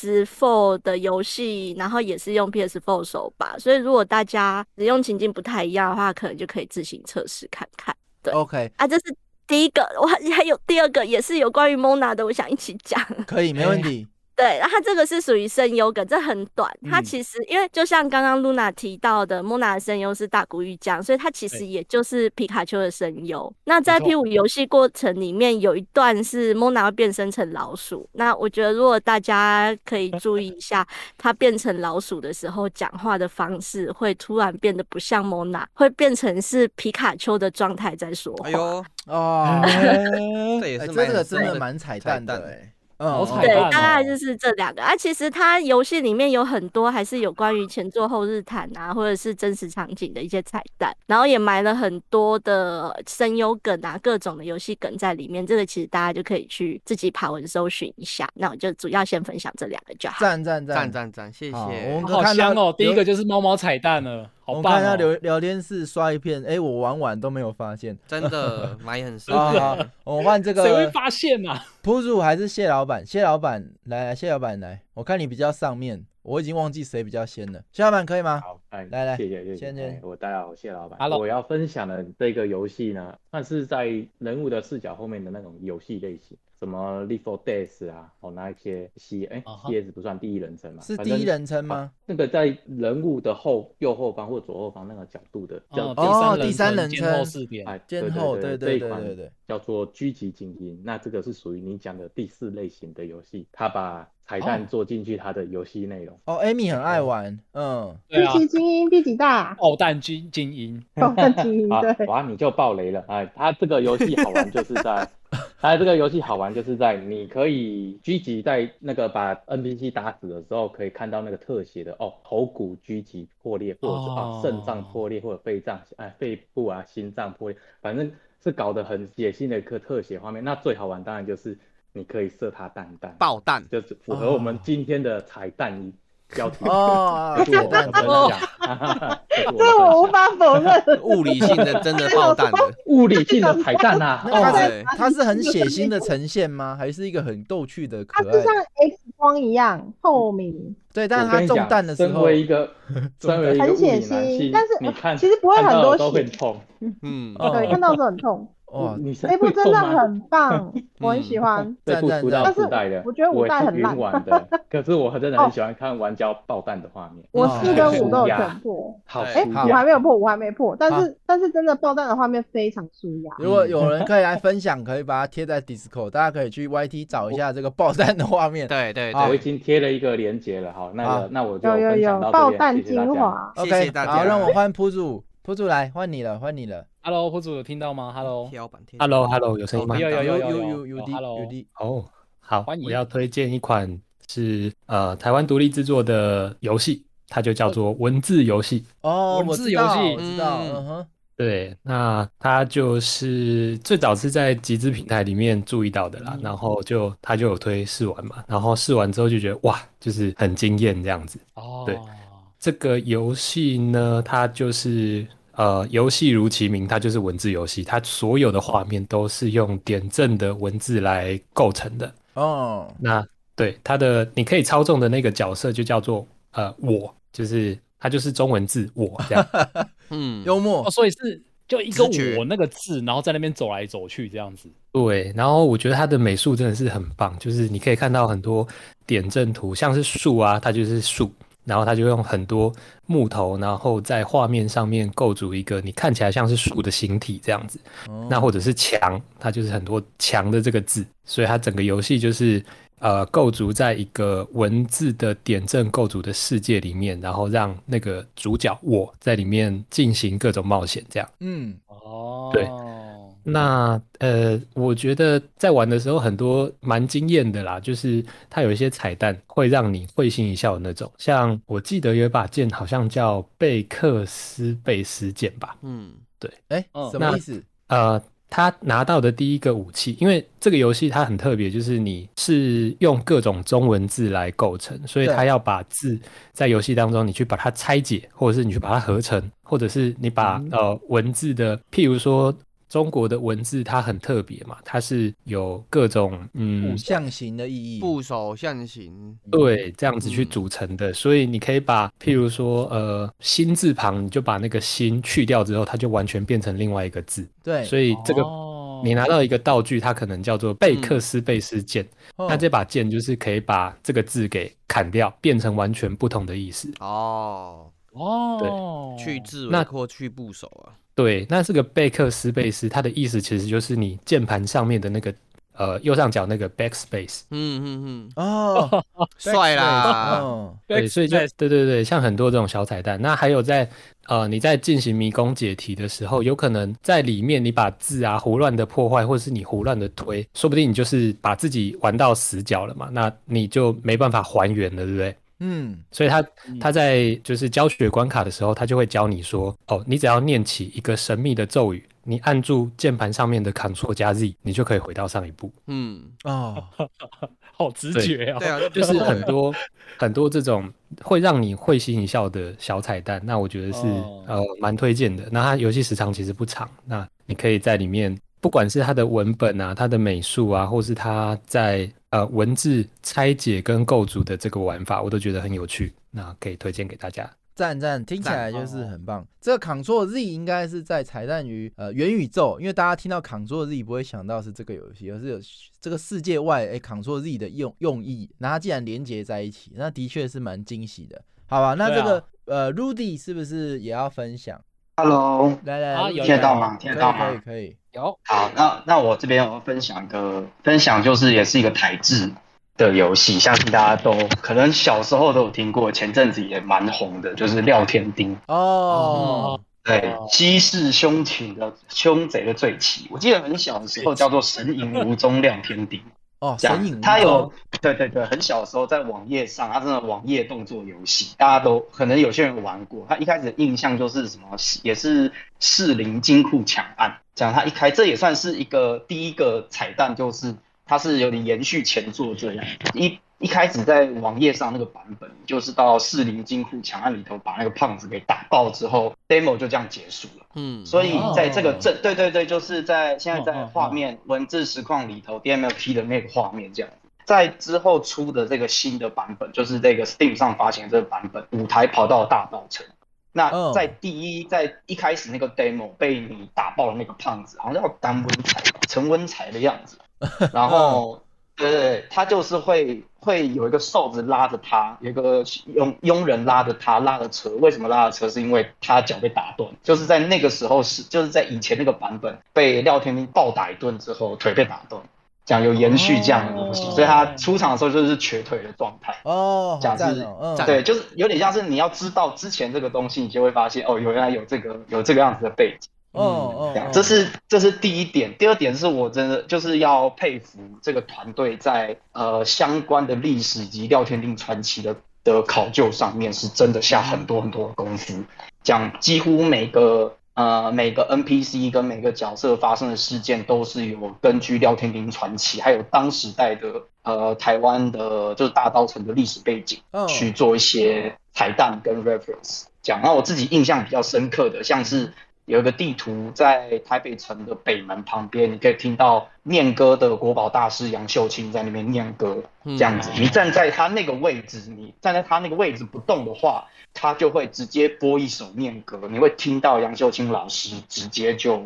[SPEAKER 11] PS4 的游戏，然后也是用 PS4 手把，所以如果大家使用情境不太一样的话，可能就可以自行测试看看
[SPEAKER 4] OK，
[SPEAKER 11] 啊。这是第一个，我还还有第二个，也是有关于 Mona 的，我想一起讲。
[SPEAKER 4] 可以没问题。
[SPEAKER 11] 对，那它这个是属于声优梗，这很短。它
[SPEAKER 12] 嗯
[SPEAKER 11] 其实因为就像刚刚露娜提到的，莫娜的声优是大谷玉江，所以它其实也就是皮卡丘的声优。那在 P 五游戏过程里面，有一段是莫娜变身成老鼠。那我觉得如果大家可以注意一下，她变成老鼠的时候讲话的方式会突然变得不像莫娜，会变成是皮卡丘的状态在说话。
[SPEAKER 5] 哎呦，
[SPEAKER 4] 哦，
[SPEAKER 5] 这也
[SPEAKER 4] 哎
[SPEAKER 5] 是
[SPEAKER 4] 这
[SPEAKER 5] 蛮
[SPEAKER 4] 个真的
[SPEAKER 5] 这个
[SPEAKER 4] 蛮彩蛋的
[SPEAKER 5] 彩蛋
[SPEAKER 4] 哎，
[SPEAKER 5] 好彩
[SPEAKER 11] 对
[SPEAKER 5] 蛋哦，
[SPEAKER 11] 大概就是这两个啊。其实它游戏里面有很多还是有关于前作后日谈啊，或者是真实场景的一些彩蛋，然后也埋了很多的声优梗啊，各种的游戏梗在里面。这个其实大家就可以去自己爬文搜寻一下。那我就主要先分享这两个就好。
[SPEAKER 4] 赞赞赞
[SPEAKER 5] 赞赞赞，谢谢。
[SPEAKER 4] 好我们
[SPEAKER 2] 好
[SPEAKER 4] 看到
[SPEAKER 2] 香哦！第一
[SPEAKER 4] 有
[SPEAKER 2] 个就是猫猫彩蛋了，好
[SPEAKER 4] 我
[SPEAKER 2] 棒
[SPEAKER 4] 看到聊
[SPEAKER 2] 哦！
[SPEAKER 4] 聊天室刷一片，哎，我玩完都没有发现，啊
[SPEAKER 5] 真的埋 很深。
[SPEAKER 4] 好好，
[SPEAKER 3] 啊
[SPEAKER 4] 我换这个，
[SPEAKER 2] 谁会发现啊？
[SPEAKER 4] 铺主还是谢老板？谢老板来，来谢老板来，我看你比较上面，我已经忘记谁比较先了。谢老板可以吗？
[SPEAKER 10] 好，哎，
[SPEAKER 4] 来来
[SPEAKER 10] 谢谢谢谢，
[SPEAKER 4] 先
[SPEAKER 10] 哎
[SPEAKER 4] 先
[SPEAKER 10] 我大家好，谢老板。
[SPEAKER 4] Hello
[SPEAKER 10] 我要分享的这个游戏呢，算是在人物的视角后面的那种游戏类型，什么 Leaf of Death 啊，哦，那一些 C 哎、
[SPEAKER 4] 啊哈
[SPEAKER 10] CS 不算第一人称嘛，
[SPEAKER 4] 是
[SPEAKER 10] 反
[SPEAKER 4] 第
[SPEAKER 10] 正啊
[SPEAKER 4] 一人称吗？
[SPEAKER 10] 那个在人物的后右后方或左后方那个角度的叫
[SPEAKER 4] 哦第三人称
[SPEAKER 10] 称
[SPEAKER 4] 第三人称监后视点
[SPEAKER 10] 哎，
[SPEAKER 4] 监
[SPEAKER 10] 对对
[SPEAKER 4] 后
[SPEAKER 10] 对
[SPEAKER 4] 对对
[SPEAKER 10] 这一款
[SPEAKER 4] 对对对
[SPEAKER 10] 叫做狙击精英。那这个是属于你讲的第四类型的游戏，它把彩蛋
[SPEAKER 4] 哦
[SPEAKER 10] 做进去它的游戏内容。
[SPEAKER 4] 哦，Amy 很爱玩，嗯，
[SPEAKER 3] 狙击精英第几大？
[SPEAKER 2] 爆弹精精英，
[SPEAKER 3] 爆弹精英
[SPEAKER 10] 啊
[SPEAKER 3] 对，
[SPEAKER 10] 哇，你就爆雷了！哎，它这个游戏好 玩就是在，它这个游戏好玩就是在你可以狙击在那个把 NPC 打死的时候，可以看到那个特写的哦，头骨狙击破裂，或者是
[SPEAKER 2] 哦
[SPEAKER 10] 啊肾脏破裂，或者肺脏哎肺部啊心脏破裂，反正是搞得很血腥的一个特写画面。那最好玩当然就是你可以射它蛋蛋，
[SPEAKER 5] 爆蛋
[SPEAKER 10] 就是符合我们
[SPEAKER 2] 哦
[SPEAKER 10] 今天的彩蛋一标题
[SPEAKER 4] 哦
[SPEAKER 10] 这是 我们的分
[SPEAKER 4] 哦
[SPEAKER 10] 享哈哈哈，这是我们的分
[SPEAKER 3] 这
[SPEAKER 10] 享
[SPEAKER 3] 我无法否认。
[SPEAKER 5] 物理性的
[SPEAKER 10] 哎
[SPEAKER 5] 真的爆弹了，
[SPEAKER 10] 物理性的彩 蛋啊！
[SPEAKER 4] 那
[SPEAKER 10] 哦
[SPEAKER 4] 它
[SPEAKER 5] 对
[SPEAKER 4] 是它是很血腥的呈现吗？还是一个很逗趣的可
[SPEAKER 3] 它就
[SPEAKER 4] 爱
[SPEAKER 3] 像？X 光一样透明，
[SPEAKER 4] 对，但是
[SPEAKER 10] 我
[SPEAKER 4] 它
[SPEAKER 10] 跟你
[SPEAKER 4] 中
[SPEAKER 10] 讲
[SPEAKER 4] 弹的时
[SPEAKER 10] 身
[SPEAKER 4] 候，
[SPEAKER 10] 为一 个身为一个
[SPEAKER 3] 很
[SPEAKER 10] 物理
[SPEAKER 3] 血
[SPEAKER 10] 男性
[SPEAKER 3] 腥，，但是呃
[SPEAKER 10] 你看，
[SPEAKER 3] 其实不会
[SPEAKER 10] 看
[SPEAKER 3] 很
[SPEAKER 10] 到
[SPEAKER 3] 多
[SPEAKER 10] 的都会
[SPEAKER 3] 血，
[SPEAKER 10] 痛。
[SPEAKER 5] 嗯，
[SPEAKER 3] 对，看到的时候很痛。
[SPEAKER 4] 哦，
[SPEAKER 10] 女生
[SPEAKER 3] 这部
[SPEAKER 10] 会
[SPEAKER 3] 真
[SPEAKER 10] 痛
[SPEAKER 3] 的
[SPEAKER 10] 吗
[SPEAKER 3] 很 棒，
[SPEAKER 4] 嗯
[SPEAKER 3] 我很喜欢。
[SPEAKER 10] 这
[SPEAKER 4] 赞
[SPEAKER 10] 部
[SPEAKER 4] 赞
[SPEAKER 10] 出到
[SPEAKER 4] 赞
[SPEAKER 10] 四代的，
[SPEAKER 3] 但是我觉得五
[SPEAKER 10] 我
[SPEAKER 3] 代
[SPEAKER 10] 是
[SPEAKER 3] 很烂哦
[SPEAKER 10] 云玩的，可是我真的很喜欢看玩家爆弹的画面。
[SPEAKER 3] 我四跟五都有
[SPEAKER 10] 呀
[SPEAKER 3] 全破，
[SPEAKER 10] 好
[SPEAKER 3] 哎，
[SPEAKER 10] 舒
[SPEAKER 3] 我还
[SPEAKER 10] 压，
[SPEAKER 3] 没有破，我还没破，但
[SPEAKER 4] 啊
[SPEAKER 3] 是但是真的爆弹的画面非常舒压。
[SPEAKER 4] 如果有
[SPEAKER 13] 嗯
[SPEAKER 4] 人可以来分享，可以把它贴在 Discord，大家可以去 YT 找一下这个爆弹的画面。
[SPEAKER 5] 对对
[SPEAKER 10] 我
[SPEAKER 5] 对，
[SPEAKER 10] 已经贴了一个链接了，好，那
[SPEAKER 4] 啊
[SPEAKER 10] 个那我就
[SPEAKER 3] 有有
[SPEAKER 10] 分享
[SPEAKER 3] 有
[SPEAKER 10] 到
[SPEAKER 3] 爆
[SPEAKER 10] 这
[SPEAKER 3] 弹
[SPEAKER 10] 边，谢谢
[SPEAKER 3] 精
[SPEAKER 10] 大家。
[SPEAKER 3] 华，
[SPEAKER 5] 谢
[SPEAKER 4] ，OK，
[SPEAKER 5] 谢大家
[SPEAKER 4] 好，让我换铺主，铺主来换你了，换你了。
[SPEAKER 2] Hello，博主有听到吗？Hello，
[SPEAKER 5] 跳板天
[SPEAKER 12] Hello，Hello，有声音吗？
[SPEAKER 2] 哦有有有有
[SPEAKER 4] 有
[SPEAKER 2] 有
[SPEAKER 4] 有
[SPEAKER 2] 有
[SPEAKER 4] 的
[SPEAKER 2] Hello
[SPEAKER 4] 有的，
[SPEAKER 12] 哦，好
[SPEAKER 2] 欢，迎
[SPEAKER 12] 我要推荐一款是呃台湾独立制作的游戏，它就叫做文字游戏。
[SPEAKER 4] 哦，我
[SPEAKER 2] 文字
[SPEAKER 4] 知
[SPEAKER 2] 游
[SPEAKER 4] 道，
[SPEAKER 2] 戏
[SPEAKER 4] 我知道，
[SPEAKER 5] 嗯
[SPEAKER 4] 嗯哼，
[SPEAKER 12] 对，那它就是最早是在集资平台里面注意到的啦，然后就它就有推试玩嘛，然后试完之后就觉得哇，就是很惊艳这样子。
[SPEAKER 2] 哦，
[SPEAKER 12] 对这个游戏呢，它就是呃，游戏如其名，它就是文字游戏，它所有的画面都是用点阵的文字来构成的。
[SPEAKER 4] 哦，
[SPEAKER 12] 那对它的，你可以操纵的那个角色就叫做呃我，就是它就是中文字我这样。
[SPEAKER 5] 嗯，
[SPEAKER 4] 幽默
[SPEAKER 2] 哦，，所以是就一个
[SPEAKER 5] 直觉
[SPEAKER 2] 我那个字，然后在那边走来走去这样子。
[SPEAKER 12] 对，然后我觉得它的美术真的是很棒，就是你可以看到很多点阵图，像是树啊，它就是树，然后它就用很多木头，然后在画面上面构筑一个你看起来像是树的形体这样子。那或者是墙，它就是很多墙的这个字，所以它整个游戏就是呃构筑在一个文字的点阵构筑的世界里面，然后让那个主角我在里面进行各种冒险这样。
[SPEAKER 4] 嗯，
[SPEAKER 2] 哦，
[SPEAKER 12] 对那呃，我觉得在玩的时候很多蛮惊艳的啦，就是它有一些彩蛋会让你会心一笑的那种。像我记得有一把剑好像叫贝克斯贝斯剑吧，
[SPEAKER 5] 嗯，
[SPEAKER 4] 哎，
[SPEAKER 2] 嗯
[SPEAKER 4] 什
[SPEAKER 12] 那
[SPEAKER 4] 么意思？
[SPEAKER 12] 呃，他拿到的第一个武器，因为这个游戏它很特别，就是你是用各种中文字来构成，所以
[SPEAKER 4] 对
[SPEAKER 12] 它要把字在游戏当中你去把它拆解，或者是你去把它合成，或者是你把、
[SPEAKER 4] 嗯
[SPEAKER 12] 呃文字的，譬如说。中国的文字它很特别嘛，它是有各种嗯
[SPEAKER 4] 象形的意义，
[SPEAKER 5] 部首象形，
[SPEAKER 12] 对，这样子去
[SPEAKER 5] 嗯
[SPEAKER 12] 组成的，所以你可以把，譬如说，呃，心字旁，你就把那个心去掉之后，它就完全变成另外一个字。
[SPEAKER 4] 对，
[SPEAKER 12] 所以这个、你拿到一个道具，它可能叫做贝克斯贝斯剑，
[SPEAKER 4] 嗯
[SPEAKER 12] 那这把剑就是可以把这个字给砍掉，变成完全不同的意思。
[SPEAKER 5] 哦
[SPEAKER 2] 哦，
[SPEAKER 5] 去字
[SPEAKER 12] 那
[SPEAKER 5] 尾或去部首啊，
[SPEAKER 12] 对，那这个贝克斯贝斯，它的意思其实就是你键盘上面的那个呃右上角那个 backspace。
[SPEAKER 5] 嗯嗯嗯，
[SPEAKER 4] 哦，
[SPEAKER 5] 帅啦
[SPEAKER 4] Backspace，嗯
[SPEAKER 12] 对，所以就对对对，像很多这种小彩蛋。那还有在呃，你在进行迷宫解题的时候，有可能在里面你把字啊胡乱的破坏，或者是你胡乱的推，说不定你就是把自己玩到死角了嘛，那你就没办法还原了，对不对？
[SPEAKER 4] 嗯，
[SPEAKER 12] 所以他他在就是教学关卡的时候，他就会教你说，哦，你只要念起一个神秘的咒语，你按住键盘上面的 Ctrl 加 Z，你就可以回到上一步。
[SPEAKER 5] 嗯，
[SPEAKER 4] 哦，
[SPEAKER 2] 好直
[SPEAKER 12] 对
[SPEAKER 2] 觉啊！
[SPEAKER 5] 对啊，
[SPEAKER 12] 就是很多很多这种会让你会心一笑的小彩蛋，那我觉得是、
[SPEAKER 2] 哦
[SPEAKER 12] 呃蛮推荐的。那它游戏时长其实不长，那你可以在里面，不管是它的文本啊、它的美术啊，或是它在呃文字拆解跟构筑的这个玩法，我都觉得很有趣，那可以推荐给大家。
[SPEAKER 4] 赞赞，听起来
[SPEAKER 2] 哦
[SPEAKER 4] 就是很棒。这个 Ctrl Z 应该是在彩蛋于呃元宇宙，因为大家听到 Ctrl Z 不会想到是这个游戏，而是有这个世界外哎 Ctrl Z 的用用意。那它既然连接在一起，那的确是蛮惊喜的。好吧，那
[SPEAKER 2] 对啊
[SPEAKER 4] 这个、呃 Rudy 是不是也要分享？
[SPEAKER 14] Hello，
[SPEAKER 4] 来来，
[SPEAKER 2] 啊
[SPEAKER 4] Rudy，
[SPEAKER 2] 有
[SPEAKER 14] 听得到吗
[SPEAKER 4] 可以
[SPEAKER 14] 听得到吗
[SPEAKER 4] 可以可以。
[SPEAKER 2] 有
[SPEAKER 14] 好，那那我这边我分享一个，分享就是也是一个台制的游戏，相信大家都可能小时候都有听过，前阵子也蛮红的，就是《廖天丁》。
[SPEAKER 4] 哦，
[SPEAKER 14] 对，西式凶禽的凶贼的罪旗，我记得很小的时候叫做《神隐无踪亮天顶》
[SPEAKER 4] 哦，
[SPEAKER 14] 这
[SPEAKER 4] 神
[SPEAKER 14] 样
[SPEAKER 4] 隐无
[SPEAKER 14] 它有
[SPEAKER 4] 踪
[SPEAKER 14] 对对对，很小的时候在网页上，它真的网页动作游戏，大家都可能有些人有玩过。它一开始的印象就是什么，也是士林金库抢案，这样它一开这也算是一个第一个彩蛋，就是它是有点延续前作这样一。一开始在网页上那个版本，就是到士林金库抢案里头把那个胖子给打爆之后，demo 就这样结束了。
[SPEAKER 5] 嗯，
[SPEAKER 14] 所以在这个
[SPEAKER 2] 哦
[SPEAKER 14] 正对对对，就是在现在在画面文字实况里头 DMLT 的那个画面这样。在之后出的这个新的版本，就是这个 Steam 上发行的这个版本，舞台跑到大道城。那
[SPEAKER 4] 嗯
[SPEAKER 14] 在第一，在一开始那个 demo 被你打爆的那个胖子，好像叫Dan 温才吧，陈温才的样子。然后，对对对，他就是会会有一个瘦子拉着他，有一个佣佣人拉着他，拉着车。为什么拉着车？是因为他脚被打断，就是在那个时候是就是在以前那个版本被廖天丁暴打一顿之后，腿被打断，讲有延续这样的东西，
[SPEAKER 2] 哦
[SPEAKER 14] 所以他出场的时候就是瘸腿的状态。
[SPEAKER 4] 哦，好
[SPEAKER 14] 讲
[SPEAKER 4] 赞
[SPEAKER 14] 是
[SPEAKER 4] 哦，嗯，
[SPEAKER 14] 对，就是有点像是你要知道之前这个东西，你就会发现哦，原来有这个有这个样子的背景。
[SPEAKER 4] 哦哦
[SPEAKER 14] 这样，
[SPEAKER 4] 哦
[SPEAKER 14] 这是这是第一点。第二点是我真的就是要佩服这个团队在呃相关的历史以及廖天定传奇的的考究上面，是真的下很多很多的功夫，讲几乎每个。呃，每个 NPC 跟每个角色发生的事件都是有根据廖天丁传奇，还有当时代的呃台湾的，就是大稻城的历史背景
[SPEAKER 4] 嗯
[SPEAKER 14] 去做一些彩蛋跟 reference 讲。那我自己印象比较深刻的，像是有一个地图在台北城的北门旁边，你可以听到念歌的国宝大师杨秀清在那边念歌，这样子。你站在他那个位置，你站在他那个位置不动的话，他就会直接播一首念歌，你会听到杨秀清老师直接就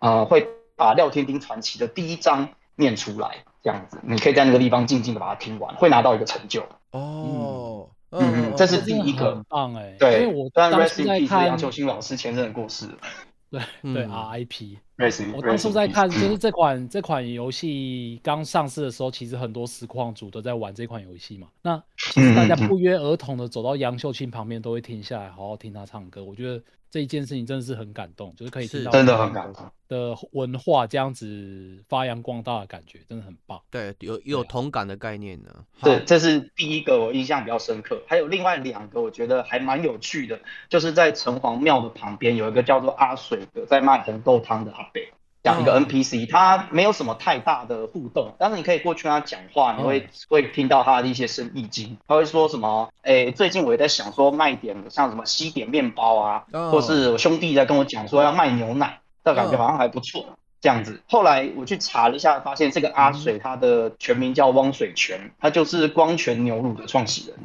[SPEAKER 14] 呃会把《廖天丁传奇》的第一章念出来，这样子，你可以在那个地方静静的把它听完，会拿到一个成就。
[SPEAKER 4] 哦，
[SPEAKER 14] 嗯这是第
[SPEAKER 2] 真的
[SPEAKER 14] 一个
[SPEAKER 2] 很棒哎，因
[SPEAKER 14] 对，
[SPEAKER 2] 为我
[SPEAKER 14] 当然
[SPEAKER 2] 当
[SPEAKER 14] rest
[SPEAKER 2] 初
[SPEAKER 14] in
[SPEAKER 2] 在
[SPEAKER 14] peace
[SPEAKER 2] 看
[SPEAKER 14] 杨秀清老师前阵的过世了。
[SPEAKER 2] 对
[SPEAKER 5] 嗯
[SPEAKER 2] 对 RIP，
[SPEAKER 14] rest in-
[SPEAKER 2] 我当
[SPEAKER 14] rest
[SPEAKER 2] 初
[SPEAKER 14] in
[SPEAKER 2] 在
[SPEAKER 14] peace
[SPEAKER 2] 看，就是这款这款游戏刚上市的时候，其实很多实况组都在玩这款游戏嘛。那其实
[SPEAKER 14] 嗯
[SPEAKER 2] 大家不约而同的走到杨秀清旁边，都会停下来好好听他唱歌。我觉得这一件事情真的是很感动，就是可以听
[SPEAKER 5] 是
[SPEAKER 2] 到
[SPEAKER 14] 真的很感动。
[SPEAKER 2] 的文化这样子发扬光大的感觉，真的很棒。
[SPEAKER 5] 对，有 有同感的概念呢，
[SPEAKER 14] 对，这是第一个我印象比较深刻，还有另外两个我觉得还蛮有趣的，就是在城隍庙的旁边有一个叫做阿水的在卖红豆汤的阿伯，讲一个 NPC，他没有什么太大的互动，但是你可以过去跟他讲话，你会、会听到他的一些生意经，他会说什么，哎，最近我也在想说卖点像什么西点面包啊，
[SPEAKER 4] 哦
[SPEAKER 14] 或是我兄弟在跟我讲说要卖牛奶，这感觉
[SPEAKER 4] 嗯
[SPEAKER 14] 好像还不错。这样子。后来我去查了一下，发现这个阿水他的全名叫汪水泉，他就是光泉牛乳的创始人。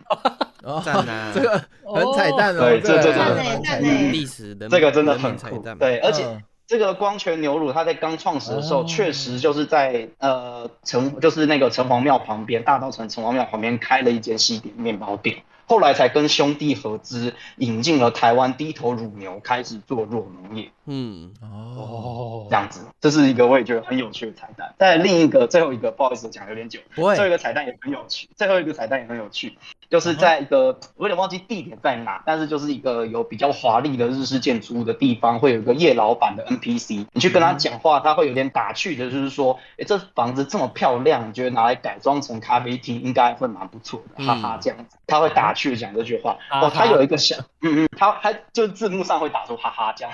[SPEAKER 4] 哦
[SPEAKER 5] 赞啊
[SPEAKER 4] 这个很彩蛋哦，
[SPEAKER 14] 对这
[SPEAKER 4] 个
[SPEAKER 14] 这这
[SPEAKER 4] 很
[SPEAKER 14] 这
[SPEAKER 4] 彩
[SPEAKER 5] 历史的
[SPEAKER 14] 这个真的很
[SPEAKER 5] 彩
[SPEAKER 14] 酷
[SPEAKER 5] 蛋，，
[SPEAKER 14] 对，而且
[SPEAKER 4] 嗯哦
[SPEAKER 14] 这个光泉牛乳，它在刚创始的时候，确实就是在呃城，就是那个城隍庙旁边，大稻城城隍庙旁边开了一间西点面包店，后来才跟兄弟合资引进了台湾低头乳牛，开始做弱农业。
[SPEAKER 5] 嗯，
[SPEAKER 14] 哦这样子，这是一个我也觉得很有趣的彩蛋。但另一个最后一个，不好意思，讲有点久。
[SPEAKER 4] 不会
[SPEAKER 14] 最后一个彩蛋也很有趣，最后一个彩蛋也很有趣，就是在一个我有点忘记地点在哪，但是就是一个有比较华丽的日式建筑物的地方，会有一个叶老板的 NPC。你去跟他讲话，他会有点打趣的，就是说，哎、这房子这么漂亮，你觉得拿来改装成咖啡厅应该会蛮不错的，哈哈，
[SPEAKER 5] 嗯
[SPEAKER 14] 这样子。他会打趣地讲这句话。
[SPEAKER 5] 哈哈
[SPEAKER 14] 哦，他有一个小，嗯嗯，他他就字幕上会打出哈哈这样。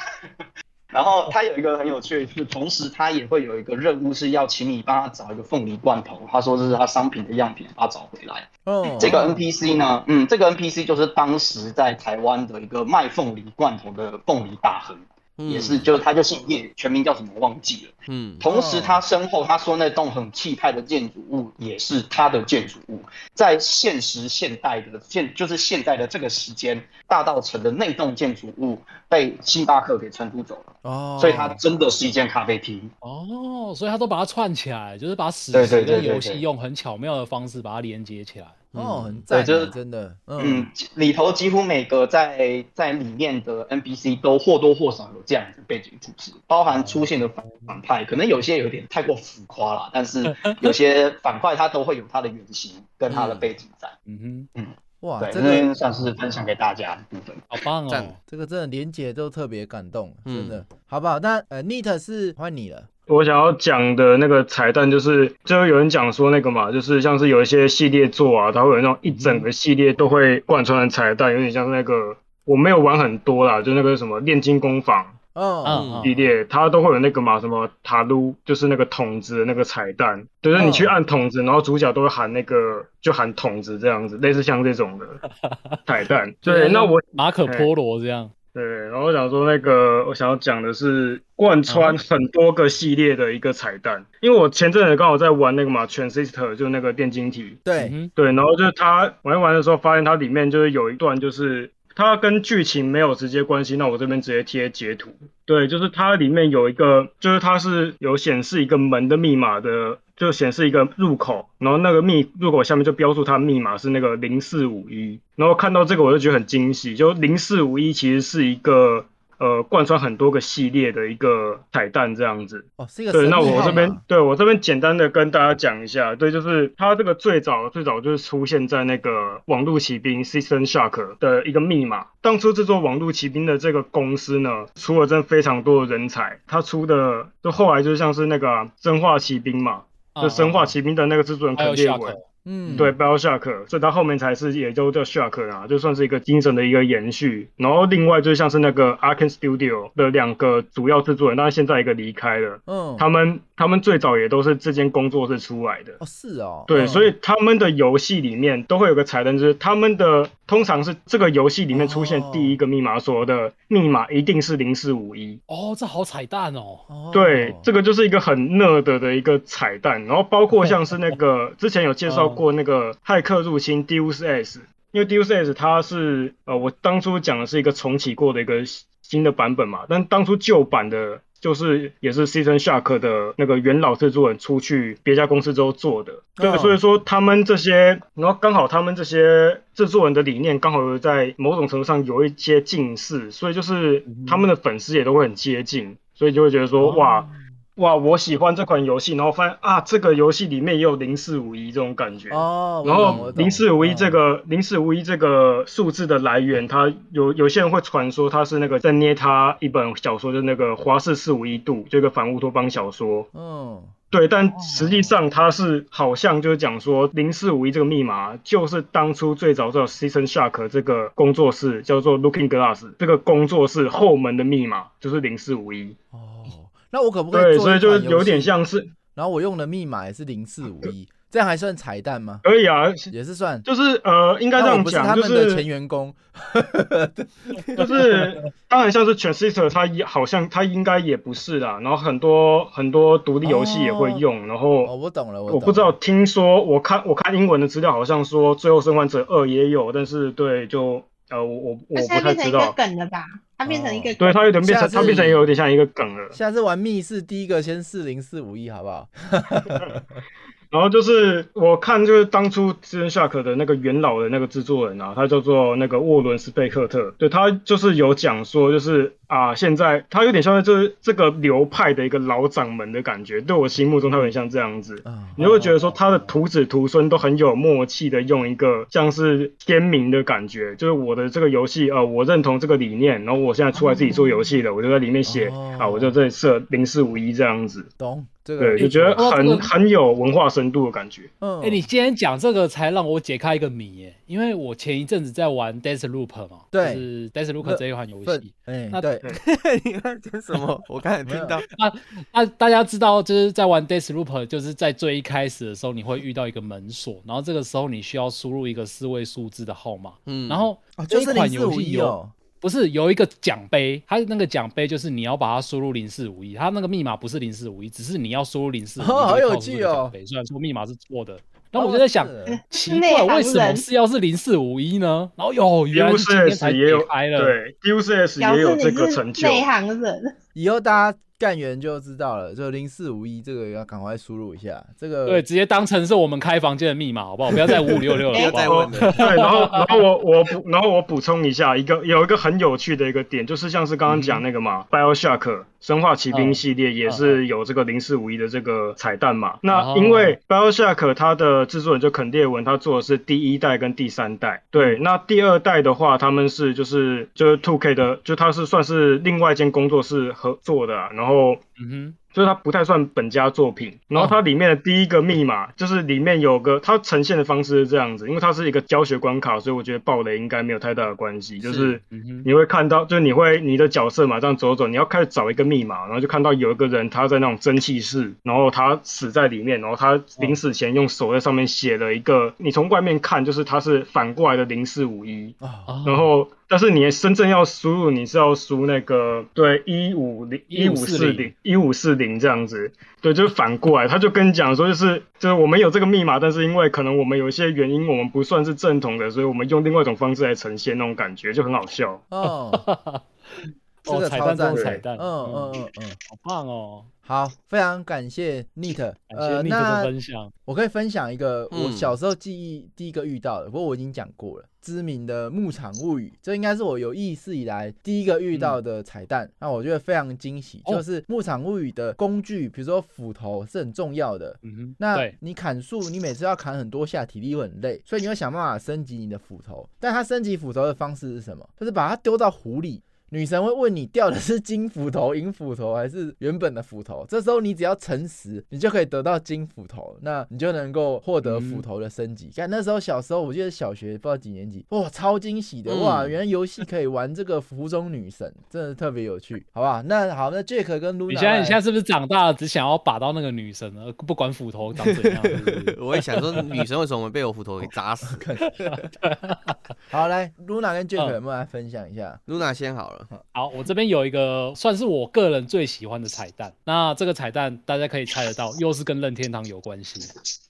[SPEAKER 14] 然后他有一个很有趣的是，同时他也会有一个任务是要请你帮他找一个凤梨罐头，他说这是他商品的样品，把它找回来。
[SPEAKER 4] 哦
[SPEAKER 14] 这个 NPC 呢，嗯，这个 NPC 就是当时在台湾的一个卖凤梨罐头的凤梨大亨，
[SPEAKER 5] 嗯
[SPEAKER 14] 也是就是他就姓叶，全名叫什么我忘记了。
[SPEAKER 5] 嗯，
[SPEAKER 14] 同时，他身后他说那栋很气派的建筑物也是他的建筑物，在现实现代的现就是现代的这个时间，大道城的那栋建筑物被星巴克给承租走了，
[SPEAKER 4] 哦
[SPEAKER 14] 所以它真的是一间咖啡厅。
[SPEAKER 2] 哦，所以他都把它串起来，就是把史
[SPEAKER 14] 对
[SPEAKER 2] 实
[SPEAKER 14] 对对
[SPEAKER 2] 跟
[SPEAKER 14] 对
[SPEAKER 2] 游戏
[SPEAKER 14] 对
[SPEAKER 2] 用很巧妙的方式把它连接起来。
[SPEAKER 14] 哦很
[SPEAKER 4] 赞
[SPEAKER 14] 对这
[SPEAKER 4] 欸真的，
[SPEAKER 14] 嗯，里头几乎每个在在里面的 NPC 都或多或少有这样的背景故事，包含出现的反反派，可能有些有点太过浮夸了，但是有些反派他都会有他的原型跟他的背景在。
[SPEAKER 2] 嗯
[SPEAKER 14] 嗯，
[SPEAKER 4] 哇，
[SPEAKER 14] 对，
[SPEAKER 4] 这
[SPEAKER 14] 那
[SPEAKER 4] 个
[SPEAKER 14] 算是分享给大家的部分。
[SPEAKER 2] 好棒
[SPEAKER 5] 赞！
[SPEAKER 4] 这个真的连姐都特别感动，真的
[SPEAKER 14] 嗯，
[SPEAKER 4] 好不好？那呃，Neat 是换你了，
[SPEAKER 13] 我想要讲的那个彩蛋，就是最后有人讲说那个嘛，就是像是有一些系列作啊，它会有那种
[SPEAKER 4] 嗯
[SPEAKER 13] 一整个系列都会贯穿的彩蛋，有点像是那个我没有玩很多啦，就那个什么炼金工坊
[SPEAKER 4] 嗯
[SPEAKER 13] 系列，它都会有那个嘛什么塔鲁，就是那个筒子的那个彩蛋，就是你
[SPEAKER 4] 嗯
[SPEAKER 13] 去按筒子，然后主角都会喊那个就喊筒子这样子，类似像这 种的彩蛋。对，那我
[SPEAKER 2] 马可
[SPEAKER 13] 哎
[SPEAKER 2] 波罗这样，
[SPEAKER 13] 对，然后我想说那个，我想要讲的是贯穿很多个系列的一个彩蛋，因为我前阵子刚好在玩那个嘛，Transistor 就那个电晶体，
[SPEAKER 4] 对
[SPEAKER 13] 对，然后就是它玩一玩的时候，发现它里面就是有一段就是它跟剧情没有直接关系，那我这边直接贴截图，对，就是它里面有一个，就是它是有显示一个门的密码的，就显示一个入口，然后那个密入口下面就标注它的密码是那个零四五一，然后看到这个我就觉得很惊喜，就零四五一其实是一个呃贯穿很多个系列的一个彩蛋这样子。
[SPEAKER 4] 哦，是一个
[SPEAKER 13] 对，
[SPEAKER 4] 神
[SPEAKER 13] 那
[SPEAKER 4] 秘
[SPEAKER 13] 我
[SPEAKER 4] 号
[SPEAKER 13] 这边
[SPEAKER 2] 啊
[SPEAKER 4] 码
[SPEAKER 13] 对我这边简单的跟大家讲一下，对，就是它这个最早最早就是出现在那个《网络骑兵》System Shock 的一个密码。当初制作《网络骑兵》的这个公司呢，出了真的非常多的人才，他出的就后来就像是那个啊、生化骑兵》嘛，就《生化骑兵》的那个制作人
[SPEAKER 2] 啊还有
[SPEAKER 13] 肯列
[SPEAKER 2] 下
[SPEAKER 13] 文
[SPEAKER 2] 课。
[SPEAKER 4] 嗯
[SPEAKER 13] 对 b e l s h a r k 所以它后面才是也就叫 Shark 啊，就算是一个精神的一个延续。然后另外就像是那个 Arkan Studio 的两个主要制作人，但是现在一个离开了，
[SPEAKER 4] 嗯
[SPEAKER 13] 他们他们最早也都是这间工作室出来的。
[SPEAKER 4] 哦是哦，
[SPEAKER 13] 对，所
[SPEAKER 4] 以
[SPEAKER 13] 以他们的游戏里面都会有个彩蛋，就是他们的通常是这个游戏里面出
[SPEAKER 4] 哦
[SPEAKER 13] 现第一个密码锁的密码一定是零四五一。
[SPEAKER 2] 哦，这好彩蛋哦。
[SPEAKER 13] 对，这个就是一个很 nerd 的一个彩蛋，然后包括像是那个之前有介绍过那个《骇客入侵》Deus Ex，因为 Deus Ex 它是呃我当初讲的是一个重启过的一个新的版本嘛，但当初旧版的。就是也是 Season Shark 的那个元老制作人出去别家公司之后做的，对，所以说他们这些，然后刚好他们这些制作人的理念刚好有在某种程度上有一些近似，所以就是他们的粉丝也都会很接近，所以就会觉得说
[SPEAKER 4] 哦
[SPEAKER 13] 哇哇，我喜欢这款游戏，然后发现啊，这个游戏里面也有零四五一这种感觉。
[SPEAKER 4] 哦，
[SPEAKER 13] 然
[SPEAKER 4] 我
[SPEAKER 13] 后
[SPEAKER 4] 懂嗯
[SPEAKER 13] 零四五一这个零四五一这个数字的来源，它有有些人会传说它是那个在捏他一本小说，就是那个《华氏四五一度》这个反乌托邦小说。
[SPEAKER 4] 嗯
[SPEAKER 13] 对，但实际上它是好像就是讲说零四五一这个密码，就是当初最早叫 Season Shark 这个工作室叫做 Looking Glass 这个工作室后门的密码就是零四五一。
[SPEAKER 4] 那我可不可以
[SPEAKER 13] 对，
[SPEAKER 4] 做
[SPEAKER 13] 所以
[SPEAKER 4] 一
[SPEAKER 13] 就
[SPEAKER 4] 款
[SPEAKER 13] 是
[SPEAKER 4] 游
[SPEAKER 13] 有点
[SPEAKER 4] 戏
[SPEAKER 13] 像是
[SPEAKER 4] 然后我用的密码也是零四五一，这样还算彩蛋吗？
[SPEAKER 13] 可以啊，
[SPEAKER 4] 也是算，
[SPEAKER 13] 就是呃，应该这
[SPEAKER 4] 但我
[SPEAKER 13] 样
[SPEAKER 4] 不是
[SPEAKER 13] 讲，
[SPEAKER 4] 他
[SPEAKER 13] 就
[SPEAKER 4] 们的前
[SPEAKER 13] 是
[SPEAKER 4] 员工，
[SPEAKER 13] 就是，当然像是 Transistor，它也好像它应该也不是啦。然后很多很多独立游戏也会用，然后
[SPEAKER 4] 哦，我懂了，
[SPEAKER 13] 我不知道，听说我看我看英文的资料好像说《最后生还者二》也有，但是对，就呃，我我我不
[SPEAKER 3] 而且它
[SPEAKER 13] 太
[SPEAKER 3] 变成
[SPEAKER 13] 知
[SPEAKER 3] 一个
[SPEAKER 13] 道。哦
[SPEAKER 3] 梗了吧？它变成一个
[SPEAKER 13] 对，它有点变
[SPEAKER 4] 下
[SPEAKER 13] 成，
[SPEAKER 4] 次
[SPEAKER 13] 它变成有点像一个梗了。
[SPEAKER 4] 下次玩密室，第一个先四零四五一，好不好？
[SPEAKER 13] 然后就是我看就是当初《资深 Shark》的那个元老的那个制作人啊，他叫做那个沃伦斯贝克特，对他就是有讲说，就是啊，现在他有点像是这这个流派的一个老掌门的感觉，对我心目中他有点像这样子，你会觉得说他的徒子徒孙都很有默契的用一个像是签名的感觉，就是我的这个游戏呃，我认同这个理念，然后我现在出来自己做游戏了，我就在里面写啊，我就这里设零四五一这样子，
[SPEAKER 4] 懂这
[SPEAKER 13] 对，就觉得很很有文化深度的感觉。
[SPEAKER 4] 嗯，
[SPEAKER 2] 哎、你今天讲这个才让我解开一个谜耶，因为我前一阵子在玩 Dance Loop 嘛，
[SPEAKER 4] 对
[SPEAKER 2] 就是 Dance Loop 这一款游戏，
[SPEAKER 4] 哎
[SPEAKER 2] 那
[SPEAKER 4] 对，
[SPEAKER 5] 你在讲什么？我刚才 听到，
[SPEAKER 2] 那那啊大家知道，就是在玩 Death Loop，就是在最一开始的时候，你会遇到一个门锁，然后这个时候你需要输入一个四位数字的号码，
[SPEAKER 5] 嗯
[SPEAKER 2] 然后
[SPEAKER 4] 哦
[SPEAKER 2] 这
[SPEAKER 4] 就
[SPEAKER 2] 一
[SPEAKER 4] 是
[SPEAKER 2] 款游戏
[SPEAKER 4] 0451
[SPEAKER 2] 有、
[SPEAKER 4] 哦
[SPEAKER 2] 不是有一个奖杯，它那个奖杯就是你要把它输入零四五一，它那个密码不是零四五一，只是你要输入零四五一，
[SPEAKER 4] 哦好有趣哦
[SPEAKER 2] 奖杯，虽然说密码是错的。然后
[SPEAKER 3] 哦
[SPEAKER 2] 我就在想，奇
[SPEAKER 3] 嗯内
[SPEAKER 2] 怪，
[SPEAKER 3] 行
[SPEAKER 2] 为什么
[SPEAKER 3] 人
[SPEAKER 2] 是要是零四五一呢？然后哟，原来是今天
[SPEAKER 13] DUCS
[SPEAKER 2] 才
[SPEAKER 13] 也有
[SPEAKER 2] 解开了，
[SPEAKER 13] 对，DUCS 也有这个成就。
[SPEAKER 3] 行人，
[SPEAKER 4] 以后大家干员就知道了，就零四五一这个要赶快输入一下，这个
[SPEAKER 2] 对，直接当成是我们开房间的密码，好不好？不要再五五六六了，好不好
[SPEAKER 13] 对，然后然后我我补，然后我补充一下，一个有一个很有趣的一个点，就是像是刚刚
[SPEAKER 2] 嗯
[SPEAKER 13] 讲那个嘛、b i o s h o c k 生化奇兵系列也是有这个零四五一的这个彩蛋嘛。
[SPEAKER 2] 哦
[SPEAKER 4] 哦
[SPEAKER 13] 那因为 BioShock 它的制作人就肯列文，他做的是第一代跟第三代。对，
[SPEAKER 2] 嗯
[SPEAKER 13] 那第二代的话，他们是就是就是 Two K 的，就他是算是另外一间工作室合作的啊、然后
[SPEAKER 2] 嗯哼。
[SPEAKER 13] 所以它不太算本家作品。然后它里面的第一个密码、就是里面有个它呈现的方式是这样子，因为它是一个教学关卡，所以我觉得爆雷应该没有太大的关系。就是
[SPEAKER 2] 嗯
[SPEAKER 13] 你会看到，就是你会你的角色嘛这样走走，你要开始找一个密码，然后就看到有一个人他在那种蒸汽室，然后他死在里面，然后他临死前用手在上面写了一个，你从外面看就是他是反过来的零四五一，然后。但是你真正要输入，你是要输那个对一五零一五四零一五四零这样子，对，就是反过来，他就跟你讲说，就是就是我们有这个密码，但是因为可能我们有一些原因，我们不算是正统的，所以我们用另外一种方式来呈现那种感觉，就很好笑。
[SPEAKER 4] 哦，这
[SPEAKER 2] 哦
[SPEAKER 4] 个
[SPEAKER 2] 彩
[SPEAKER 4] 超
[SPEAKER 2] 蛋
[SPEAKER 4] 赞
[SPEAKER 2] 中
[SPEAKER 4] 的，
[SPEAKER 2] 彩蛋
[SPEAKER 4] 嗯
[SPEAKER 2] 嗯
[SPEAKER 4] 嗯嗯嗯，
[SPEAKER 2] 好棒哦！
[SPEAKER 4] 好，非常感谢 Neat，呃，
[SPEAKER 2] Neat 的
[SPEAKER 4] 那
[SPEAKER 2] 分享
[SPEAKER 4] 我可以分享一个我
[SPEAKER 2] 嗯
[SPEAKER 4] 小时候记忆第一个遇到的，不过我已经讲过了，知名的《牧场物语》，这应该是我有意识以来第一个遇到的彩蛋，那我觉得非常惊喜，
[SPEAKER 2] 哦
[SPEAKER 4] 就是《牧场物语》的工具，比如说斧头是很重要的，
[SPEAKER 2] 嗯
[SPEAKER 4] 那
[SPEAKER 2] 对
[SPEAKER 4] 你砍树，你每次要砍很多下，体力会很累，所以你要想办法升级你的斧头。但它升级斧头的方式是什么？就是把它丢到湖里，女神会问你掉的是金斧头、银斧头还是原本的斧头。这时候你只要诚实，你就可以得到金斧头，那你就能够获
[SPEAKER 2] 嗯
[SPEAKER 4] 得斧头的升级。看、那时候小时候，我记得小学不知道几年级，哇，超惊喜的、哇！
[SPEAKER 5] 嗯
[SPEAKER 4] 原来游戏可以玩这个湖中女神，真的特别有趣，好不好？那好，那 Jack 跟 Luna，
[SPEAKER 2] 你现在你
[SPEAKER 4] 来
[SPEAKER 2] 现在是不是长大了，只想要把到那个女神了，不管斧头长怎样？
[SPEAKER 5] 我也想说，女生为什么被我斧头给砸死？
[SPEAKER 4] 好来，Luna 跟 Jack
[SPEAKER 2] 嗯
[SPEAKER 4] 有没有来分享一下？
[SPEAKER 5] 露娜先好了，
[SPEAKER 2] 好，我这边有一个算是我个人最喜欢的彩蛋，那这个彩蛋大家可以猜得到，又是跟任天堂有关 系。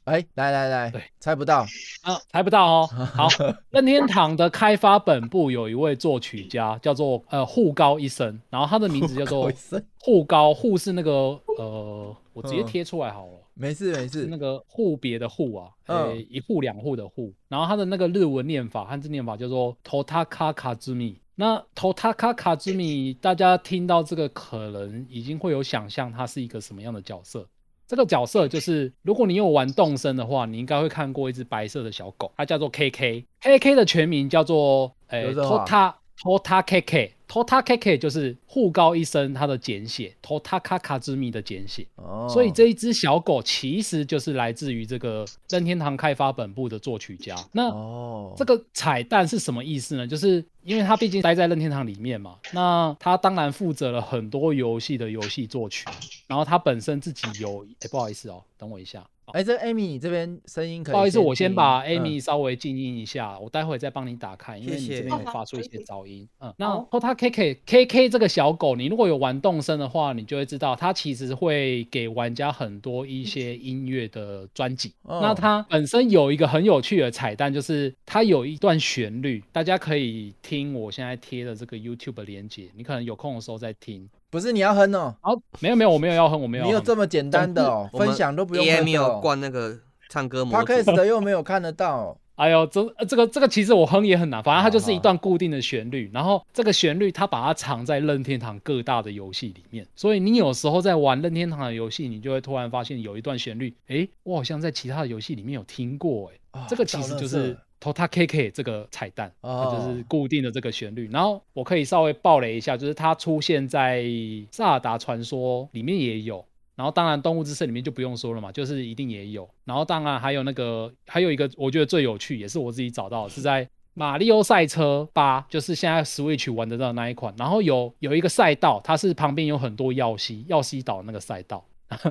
[SPEAKER 4] 哎，来来来，猜不到，
[SPEAKER 2] 啊，猜不到 哦。好，任天堂的开发本部有一位作曲家，叫做呃户高一生，然后他的名字叫
[SPEAKER 4] 户高
[SPEAKER 2] 做
[SPEAKER 4] 一生嗯
[SPEAKER 2] 户高，户是那个呃，我直接贴出来好了。
[SPEAKER 4] 没事没事
[SPEAKER 2] 那个户别的户啊，
[SPEAKER 4] 嗯
[SPEAKER 2] 呃，一户两户的户，然后它的那个日文念法、汉字念法叫做 “totaka kazumi”。那 “totaka kazumi”，大家听到这个可能已经会有想象，它是一个什么样的角色？这个角色就是，如果你有玩动森的话，你应该会看过一只白色的小狗，它叫做 KK。KK 的全名叫做诶
[SPEAKER 4] 刘德华
[SPEAKER 2] Tota Tota KK。Tota KK 就是户高一生它的简写，Tota Kaka 之谜的简写。
[SPEAKER 4] 哦
[SPEAKER 2] 所以这一只小狗其实就是来自于这个任天堂开发本部的作曲家。那
[SPEAKER 4] 哦，
[SPEAKER 2] 这个彩蛋是什么意思呢？就是因为他毕竟待在任天堂里面嘛，那他当然负责了很多游戏的游戏作曲，然后他本身自己有，哎、不好意思哦，等我一下啊、
[SPEAKER 4] 哎、这 Amy 你这边声音可以
[SPEAKER 2] 不好意思，我先把
[SPEAKER 4] 静音
[SPEAKER 2] Amy 稍微静音一下，我待会再帮你打开，因为你
[SPEAKER 4] 谢谢
[SPEAKER 2] 这边有发出一些噪音。嗯，那后它 KK KK 这个小狗，你如果有玩动森的话，你就会知道它其实会给玩家很多一些音乐的专辑。
[SPEAKER 15] 哦
[SPEAKER 2] 那它本身有一个很有趣的彩蛋，就是它有一段旋律，大家可以听我现在贴的这个 YouTube 连接，你可能有空的时候再听。
[SPEAKER 4] 不是你要哼哦，
[SPEAKER 2] 好，没有没有，我没有要哼，我没有要
[SPEAKER 4] 你
[SPEAKER 2] 哼。
[SPEAKER 4] 有这么简单的哦，
[SPEAKER 2] 总之
[SPEAKER 4] 分享都不用
[SPEAKER 5] E
[SPEAKER 4] 分
[SPEAKER 5] M
[SPEAKER 4] 的
[SPEAKER 5] 有
[SPEAKER 4] 哦。
[SPEAKER 5] 灌那个唱
[SPEAKER 2] 嗯
[SPEAKER 5] 歌模组
[SPEAKER 4] Podcast 的又没有看得到，哦
[SPEAKER 2] 哎呦，这呃这个这个其实我哼也很难，反正它
[SPEAKER 4] 啊
[SPEAKER 2] 就是一段固定的旋律，然后这个旋律它把它藏在任天堂各大的游戏里面，所以你有时候在玩任天堂的游戏，你就会突然发现有一段旋律，诶，我好像在其他的游戏里面有听过、诶，
[SPEAKER 4] 啊
[SPEAKER 2] 这个其实
[SPEAKER 4] 找
[SPEAKER 2] 就
[SPEAKER 4] 垃
[SPEAKER 2] 是
[SPEAKER 4] 圾
[SPEAKER 2] Tota KK 这个彩蛋，它
[SPEAKER 4] 哦
[SPEAKER 2] 就是固定的这个旋律。然后我可以稍微爆雷一下，就是它出现在《萨尔达传说》里面也有，然后当然《动物之森》里面就不用说了嘛，就是一定也有。然后当然还有那个，还有一个我觉得最有趣，也是我自己找到的，是在。马里奥赛车八就是现在 Switch 玩得到的那一款，然后有有一个赛道，它是旁边有很多耀西耀西岛那个赛道，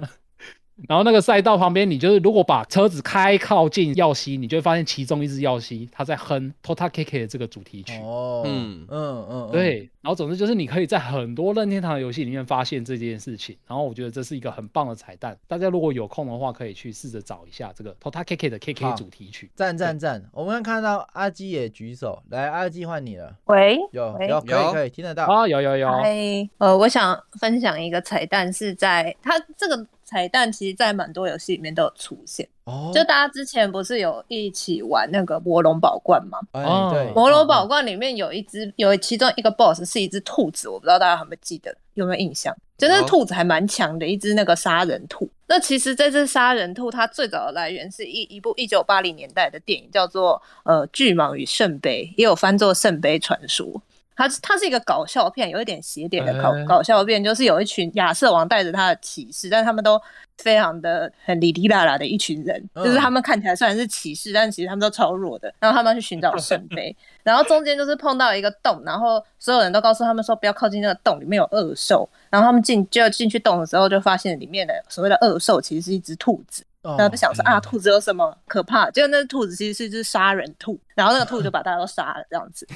[SPEAKER 2] 然后那个赛道旁边，你就是如果把车子开靠近耀西，你就会发现其中一只耀西它在哼 Tota Kk 的这个主题曲。
[SPEAKER 4] 哦，
[SPEAKER 5] 嗯
[SPEAKER 4] 嗯嗯，
[SPEAKER 2] 对，然后总之就是你可以在很多任天堂的游戏里面发现这件事情，然后我觉得这是一个很棒的彩蛋，大家如果有空的话，可以去试着找一下这个 Tota Kk 的 Kk
[SPEAKER 4] 好
[SPEAKER 2] 主题曲。
[SPEAKER 4] 赞赞赞！我们看到阿基也举手，来，阿基换你了。
[SPEAKER 9] 喂，
[SPEAKER 4] 有
[SPEAKER 9] 喂
[SPEAKER 4] 有可以可以听得到
[SPEAKER 2] 啊，有有有
[SPEAKER 4] 哦
[SPEAKER 9] 嗨，呃，我想分享一个彩蛋，是在它这个彩蛋，其实在蛮多游戏里面都有出现。
[SPEAKER 4] 哦
[SPEAKER 9] 就大家之前不是有一起玩那个魔龙宝冠吗？
[SPEAKER 4] 哎
[SPEAKER 2] 哦
[SPEAKER 9] 《魔龙宝冠》里面有一只，有其中一个 BOSS 是一只兔子，我不知道大家有没有记得，有没有印象？就那
[SPEAKER 7] 哦
[SPEAKER 9] 兔子还蛮强的，一只那个杀人兔。那其实这只杀人兔，它最早的来源是一一部一九八零年代的电影，叫做呃《巨蟒与圣杯》，也有翻作《圣杯传说》。它它是一个搞笑片，有一点邪典的搞、
[SPEAKER 7] 哎
[SPEAKER 9] 搞笑片，就是有一群亚瑟王带着他的骑士，但他们都非常的很哩哩啦啦的一群人，
[SPEAKER 7] 嗯
[SPEAKER 9] 就是他们看起来虽然是骑士，但其实他们都超弱的。然后他们要去寻 找圣杯，然后中间就是碰到一个洞，然后所有人都告诉他们说不要靠近那个洞，里面有恶兽。然后他们进就进去洞的时候，就发现里面的所谓的恶兽其实是一只兔子。
[SPEAKER 4] 哦
[SPEAKER 9] 然后就想说啊，兔子有什么可怕？结果那兔子其实是一只杀人兔，然后那个兔子就把大家都杀了这样 子。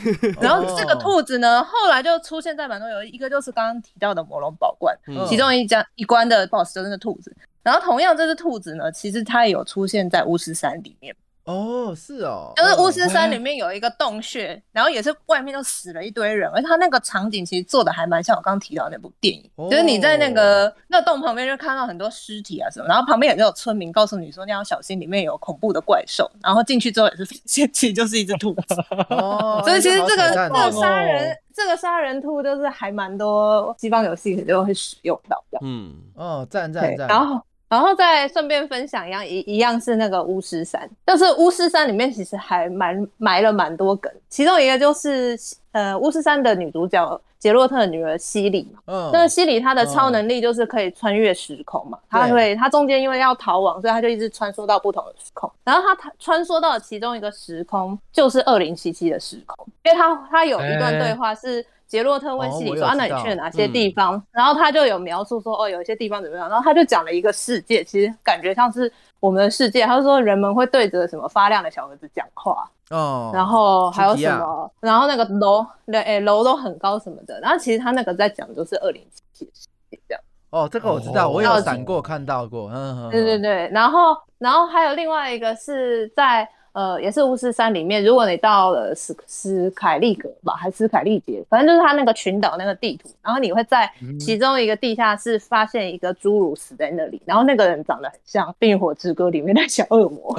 [SPEAKER 9] 然后这
[SPEAKER 7] 哦
[SPEAKER 9] 个兔子呢，后来就出现在蛮多游戏，一个就是刚刚提到的魔龙宝冠，
[SPEAKER 7] 嗯
[SPEAKER 9] 其中一家一关的 BOSS 就是那兔子。然后同样这只兔子呢，其实它也有出现在巫师山里面，
[SPEAKER 4] 哦，是哦，
[SPEAKER 9] 就是巫师山里面有一个洞穴，然后也是外面都死了一堆人，而且它那个场景其实做的还蛮像我刚刚提到的那部电影，
[SPEAKER 4] 哦
[SPEAKER 9] 就是你在那个那洞旁边就看到很多尸体啊什么，然后旁边也有村民告诉你说你要小心，里面有恐怖的怪兽，然后进去之后也是现其实就是一只兔子，
[SPEAKER 4] 哦
[SPEAKER 9] 所以其实这个
[SPEAKER 4] 好彩蛋哦
[SPEAKER 9] 这个杀人这个杀人兔就是还蛮多西方游戏就会使用到的。
[SPEAKER 5] 嗯，
[SPEAKER 4] 哦，赞
[SPEAKER 9] 对
[SPEAKER 4] 赞，赞。
[SPEAKER 9] 然后然后再顺便分享一样，一一样是那个巫师三，但是巫师三里面其实还蛮埋了蛮多梗，其中一个就是呃巫师三的女主角杰洛特的女儿西里嘛，
[SPEAKER 4] 嗯
[SPEAKER 9] 那西里她的超能力就是可以穿越时空嘛，她
[SPEAKER 7] 对
[SPEAKER 9] 会她中间因为要逃亡，所以她就一直穿梭到不同的时空，然后她她穿梭到的其中一个时空就是二零七七的时空，因为她她有一段
[SPEAKER 7] 哎
[SPEAKER 9] 对话是。杰洛特问
[SPEAKER 7] 哦
[SPEAKER 9] 西里
[SPEAKER 7] 我
[SPEAKER 9] 说：“
[SPEAKER 7] 有
[SPEAKER 9] 啊，那
[SPEAKER 7] 知
[SPEAKER 9] 你去了
[SPEAKER 7] 道
[SPEAKER 9] 哪些地
[SPEAKER 7] 嗯
[SPEAKER 9] 方？”然后他就有描述说：“哦，有一些地方怎么样？”然后他就讲了一个世界，其实感觉像是我们的世界。他说人们会对着什么发亮的小盒子讲话，
[SPEAKER 4] 哦，
[SPEAKER 9] 然后还有
[SPEAKER 4] 出题啊
[SPEAKER 9] 什么，然后那个楼，对，哎，楼都很高什么的。然后其实他那个在讲就是二零七七世界这样。
[SPEAKER 4] 哦，这个我知道，
[SPEAKER 9] 哦
[SPEAKER 4] 我有闪过看到过，嗯，嗯
[SPEAKER 9] 对对对，然后然后还有另外一个是在呃，也是巫师山里面，如果你到了斯斯凯利格吧，还是斯凯利杰，反正就是它那个群岛那个地图，然后你会在
[SPEAKER 7] 嗯
[SPEAKER 9] 其中一个地下室发现一个侏儒死在那里，然后那个人长得很像《冰与火之歌》里面的小恶魔。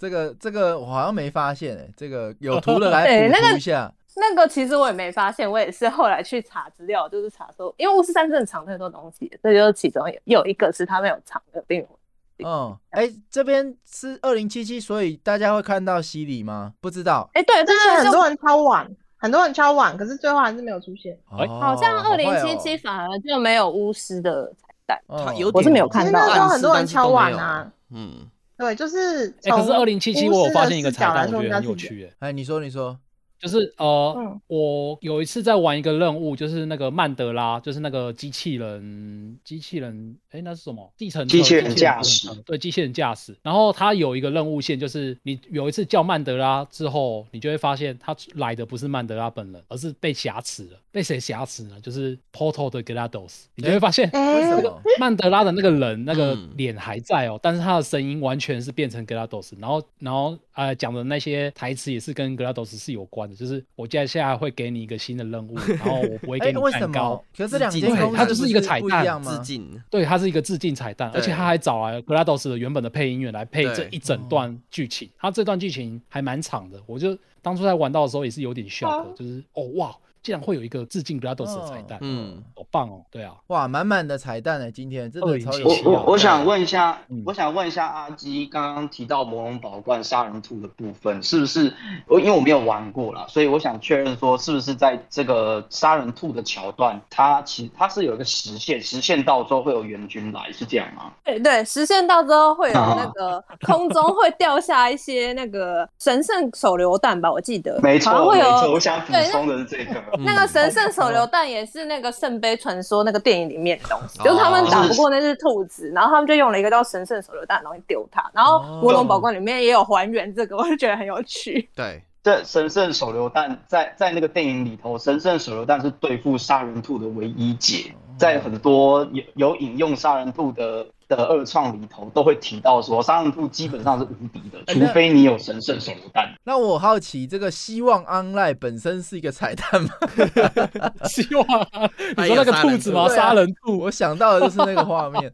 [SPEAKER 4] 这个这个我好像没发现哎，这个有图的来
[SPEAKER 9] 对
[SPEAKER 4] 补
[SPEAKER 9] 那
[SPEAKER 4] 图
[SPEAKER 9] 个
[SPEAKER 4] 一下。
[SPEAKER 9] 那个其实我也没发现，我也是后来去查资料，就是查说，因为巫师山真的藏太多东西，这就是其中有有一个是他们有藏的冰与火。
[SPEAKER 4] 嗯，哎，这边是二零七七，所以大家会看到西里吗？不知道，
[SPEAKER 9] 哎，对，
[SPEAKER 3] 但
[SPEAKER 9] 这
[SPEAKER 3] 是
[SPEAKER 9] 就
[SPEAKER 3] 很多人超晚，很多人超晚，可是最后还是没有出现。
[SPEAKER 5] 哦
[SPEAKER 9] 好像
[SPEAKER 4] 好
[SPEAKER 9] 二
[SPEAKER 4] 坏
[SPEAKER 9] 零
[SPEAKER 4] 哦
[SPEAKER 9] 七七反而就没有巫师的彩蛋，
[SPEAKER 4] 它
[SPEAKER 5] 有
[SPEAKER 9] 我是
[SPEAKER 5] 点
[SPEAKER 9] 没有看
[SPEAKER 3] 因为
[SPEAKER 9] 到
[SPEAKER 3] 那时候
[SPEAKER 9] 嗯暗示
[SPEAKER 3] 很多人
[SPEAKER 9] 但是都
[SPEAKER 3] 敲
[SPEAKER 9] 没
[SPEAKER 3] 碗
[SPEAKER 9] 有
[SPEAKER 3] 啊，
[SPEAKER 5] 嗯，
[SPEAKER 4] 哦
[SPEAKER 3] 对，就是
[SPEAKER 2] 哎、可是
[SPEAKER 3] 从
[SPEAKER 2] 二零七七
[SPEAKER 3] 巫
[SPEAKER 2] 我有
[SPEAKER 3] 师
[SPEAKER 2] 发
[SPEAKER 3] 的
[SPEAKER 9] 哦
[SPEAKER 2] 现一个
[SPEAKER 3] 视
[SPEAKER 2] 彩
[SPEAKER 3] 角
[SPEAKER 2] 蛋，我
[SPEAKER 3] 来说
[SPEAKER 2] 觉
[SPEAKER 3] 应
[SPEAKER 2] 得
[SPEAKER 3] 该
[SPEAKER 2] 很
[SPEAKER 3] 是
[SPEAKER 2] 有
[SPEAKER 3] 这样
[SPEAKER 2] 趣、哎。
[SPEAKER 4] 哎，你说你说，
[SPEAKER 2] 就是呃，
[SPEAKER 3] 嗯
[SPEAKER 2] 我有一次在玩一个任务，就是那个曼德拉，就是那个机器人，机器人，哎，那是什么？地层
[SPEAKER 14] 机器人驾驶
[SPEAKER 2] 嗯对，机器人驾驶。然后它有一个任务线，就是你有一次叫曼德拉之后，你就会发现他来的不是曼德拉本人，而是被挟持了。被谁挟持呢？就是 Porto 的 Glados。你就会发现，
[SPEAKER 3] 为
[SPEAKER 4] 哎
[SPEAKER 3] 什
[SPEAKER 2] 那个曼德拉的那个人那
[SPEAKER 4] 嗯
[SPEAKER 2] 个脸还在哦，但是他的声音完全是变成 Glados，然后然后呃讲的那些台词也是跟 Glados 是有关的，就是我接下来会给你一个新的任务，然后我 不会给你
[SPEAKER 4] 哎为什
[SPEAKER 2] 蛋
[SPEAKER 4] 么
[SPEAKER 2] 糕。
[SPEAKER 4] 可是两间
[SPEAKER 2] 对
[SPEAKER 4] 公司
[SPEAKER 2] 它就是一个彩
[SPEAKER 4] 不是不一
[SPEAKER 2] 蛋
[SPEAKER 4] 样吗致敬，
[SPEAKER 2] 对，它是一个致敬彩蛋，而且
[SPEAKER 4] 对
[SPEAKER 2] 他还找来 Glados 的原本的配音员来配这
[SPEAKER 4] 对
[SPEAKER 2] 一整段剧情，他这段剧情还蛮长的，我就当初在玩到的时候也是有点 shock，就是哦哇，竟然会有一个致敬 Glados 的彩蛋，
[SPEAKER 5] 嗯，
[SPEAKER 2] 好棒哦，对啊。
[SPEAKER 4] 哇，满满的彩蛋呢、欸今天真的啊超有
[SPEAKER 14] 我
[SPEAKER 4] 希
[SPEAKER 14] 我
[SPEAKER 4] 望
[SPEAKER 14] 我想问一下，我想问一下阿基刚刚提到《魔龙宝冠杀人兔》的部分，是不是我因为我没有玩过啦，所以我想确认说，是不是在这个杀人兔的桥段，它其它是有一个实现，实现到之后会有援军来，是这样吗？
[SPEAKER 9] 对哎对，实现到之后会有那 个空中会掉下一些那个神圣手榴弹吧，我记得，
[SPEAKER 14] 没
[SPEAKER 9] 好像
[SPEAKER 14] 错，
[SPEAKER 9] 会
[SPEAKER 14] 没
[SPEAKER 9] 有
[SPEAKER 14] 错，我想补
[SPEAKER 9] 对那
[SPEAKER 14] 充的是这个。
[SPEAKER 9] 那
[SPEAKER 4] 嗯
[SPEAKER 7] 嗯
[SPEAKER 9] 个神圣手榴弹也是那个圣杯传说那个电影里面的东西，
[SPEAKER 14] 哦
[SPEAKER 9] 就是他们打不过那只兔子，然后他们就用了一个叫神圣手榴弹，然后丢它。然后《魔龙宝冠》里面也有还原这个，我就觉得很有趣。
[SPEAKER 5] 对，
[SPEAKER 14] 这神圣手榴弹在在那个电影里头，神圣手榴弹是对付杀人兔的唯一解，
[SPEAKER 2] 哦
[SPEAKER 14] 在很多有有引用杀人兔的的二创里头，都会提到说杀人兔基本上是无敌的，
[SPEAKER 4] 哎
[SPEAKER 14] 除
[SPEAKER 4] 那
[SPEAKER 14] 非你有神圣手榴弹。
[SPEAKER 4] 那我好奇，这个希望 online 本身是一个彩蛋吗？
[SPEAKER 2] 希望， 你说那个兔子吗？哎杀人兔，
[SPEAKER 4] 啊我想到的就是那个画 面。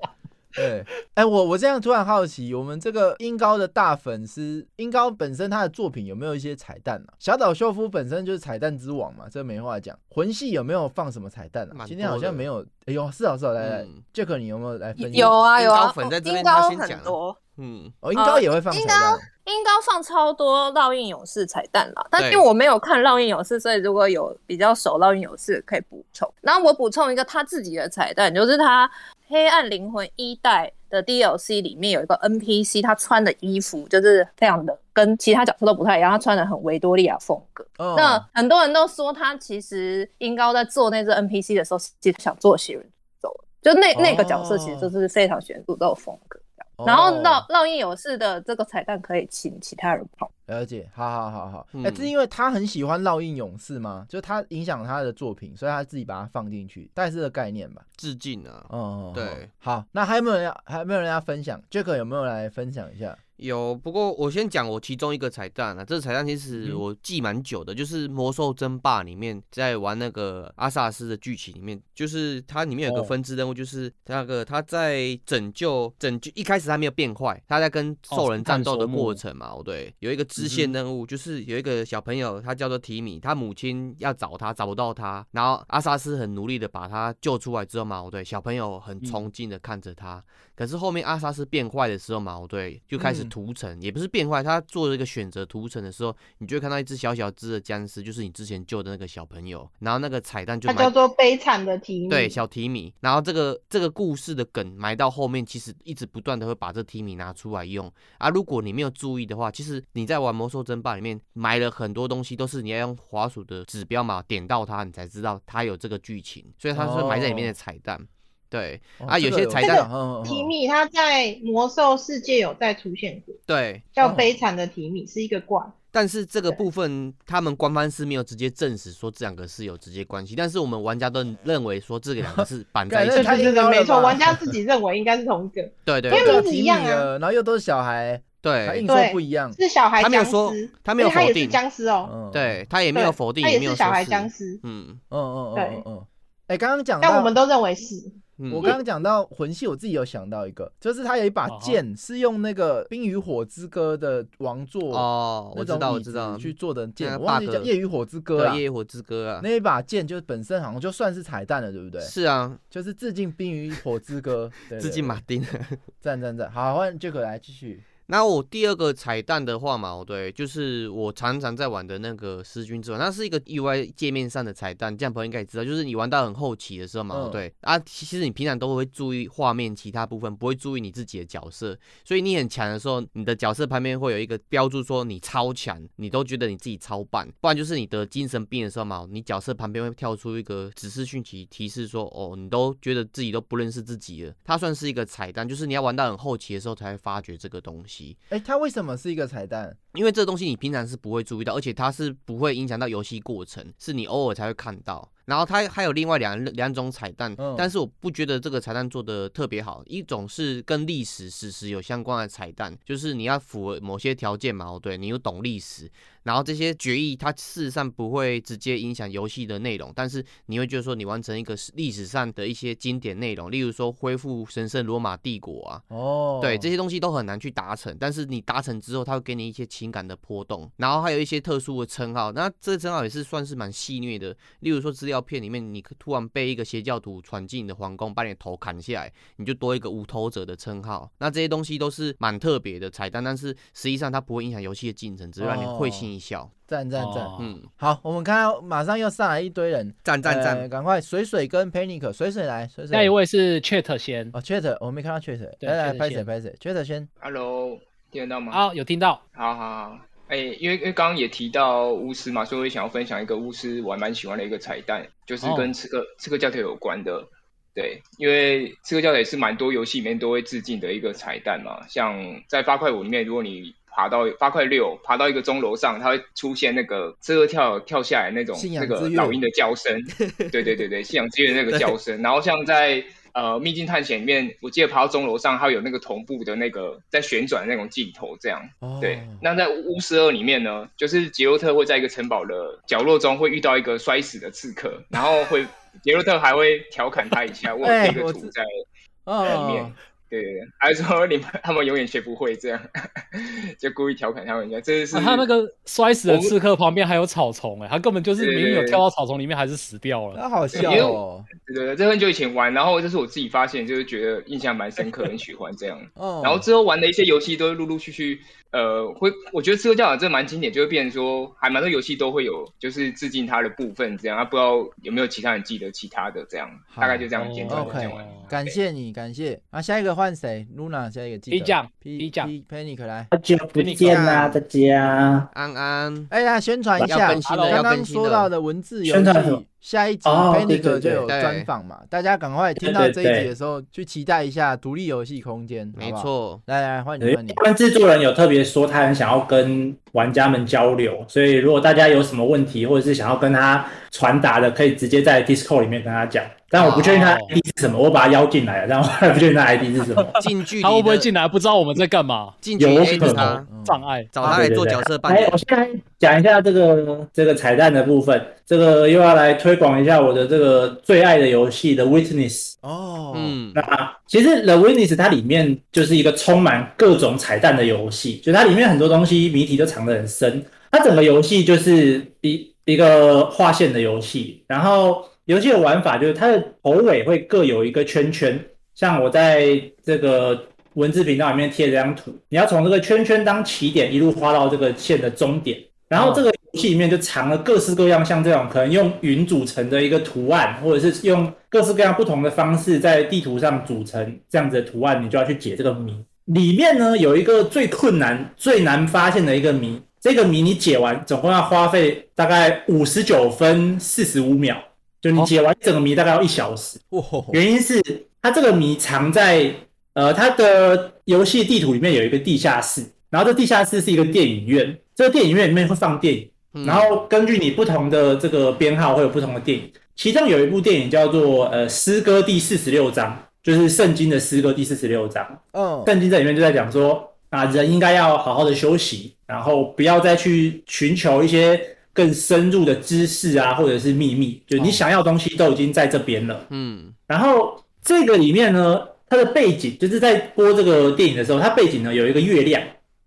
[SPEAKER 4] 对，哎，我我这样突然好奇，我们这个英高的大粉丝，英高本身他的作品有没有一些彩蛋啊？小岛秀夫本身就是彩蛋之王嘛，这没话讲。魂系有没有放什么彩蛋啊？
[SPEAKER 5] 蛮
[SPEAKER 4] 今天好
[SPEAKER 5] 多的嗯
[SPEAKER 4] 像没有。哎呦，是啊是啊，来来，Jack，你有没有来分享？
[SPEAKER 9] 有啊有啊，
[SPEAKER 5] 边
[SPEAKER 9] 应高
[SPEAKER 5] 他先
[SPEAKER 9] 很
[SPEAKER 5] 讲
[SPEAKER 9] 多，
[SPEAKER 5] 嗯，
[SPEAKER 4] 哦，英高也
[SPEAKER 2] 呃
[SPEAKER 4] 会放彩
[SPEAKER 9] 呃应
[SPEAKER 4] 蛋
[SPEAKER 9] 该。应该放超多烙印勇士彩蛋啦，但
[SPEAKER 5] 对
[SPEAKER 9] 因为我没有看烙印勇士，所以如果有比较熟烙印勇士可以补充。然后我补充一个他自己的彩蛋，就是他《黑暗灵魂一代》的 DLC 里面有一个 NPC，他穿的衣服就是非常的跟其他角色都不太一样，他穿的很维多利亚风格。
[SPEAKER 4] 哦
[SPEAKER 9] 那很多人都说他其实应高在做那只 NPC 的时候，其实想做血人走，就那、那个角色
[SPEAKER 4] 哦
[SPEAKER 9] 其实就是非常选诅咒风格。然后烙烙印勇士的这个彩蛋可以请其他人跑。
[SPEAKER 4] 了解，好好好好。哎、
[SPEAKER 9] 嗯
[SPEAKER 4] 是因为他很喜欢烙印勇士吗？就他影响他的作品，所以他自己把它放进去，大概是这个概念吧。
[SPEAKER 5] 致敬啊，
[SPEAKER 4] 哦，
[SPEAKER 5] 对，
[SPEAKER 4] 好，那还有没有人要，还有没有人要分享？Jack 有没有来分享一下？
[SPEAKER 5] 有，不过我先讲我其中一个彩蛋啊，这个彩蛋其实我记蛮久的，就是《魔兽争霸》里面在玩那个阿萨斯的剧情里面，就是它里面有一个
[SPEAKER 2] 哦
[SPEAKER 5] 分支任务，就是那个他在拯救拯救一开始他没有变坏，他在跟
[SPEAKER 2] 哦
[SPEAKER 5] 兽人
[SPEAKER 2] 是看
[SPEAKER 5] 战
[SPEAKER 2] 嗯
[SPEAKER 5] 斗的
[SPEAKER 2] 守墓
[SPEAKER 5] 过程嘛，哦对，有一个支线任务，就是有一个小朋友他叫做提米，他母亲要找他找不到他，然后阿萨斯很努力的把他救出来之后嘛，哦对，小朋友
[SPEAKER 2] 嗯
[SPEAKER 5] 很崇敬的看着他，可是后面阿萨斯变坏的时候嘛，哦对，就开始
[SPEAKER 4] 嗯
[SPEAKER 5] 屠城，也不是变坏，他做了一个选择屠城的时候，你就会看到一只小小只的僵尸，就是你之前救的那个小朋友，然后那个彩蛋就
[SPEAKER 3] 它
[SPEAKER 5] 埋
[SPEAKER 3] 叫做悲惨的题目。
[SPEAKER 5] 对，小提米。然后这个这个故事的梗埋到后面，其实一直不断的会把这提米拿出来用啊。如果你没有注意的话，其实你在玩魔兽争霸里面埋了很多东西，都是你要用滑鼠的指标嘛点到它，你才知道它有这个剧情，所以它是埋在里面的彩蛋。对、啊，
[SPEAKER 4] 哦这
[SPEAKER 5] 有
[SPEAKER 4] 个
[SPEAKER 5] 些
[SPEAKER 4] 有
[SPEAKER 5] 彩
[SPEAKER 4] 这个嗯
[SPEAKER 5] 蛋，
[SPEAKER 3] 提米它在魔兽世界有再出现过，
[SPEAKER 5] 对，
[SPEAKER 3] 叫
[SPEAKER 4] 哦
[SPEAKER 3] 悲惨的提米，是一个怪。
[SPEAKER 5] 但是这个部分，他们官方是没有直接证实说这两个是有直接关系，但是我们玩家都认为说这个两个是 绑在一
[SPEAKER 4] 感觉
[SPEAKER 5] 起
[SPEAKER 4] 太
[SPEAKER 5] 的。
[SPEAKER 4] 硬了吧
[SPEAKER 3] 没错，玩家自己认为应该是同一个，
[SPEAKER 5] 对对
[SPEAKER 3] 因为
[SPEAKER 5] 对
[SPEAKER 3] 名字一样啊，
[SPEAKER 4] 呃，然后又都是小孩，
[SPEAKER 5] 对，
[SPEAKER 4] 他硬说不一样。
[SPEAKER 3] 是小孩
[SPEAKER 5] 他没有
[SPEAKER 3] 僵
[SPEAKER 5] 说
[SPEAKER 3] 尸，
[SPEAKER 5] 他没有
[SPEAKER 3] 而且他
[SPEAKER 5] 否
[SPEAKER 3] 也是
[SPEAKER 5] 定
[SPEAKER 3] 僵尸哦。
[SPEAKER 5] 对他也没有
[SPEAKER 3] 对
[SPEAKER 5] 否定，
[SPEAKER 3] 他也
[SPEAKER 5] 没有
[SPEAKER 3] 是小
[SPEAKER 5] 说
[SPEAKER 3] 孩僵尸
[SPEAKER 5] 嗯
[SPEAKER 4] 嗯嗯嗯
[SPEAKER 3] 对
[SPEAKER 4] 嗯嗯。哎、刚刚讲到，嗯
[SPEAKER 3] 但我们都认为是，
[SPEAKER 5] 嗯
[SPEAKER 4] 我刚刚讲到魂系，我自己有想到一个，就是他有
[SPEAKER 5] 啊
[SPEAKER 4] 一把剑是用那个《冰与火之歌》的王座
[SPEAKER 5] 哦，我
[SPEAKER 4] 那
[SPEAKER 5] 知
[SPEAKER 4] 种
[SPEAKER 5] 道我
[SPEAKER 4] 椅
[SPEAKER 5] 知
[SPEAKER 4] 子
[SPEAKER 5] 道
[SPEAKER 4] 去做的
[SPEAKER 5] 那
[SPEAKER 4] 剑，
[SPEAKER 5] 个
[SPEAKER 4] 我忘记
[SPEAKER 5] bug
[SPEAKER 4] 叫《夜与火之歌》
[SPEAKER 5] 对
[SPEAKER 4] 啊，
[SPEAKER 5] 夜与火之歌啊
[SPEAKER 4] 那一把剑就是本身好像就算是彩蛋了，对不对？
[SPEAKER 5] 是啊，
[SPEAKER 4] 就是致敬《冰与火之歌》，对
[SPEAKER 5] 致敬马。丁。
[SPEAKER 4] 对对赞赞赞！好，换 Jack 来继续。
[SPEAKER 5] 那我第二个彩蛋的话嘛，哦对，就是我常常在玩的那个《失君之吻》，那是一个 UI 界面上的彩蛋，这样朋友应该也知道，就是你玩到很后期的时候嘛，
[SPEAKER 15] 嗯
[SPEAKER 5] 对啊，其实你平常都会注意画面其他部分，不会注意你自己的角色，所以你很强的时候，你的角色旁边会有一个标注说你超强，你都觉得你自己超棒，不然就是你得精神病的时候嘛，你角色旁边会跳出一个指示讯息提示说，哦，你都觉得自己都不认识自己了，它算是一个彩蛋，就是你要玩到很后期的时候才会发觉这个东西。
[SPEAKER 4] 哎、它为什么是一个彩蛋？
[SPEAKER 5] 因为这东西你平常是不会注意到，而且它是不会影响到游戏过程，是你偶尔才会看到。然后它还有另外两两种彩蛋，
[SPEAKER 4] 嗯
[SPEAKER 5] 但是我不觉得这个彩蛋做的特别好。一种是跟历史史实有相关的彩蛋，就是你要符合某些条件嘛，哦对，你又懂历史，然后这些决议它事实上不会直接影响游戏的内容，但是你会觉得说你完成一个历史上的一些经典内容，例如说恢复神圣罗马帝国啊，
[SPEAKER 4] 哦，
[SPEAKER 5] 对，这些东西都很难去达成，但是你达成之后，它会给你一些情感的波动，然后还有一些特殊的称号。那这称号也是算是蛮戏虐的，例如说资料片里面，你突然被一个邪教徒闯进你的皇宫，把你的头砍下来，你就多一个无头者的称号。那这些东西都是蛮特别的彩蛋，但是实际上它不会影响游戏的进程，只会让你会心一笑。
[SPEAKER 4] 赞赞赞，
[SPEAKER 5] 嗯，
[SPEAKER 4] 好，我们看到马上又上来一堆人，
[SPEAKER 5] 赞赞赞
[SPEAKER 4] 呃赶快水水跟 Panic，水水来，水水。
[SPEAKER 2] 下一位是 Chat 先，
[SPEAKER 4] 哦，Chat，我没看到 Chat，
[SPEAKER 2] 对
[SPEAKER 4] 来来，
[SPEAKER 2] Chat
[SPEAKER 4] 拍谁
[SPEAKER 2] 先
[SPEAKER 4] 拍谁，Chat 先。
[SPEAKER 15] Hello，听得到吗？
[SPEAKER 2] 啊，有听到。
[SPEAKER 15] 好好好，哎、因为因为刚刚也提到巫师嘛，所以我也想要分享一个巫师我还蛮喜欢的一个彩蛋，就是跟
[SPEAKER 2] 哦
[SPEAKER 15] 刺客、刺客教条有关的。对，因为刺客教条也是蛮多游戏里面都会致敬的一个彩蛋嘛，像在八块五里面，如果你爬到八块六，爬到一个钟楼上，它会出现那个刺客跳跳下来那种
[SPEAKER 4] 信仰
[SPEAKER 15] 那
[SPEAKER 4] 之
[SPEAKER 15] 个
[SPEAKER 4] 跃
[SPEAKER 15] 老鹰的叫 声，对对对对，信仰之跃那个叫声，然后像在呃《秘境探险》里面，我记得爬到钟楼上，它有那个同步的那个在旋转的那种镜头，这样。对，那在巫师二里面呢，就是杰洛特会在一个城堡的角落中会遇到一个摔死的刺客，然后会杰洛特还会调侃他一下，我有
[SPEAKER 4] 哎
[SPEAKER 15] 贴一个
[SPEAKER 4] 我
[SPEAKER 15] 图
[SPEAKER 4] 知
[SPEAKER 15] 在里面。
[SPEAKER 4] 哦，
[SPEAKER 2] 啊
[SPEAKER 15] 对对对，还说你们他们永远学不会这样， 就故意调侃他们一下。这是、
[SPEAKER 2] 啊他那个摔死的刺客旁边还有草丛哎、他根本就是
[SPEAKER 15] 对
[SPEAKER 2] 明明有跳到草丛里面，还是死掉了。
[SPEAKER 4] 他好笑
[SPEAKER 15] 因为
[SPEAKER 4] 哦。
[SPEAKER 15] 对对对，这很久以前玩，然后这是我自己发现，就是觉得印象蛮深刻，很喜欢这样。
[SPEAKER 4] 哦
[SPEAKER 15] 然后之后玩的一些游戏都会陆陆续续，呃，会我觉得《刺客教条》真的蛮经典，就会变成说，还蛮多游戏都会有就是致敬它的部分这样。啊，不知道有没有其他人记得其他的这样，大概就这
[SPEAKER 4] 哦
[SPEAKER 15] 样简短的
[SPEAKER 4] OK，
[SPEAKER 15] 讲完。
[SPEAKER 4] 感谢你，感谢。啊，下一个换谁？Luna，下一个记得。
[SPEAKER 2] 一酱
[SPEAKER 4] P 酱 Panic 来。
[SPEAKER 16] 好久不见啊啦，大家！
[SPEAKER 5] 安安，
[SPEAKER 4] 哎呀，宣传一
[SPEAKER 5] 要
[SPEAKER 4] 下，
[SPEAKER 5] 更新了
[SPEAKER 4] 刚
[SPEAKER 5] 要
[SPEAKER 4] 刚
[SPEAKER 5] 更新了
[SPEAKER 4] 说到的文字游
[SPEAKER 16] 宣传什么
[SPEAKER 4] 戏，下一集
[SPEAKER 16] 哦对对
[SPEAKER 4] Panic 就
[SPEAKER 16] 对
[SPEAKER 4] 有
[SPEAKER 5] 对
[SPEAKER 4] 专访嘛，大家赶快听到这一集的时候去期待一下独立游戏空间，
[SPEAKER 5] 没
[SPEAKER 4] 好不好
[SPEAKER 5] 错。
[SPEAKER 4] 来来，换你换你。
[SPEAKER 16] 但制作人有特别说，他很想要跟玩家们交流，所以如果大家有什么问题，或者是想要跟他传达的，可以直接在 Discord 里面跟他讲。但我不确定
[SPEAKER 4] 哦
[SPEAKER 16] 他 ID 是什么，我把他邀进来了，但我 还不确定他 ID 是 什么。
[SPEAKER 5] 近距离
[SPEAKER 2] 他会不会进来？不知道我们在干嘛？
[SPEAKER 5] 近
[SPEAKER 16] 距离有可 A 能他
[SPEAKER 2] 障碍，
[SPEAKER 5] 找
[SPEAKER 16] 他来做角
[SPEAKER 5] 色
[SPEAKER 16] 扮演。哎我现在讲一下这个这个彩蛋的部分，这个又要来推广一下我的这个最爱的游戏的 Witness。
[SPEAKER 4] 哦，
[SPEAKER 5] 嗯，
[SPEAKER 16] 那啊其实 The Witness 它里面就是一个充满各种彩蛋的游戏，就它里面很多东西谜题都藏得很深。它整个游戏就是一一个划线的游戏，然后游戏的玩法就是它的头尾会各有一个圈圈，像我在这个文字频道里面贴这张图，你要从这个圈圈当起点一路画到这个线的终点，然后这个游戏里面就藏了各式各样像这种可能用云组成的一个图案，或者是用各式各样不同的方式在地图上组成这样子的图案，你就要去解这个谜。里面呢有一个最困难、最难发现的一个谜，这个谜你解完总共要花费大概五十九分四十五秒，就你解完整个谜大概要一小时。
[SPEAKER 4] 哇，
[SPEAKER 16] 原因是它这个谜藏在呃它的游戏地图里面有一个地下室，然后这地下室是一个电影院，这个电影院里面会放电影，然后根据你不同的这个编号会有不同的电影，其中有一部电影叫做呃诗歌第四十六章，就是圣经的诗歌第四十六章，
[SPEAKER 4] 嗯，
[SPEAKER 16] 圣经在里面就在讲说啊，人应该要好好的休息，然后不要再去寻求一些更深入的知识啊，或者是秘密，就你想要的东西都已经在这边了。
[SPEAKER 5] 嗯，
[SPEAKER 16] 然后这个里面呢，它的背景就是在播这个电影的时候，它背景呢有一个月亮，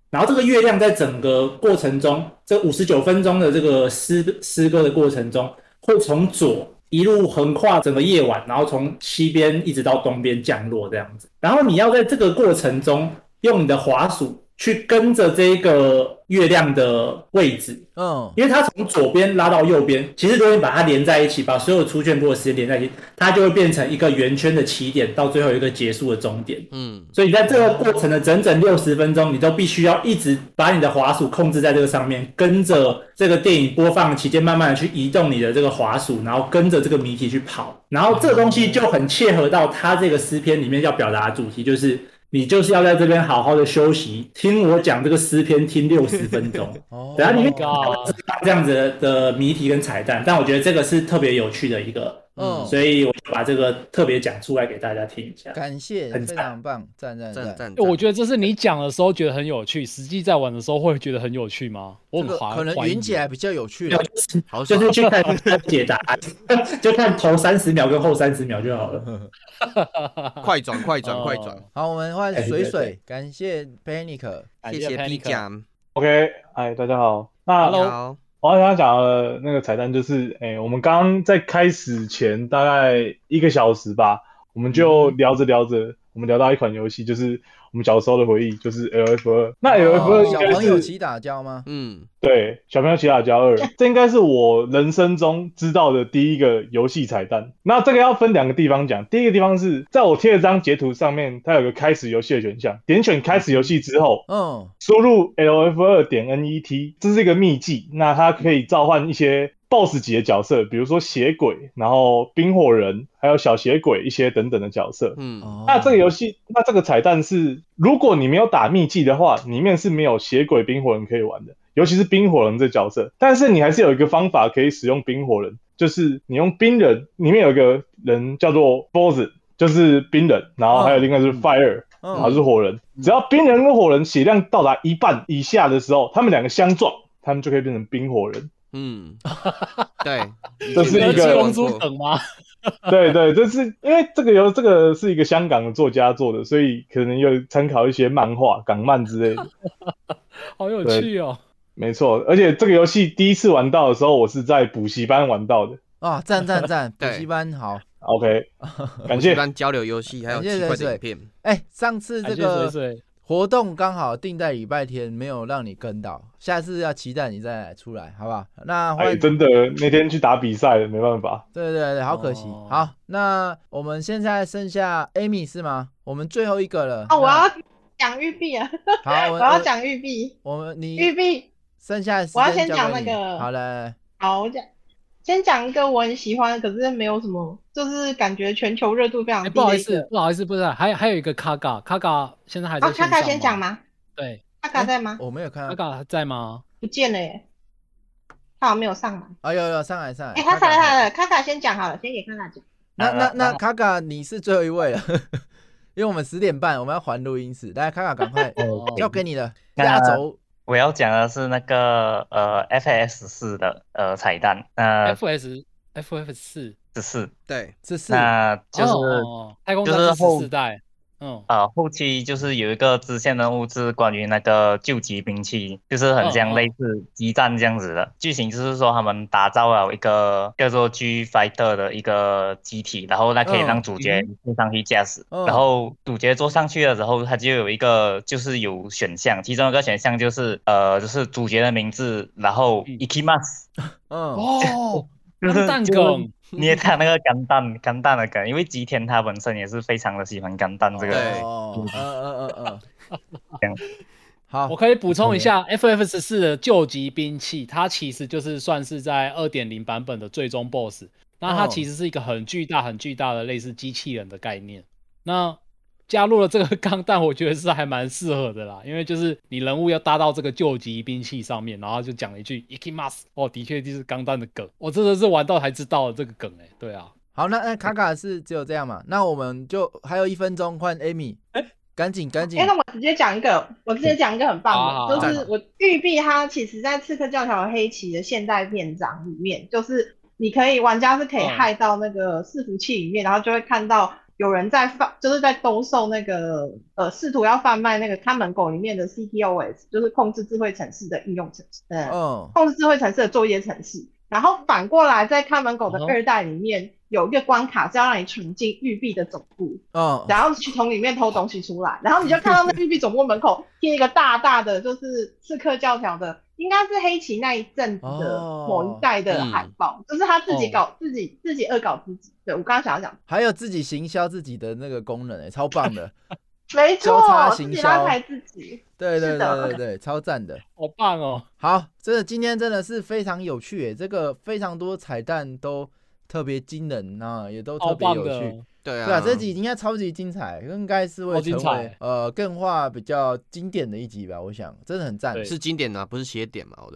[SPEAKER 16] 然后这个月亮在整个过程中，这五十九分钟的这个诗诗歌的过程中，会从左一路横跨整个夜晚，然后从西边一直到东边降落这样子。然后你要在这个过程中用你的滑鼠去跟着这个月亮的位置，
[SPEAKER 4] 嗯，
[SPEAKER 16] 因为它从左边拉到右边，其实如果你把它连在一起，把所有出现过的时间连在一起，它就会变成一个圆圈的起点，到最后一个结束的终点。
[SPEAKER 5] 嗯，
[SPEAKER 16] 所以你在这个过程的整整六十分钟，你都必须要一直把你的滑鼠控制在这个上面，跟着这个电影播放期间，慢慢的去移动你的这个滑鼠，然后跟着这个谜题去跑。然后这个东西就很切合到他这个诗篇里面要表达的主题，就是你就是要在这边好好的休息，听我讲这个诗篇，听六十分钟。
[SPEAKER 4] 哦
[SPEAKER 16] 然后里面有这样子的谜题跟彩蛋，但我觉得这个是特别有趣的一个，
[SPEAKER 4] 嗯
[SPEAKER 16] 所以我就把这个特别讲出来给大家听一下。
[SPEAKER 4] 感谢，
[SPEAKER 16] 很
[SPEAKER 4] 非常棒，赞赞赞
[SPEAKER 5] 赞
[SPEAKER 2] 我觉得这是你讲的时候觉得很有趣，实际在玩的时候会觉得很有趣吗？我
[SPEAKER 4] 这
[SPEAKER 2] 很
[SPEAKER 4] 个
[SPEAKER 2] 怀
[SPEAKER 4] 可能
[SPEAKER 2] 怀疑
[SPEAKER 4] 云起来比较有趣
[SPEAKER 16] 没有
[SPEAKER 4] 了
[SPEAKER 16] 就。是就是去看解答， 就看头三十秒跟后三十秒就好了。
[SPEAKER 5] 快转快转快转，
[SPEAKER 4] 好，我们换
[SPEAKER 16] 哎
[SPEAKER 4] 水
[SPEAKER 16] 对
[SPEAKER 4] 水，感谢 Panic，
[SPEAKER 5] 谢谢 P 讲，
[SPEAKER 17] OK，嗨，大家好。那
[SPEAKER 5] Hello
[SPEAKER 17] 我刚刚讲的那个彩蛋就是，哎、我们刚刚在开始前大概一个小时吧，我们就
[SPEAKER 4] 嗯
[SPEAKER 17] 聊着聊着，我们聊到一款游戏，就是我们小时候的回忆，就是 LF 二。那 LF 二
[SPEAKER 4] 哦
[SPEAKER 17] 应
[SPEAKER 4] 小
[SPEAKER 17] 该
[SPEAKER 4] 朋友
[SPEAKER 17] 是
[SPEAKER 4] 起打交吗？
[SPEAKER 5] 嗯，
[SPEAKER 17] 对《小朋友骑打家二》，这应该是我人生中知道的第一个游戏彩蛋。那这个要分两个地方讲，第一个地方是在我贴的这张截图上面，它有个开始游戏的选项，点选开始游戏之后，
[SPEAKER 4] 嗯，
[SPEAKER 17] 输入 LF 二点 NET，这是一个秘技，那它可以召唤一些 BOSS 级的角色，比如说血鬼，然后冰火人，还有小血鬼一些等等的角色。
[SPEAKER 5] 嗯，
[SPEAKER 17] 那这个游戏，那这个彩蛋是，如果你没有打秘技的话，里面是没有血鬼冰火人可以玩的，尤其是冰火人这角色。但是你还是有一个方法可以使用冰火人，就是你用冰人，里面有一个人叫做 BOSS，就是冰人，然后还有另外是 Fire，、
[SPEAKER 4] 嗯
[SPEAKER 17] 然后是火人。只要冰人跟火人血量到达一半以下的时候，他们两个相撞，他们就可以变成冰火人。
[SPEAKER 5] 嗯，对，
[SPEAKER 17] 这是一个
[SPEAKER 2] 七龙珠梗吗？
[SPEAKER 17] 对对，这是因为这个由这个是一个香港的作家做的，所以可能有参考一些漫画、港漫之类的。
[SPEAKER 2] 好有
[SPEAKER 17] 对
[SPEAKER 2] 趣哦！
[SPEAKER 17] 没错，而且这个游戏第一次玩到的时候，我是在补习班玩到的。
[SPEAKER 4] 啊，赞赞赞，补
[SPEAKER 5] 对
[SPEAKER 4] 习班好，
[SPEAKER 17] OK，感
[SPEAKER 5] 一
[SPEAKER 17] 谢。
[SPEAKER 5] 般交流游戏还有
[SPEAKER 4] 感谢
[SPEAKER 5] 奇
[SPEAKER 4] 水
[SPEAKER 5] 怪的影
[SPEAKER 4] 水
[SPEAKER 5] 片，。
[SPEAKER 4] 哎，上次这
[SPEAKER 2] 感谢
[SPEAKER 4] 个
[SPEAKER 2] 水水
[SPEAKER 4] 活动刚好定在礼拜天，没有让你跟到，下次要期待你再来出来，好不好？那
[SPEAKER 17] 哎，
[SPEAKER 4] 换
[SPEAKER 17] 真的那天去打比赛了，没办法。
[SPEAKER 4] 对对对，好可惜。好，那我们现在剩下 Amy 是吗？我们最后一个了。
[SPEAKER 3] 啊，我要讲玉璧啊！
[SPEAKER 4] 好，
[SPEAKER 3] 我
[SPEAKER 4] 我
[SPEAKER 3] 要讲玉璧。
[SPEAKER 4] 我们你
[SPEAKER 3] 玉璧，
[SPEAKER 4] 剩下的时
[SPEAKER 3] 我要
[SPEAKER 4] 间
[SPEAKER 3] 先
[SPEAKER 4] 交
[SPEAKER 3] 讲
[SPEAKER 4] 给
[SPEAKER 3] 那
[SPEAKER 4] 你
[SPEAKER 3] 个
[SPEAKER 4] 好嘞，
[SPEAKER 3] 好，我讲先讲一个我很喜欢，可是没有什么，就是感觉全球热度非常 低
[SPEAKER 2] 哎不好
[SPEAKER 3] 的
[SPEAKER 2] 意
[SPEAKER 3] 一个。
[SPEAKER 2] 思，不好意思，不是，还有还有一个卡嘎卡嘎，现在还在
[SPEAKER 3] 啊，
[SPEAKER 2] 线上吗哎
[SPEAKER 3] 卡卡先讲？吗？
[SPEAKER 2] 对，
[SPEAKER 3] 卡卡在吗？
[SPEAKER 4] 我没有看啊
[SPEAKER 2] 卡嘎在吗？
[SPEAKER 3] 不见了耶，他好像没有上来。
[SPEAKER 4] 哎呦呦，上来上来。
[SPEAKER 3] 哎，卡卡来了，卡卡先讲好了，先给卡卡讲。
[SPEAKER 4] 那那那卡卡，你是最后一位了， 因为我们十点半我们要还录音室，来卡卡赶快
[SPEAKER 3] 哦
[SPEAKER 4] 交给你了，
[SPEAKER 18] 那
[SPEAKER 4] 压轴
[SPEAKER 18] 我要讲的是那个呃 FS 四的呃彩蛋，那
[SPEAKER 2] F S F F 四
[SPEAKER 18] 十四，
[SPEAKER 5] 对，
[SPEAKER 4] 十
[SPEAKER 18] 那就是、
[SPEAKER 2] 哦太空
[SPEAKER 18] 就
[SPEAKER 2] 战
[SPEAKER 18] 是
[SPEAKER 2] 士
[SPEAKER 18] 后
[SPEAKER 2] 四代，嗯，
[SPEAKER 18] 啊、后期就是有一个支线任务是关于那个救急兵器，就是很
[SPEAKER 2] 嗯
[SPEAKER 18] 像
[SPEAKER 2] 嗯
[SPEAKER 18] 类似激战这样子的剧情，就是说他们打造了一个叫做 G Fighter 的一个机体，然后它可以让
[SPEAKER 14] 嗯
[SPEAKER 18] 主角
[SPEAKER 14] 嗯
[SPEAKER 18] 坐上去驾驶，
[SPEAKER 14] 嗯
[SPEAKER 18] 然后主角坐上去了之后，他就有一个就是有选项，其中一个选项就是呃就是主角的名字，然后 Ikimas。
[SPEAKER 4] 嗯
[SPEAKER 2] 哦，
[SPEAKER 18] 就是
[SPEAKER 2] 蛋
[SPEAKER 18] 就是
[SPEAKER 2] 梗，
[SPEAKER 18] 捏他那个钢蛋钢蛋的梗，因为吉田他本身也是非常的喜欢钢蛋这个
[SPEAKER 2] 对
[SPEAKER 4] 哦，嗯嗯嗯嗯，
[SPEAKER 18] 这样
[SPEAKER 4] 好，
[SPEAKER 2] 我可以补充一下，F F 十四的救急兵器，它其实就是算是在二点零版本的最终 BOSS。那它
[SPEAKER 12] 哦
[SPEAKER 2] 其实是一个很巨大、很巨大的类似机器人的概念。 那加入了这个钢弹，我觉得是还蛮适合的啦，因为就是你人物要搭到这个救急兵器上面，然后就讲了一句 “ikimas”，哦，的确就是钢弹的梗，我真的是玩到才知道了这个梗哎、对啊，
[SPEAKER 4] 好，那那卡卡是只有这样嘛？那我们就还有一分钟，换 Amy，赶紧赶紧
[SPEAKER 3] 哎、，那我直接讲一个，我直接讲一个很棒的，
[SPEAKER 4] 好好好哦
[SPEAKER 3] 就是我玉璧它其实在《刺客教条：黑旗》的现代篇章里面，就是你可以玩家是可以
[SPEAKER 9] 嗯
[SPEAKER 3] 害到那个伺服器里面，然后就会看到有人在贩，就是在兜售那个呃试图要贩卖那个看门狗里面的 CTOS，就是控制智慧城市的应用程式，嗯，
[SPEAKER 4] 嗯
[SPEAKER 3] 控制智慧城市的作业程式。然后反过来在看门狗
[SPEAKER 4] 嗯
[SPEAKER 3] 的二代里面、有一个关卡是要让你闯进玉璧的总部，
[SPEAKER 5] 哦
[SPEAKER 4] 嗯，
[SPEAKER 3] 然后去从里面偷东西出来，然后你就看到那玉璧总部门口贴一个大大的，就是刺客教条的，应该是黑旗那一阵子的
[SPEAKER 4] 哦嗯
[SPEAKER 3] 某一代的海报，就是他自己搞、自己自己恶搞自己。对我刚刚想要讲，
[SPEAKER 4] 还有自己行销自己的那个功能、欸，超棒的。
[SPEAKER 3] 没
[SPEAKER 4] 交叉
[SPEAKER 3] 错，自
[SPEAKER 4] 行
[SPEAKER 3] 己拉
[SPEAKER 4] 销
[SPEAKER 3] 抬自己。
[SPEAKER 4] 对对对
[SPEAKER 3] 是的
[SPEAKER 4] 对对，超赞的，
[SPEAKER 2] 好棒哦！
[SPEAKER 4] 好，真的今天真的是非常有趣欸耶，这个非常多彩蛋都特别惊人啊，也都特别
[SPEAKER 5] 好
[SPEAKER 4] 有
[SPEAKER 5] 棒的
[SPEAKER 4] 趣
[SPEAKER 5] 哦。对啊
[SPEAKER 4] 对啊，这集应该超级精彩，应该是会
[SPEAKER 5] 超精
[SPEAKER 4] 成
[SPEAKER 5] 彩
[SPEAKER 4] 为呃更画比较经典的一集吧，我想真的很赞。
[SPEAKER 5] 是经典的啊，不是写点嘛？我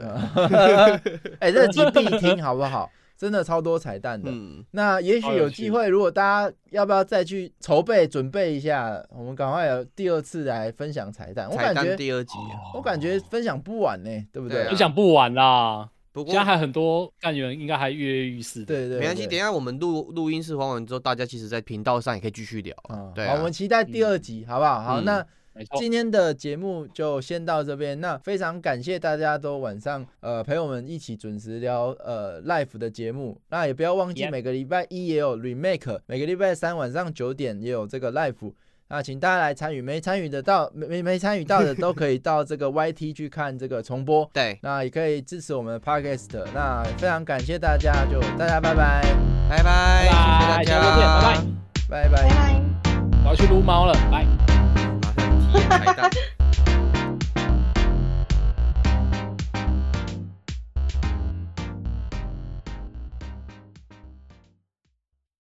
[SPEAKER 4] 哎
[SPEAKER 5] 的，、
[SPEAKER 4] 这集必听好不好？真的超多彩蛋的。
[SPEAKER 5] 嗯
[SPEAKER 4] 那也许有机会，如果大家要不要再去筹备准备一下，我们赶快有第二次来分享彩蛋。我
[SPEAKER 5] 彩
[SPEAKER 4] 感觉
[SPEAKER 5] 蛋第二集啊，
[SPEAKER 4] 我感觉分享不完呢、对不对？
[SPEAKER 5] 对啊
[SPEAKER 2] 分享不完啦。
[SPEAKER 5] 不过
[SPEAKER 2] 现在还很多干员应该还跃跃欲试。
[SPEAKER 4] 对对
[SPEAKER 5] 没关系，等一下我们录录音室还完之后，大家其实在频道上也可以继续聊啊。对
[SPEAKER 4] 好，
[SPEAKER 5] 啊，
[SPEAKER 4] 我们期待第二集，好不好？好，
[SPEAKER 5] 嗯
[SPEAKER 4] 那
[SPEAKER 5] 没错
[SPEAKER 4] 今天的节目就先到这边。那非常感谢大家都晚上呃陪我们一起准时聊呃 live 的节目。那也不要忘记
[SPEAKER 5] Yep
[SPEAKER 4] 每个礼拜一也有 remake，每个礼拜三晚上九点也有这个 live。那请大家来参与，没参与得到，没没没参与到的都可以到这个 YT 去看这个重播。
[SPEAKER 5] 对，
[SPEAKER 4] 那也可以支持我们的 Podcast。那非常感谢大家，就大家拜拜，
[SPEAKER 5] 拜拜，谢谢大
[SPEAKER 4] 下周见
[SPEAKER 5] 家，
[SPEAKER 4] 拜拜，拜拜，
[SPEAKER 2] 我要去撸猫了，拜。
[SPEAKER 5] 马上体验彩蛋。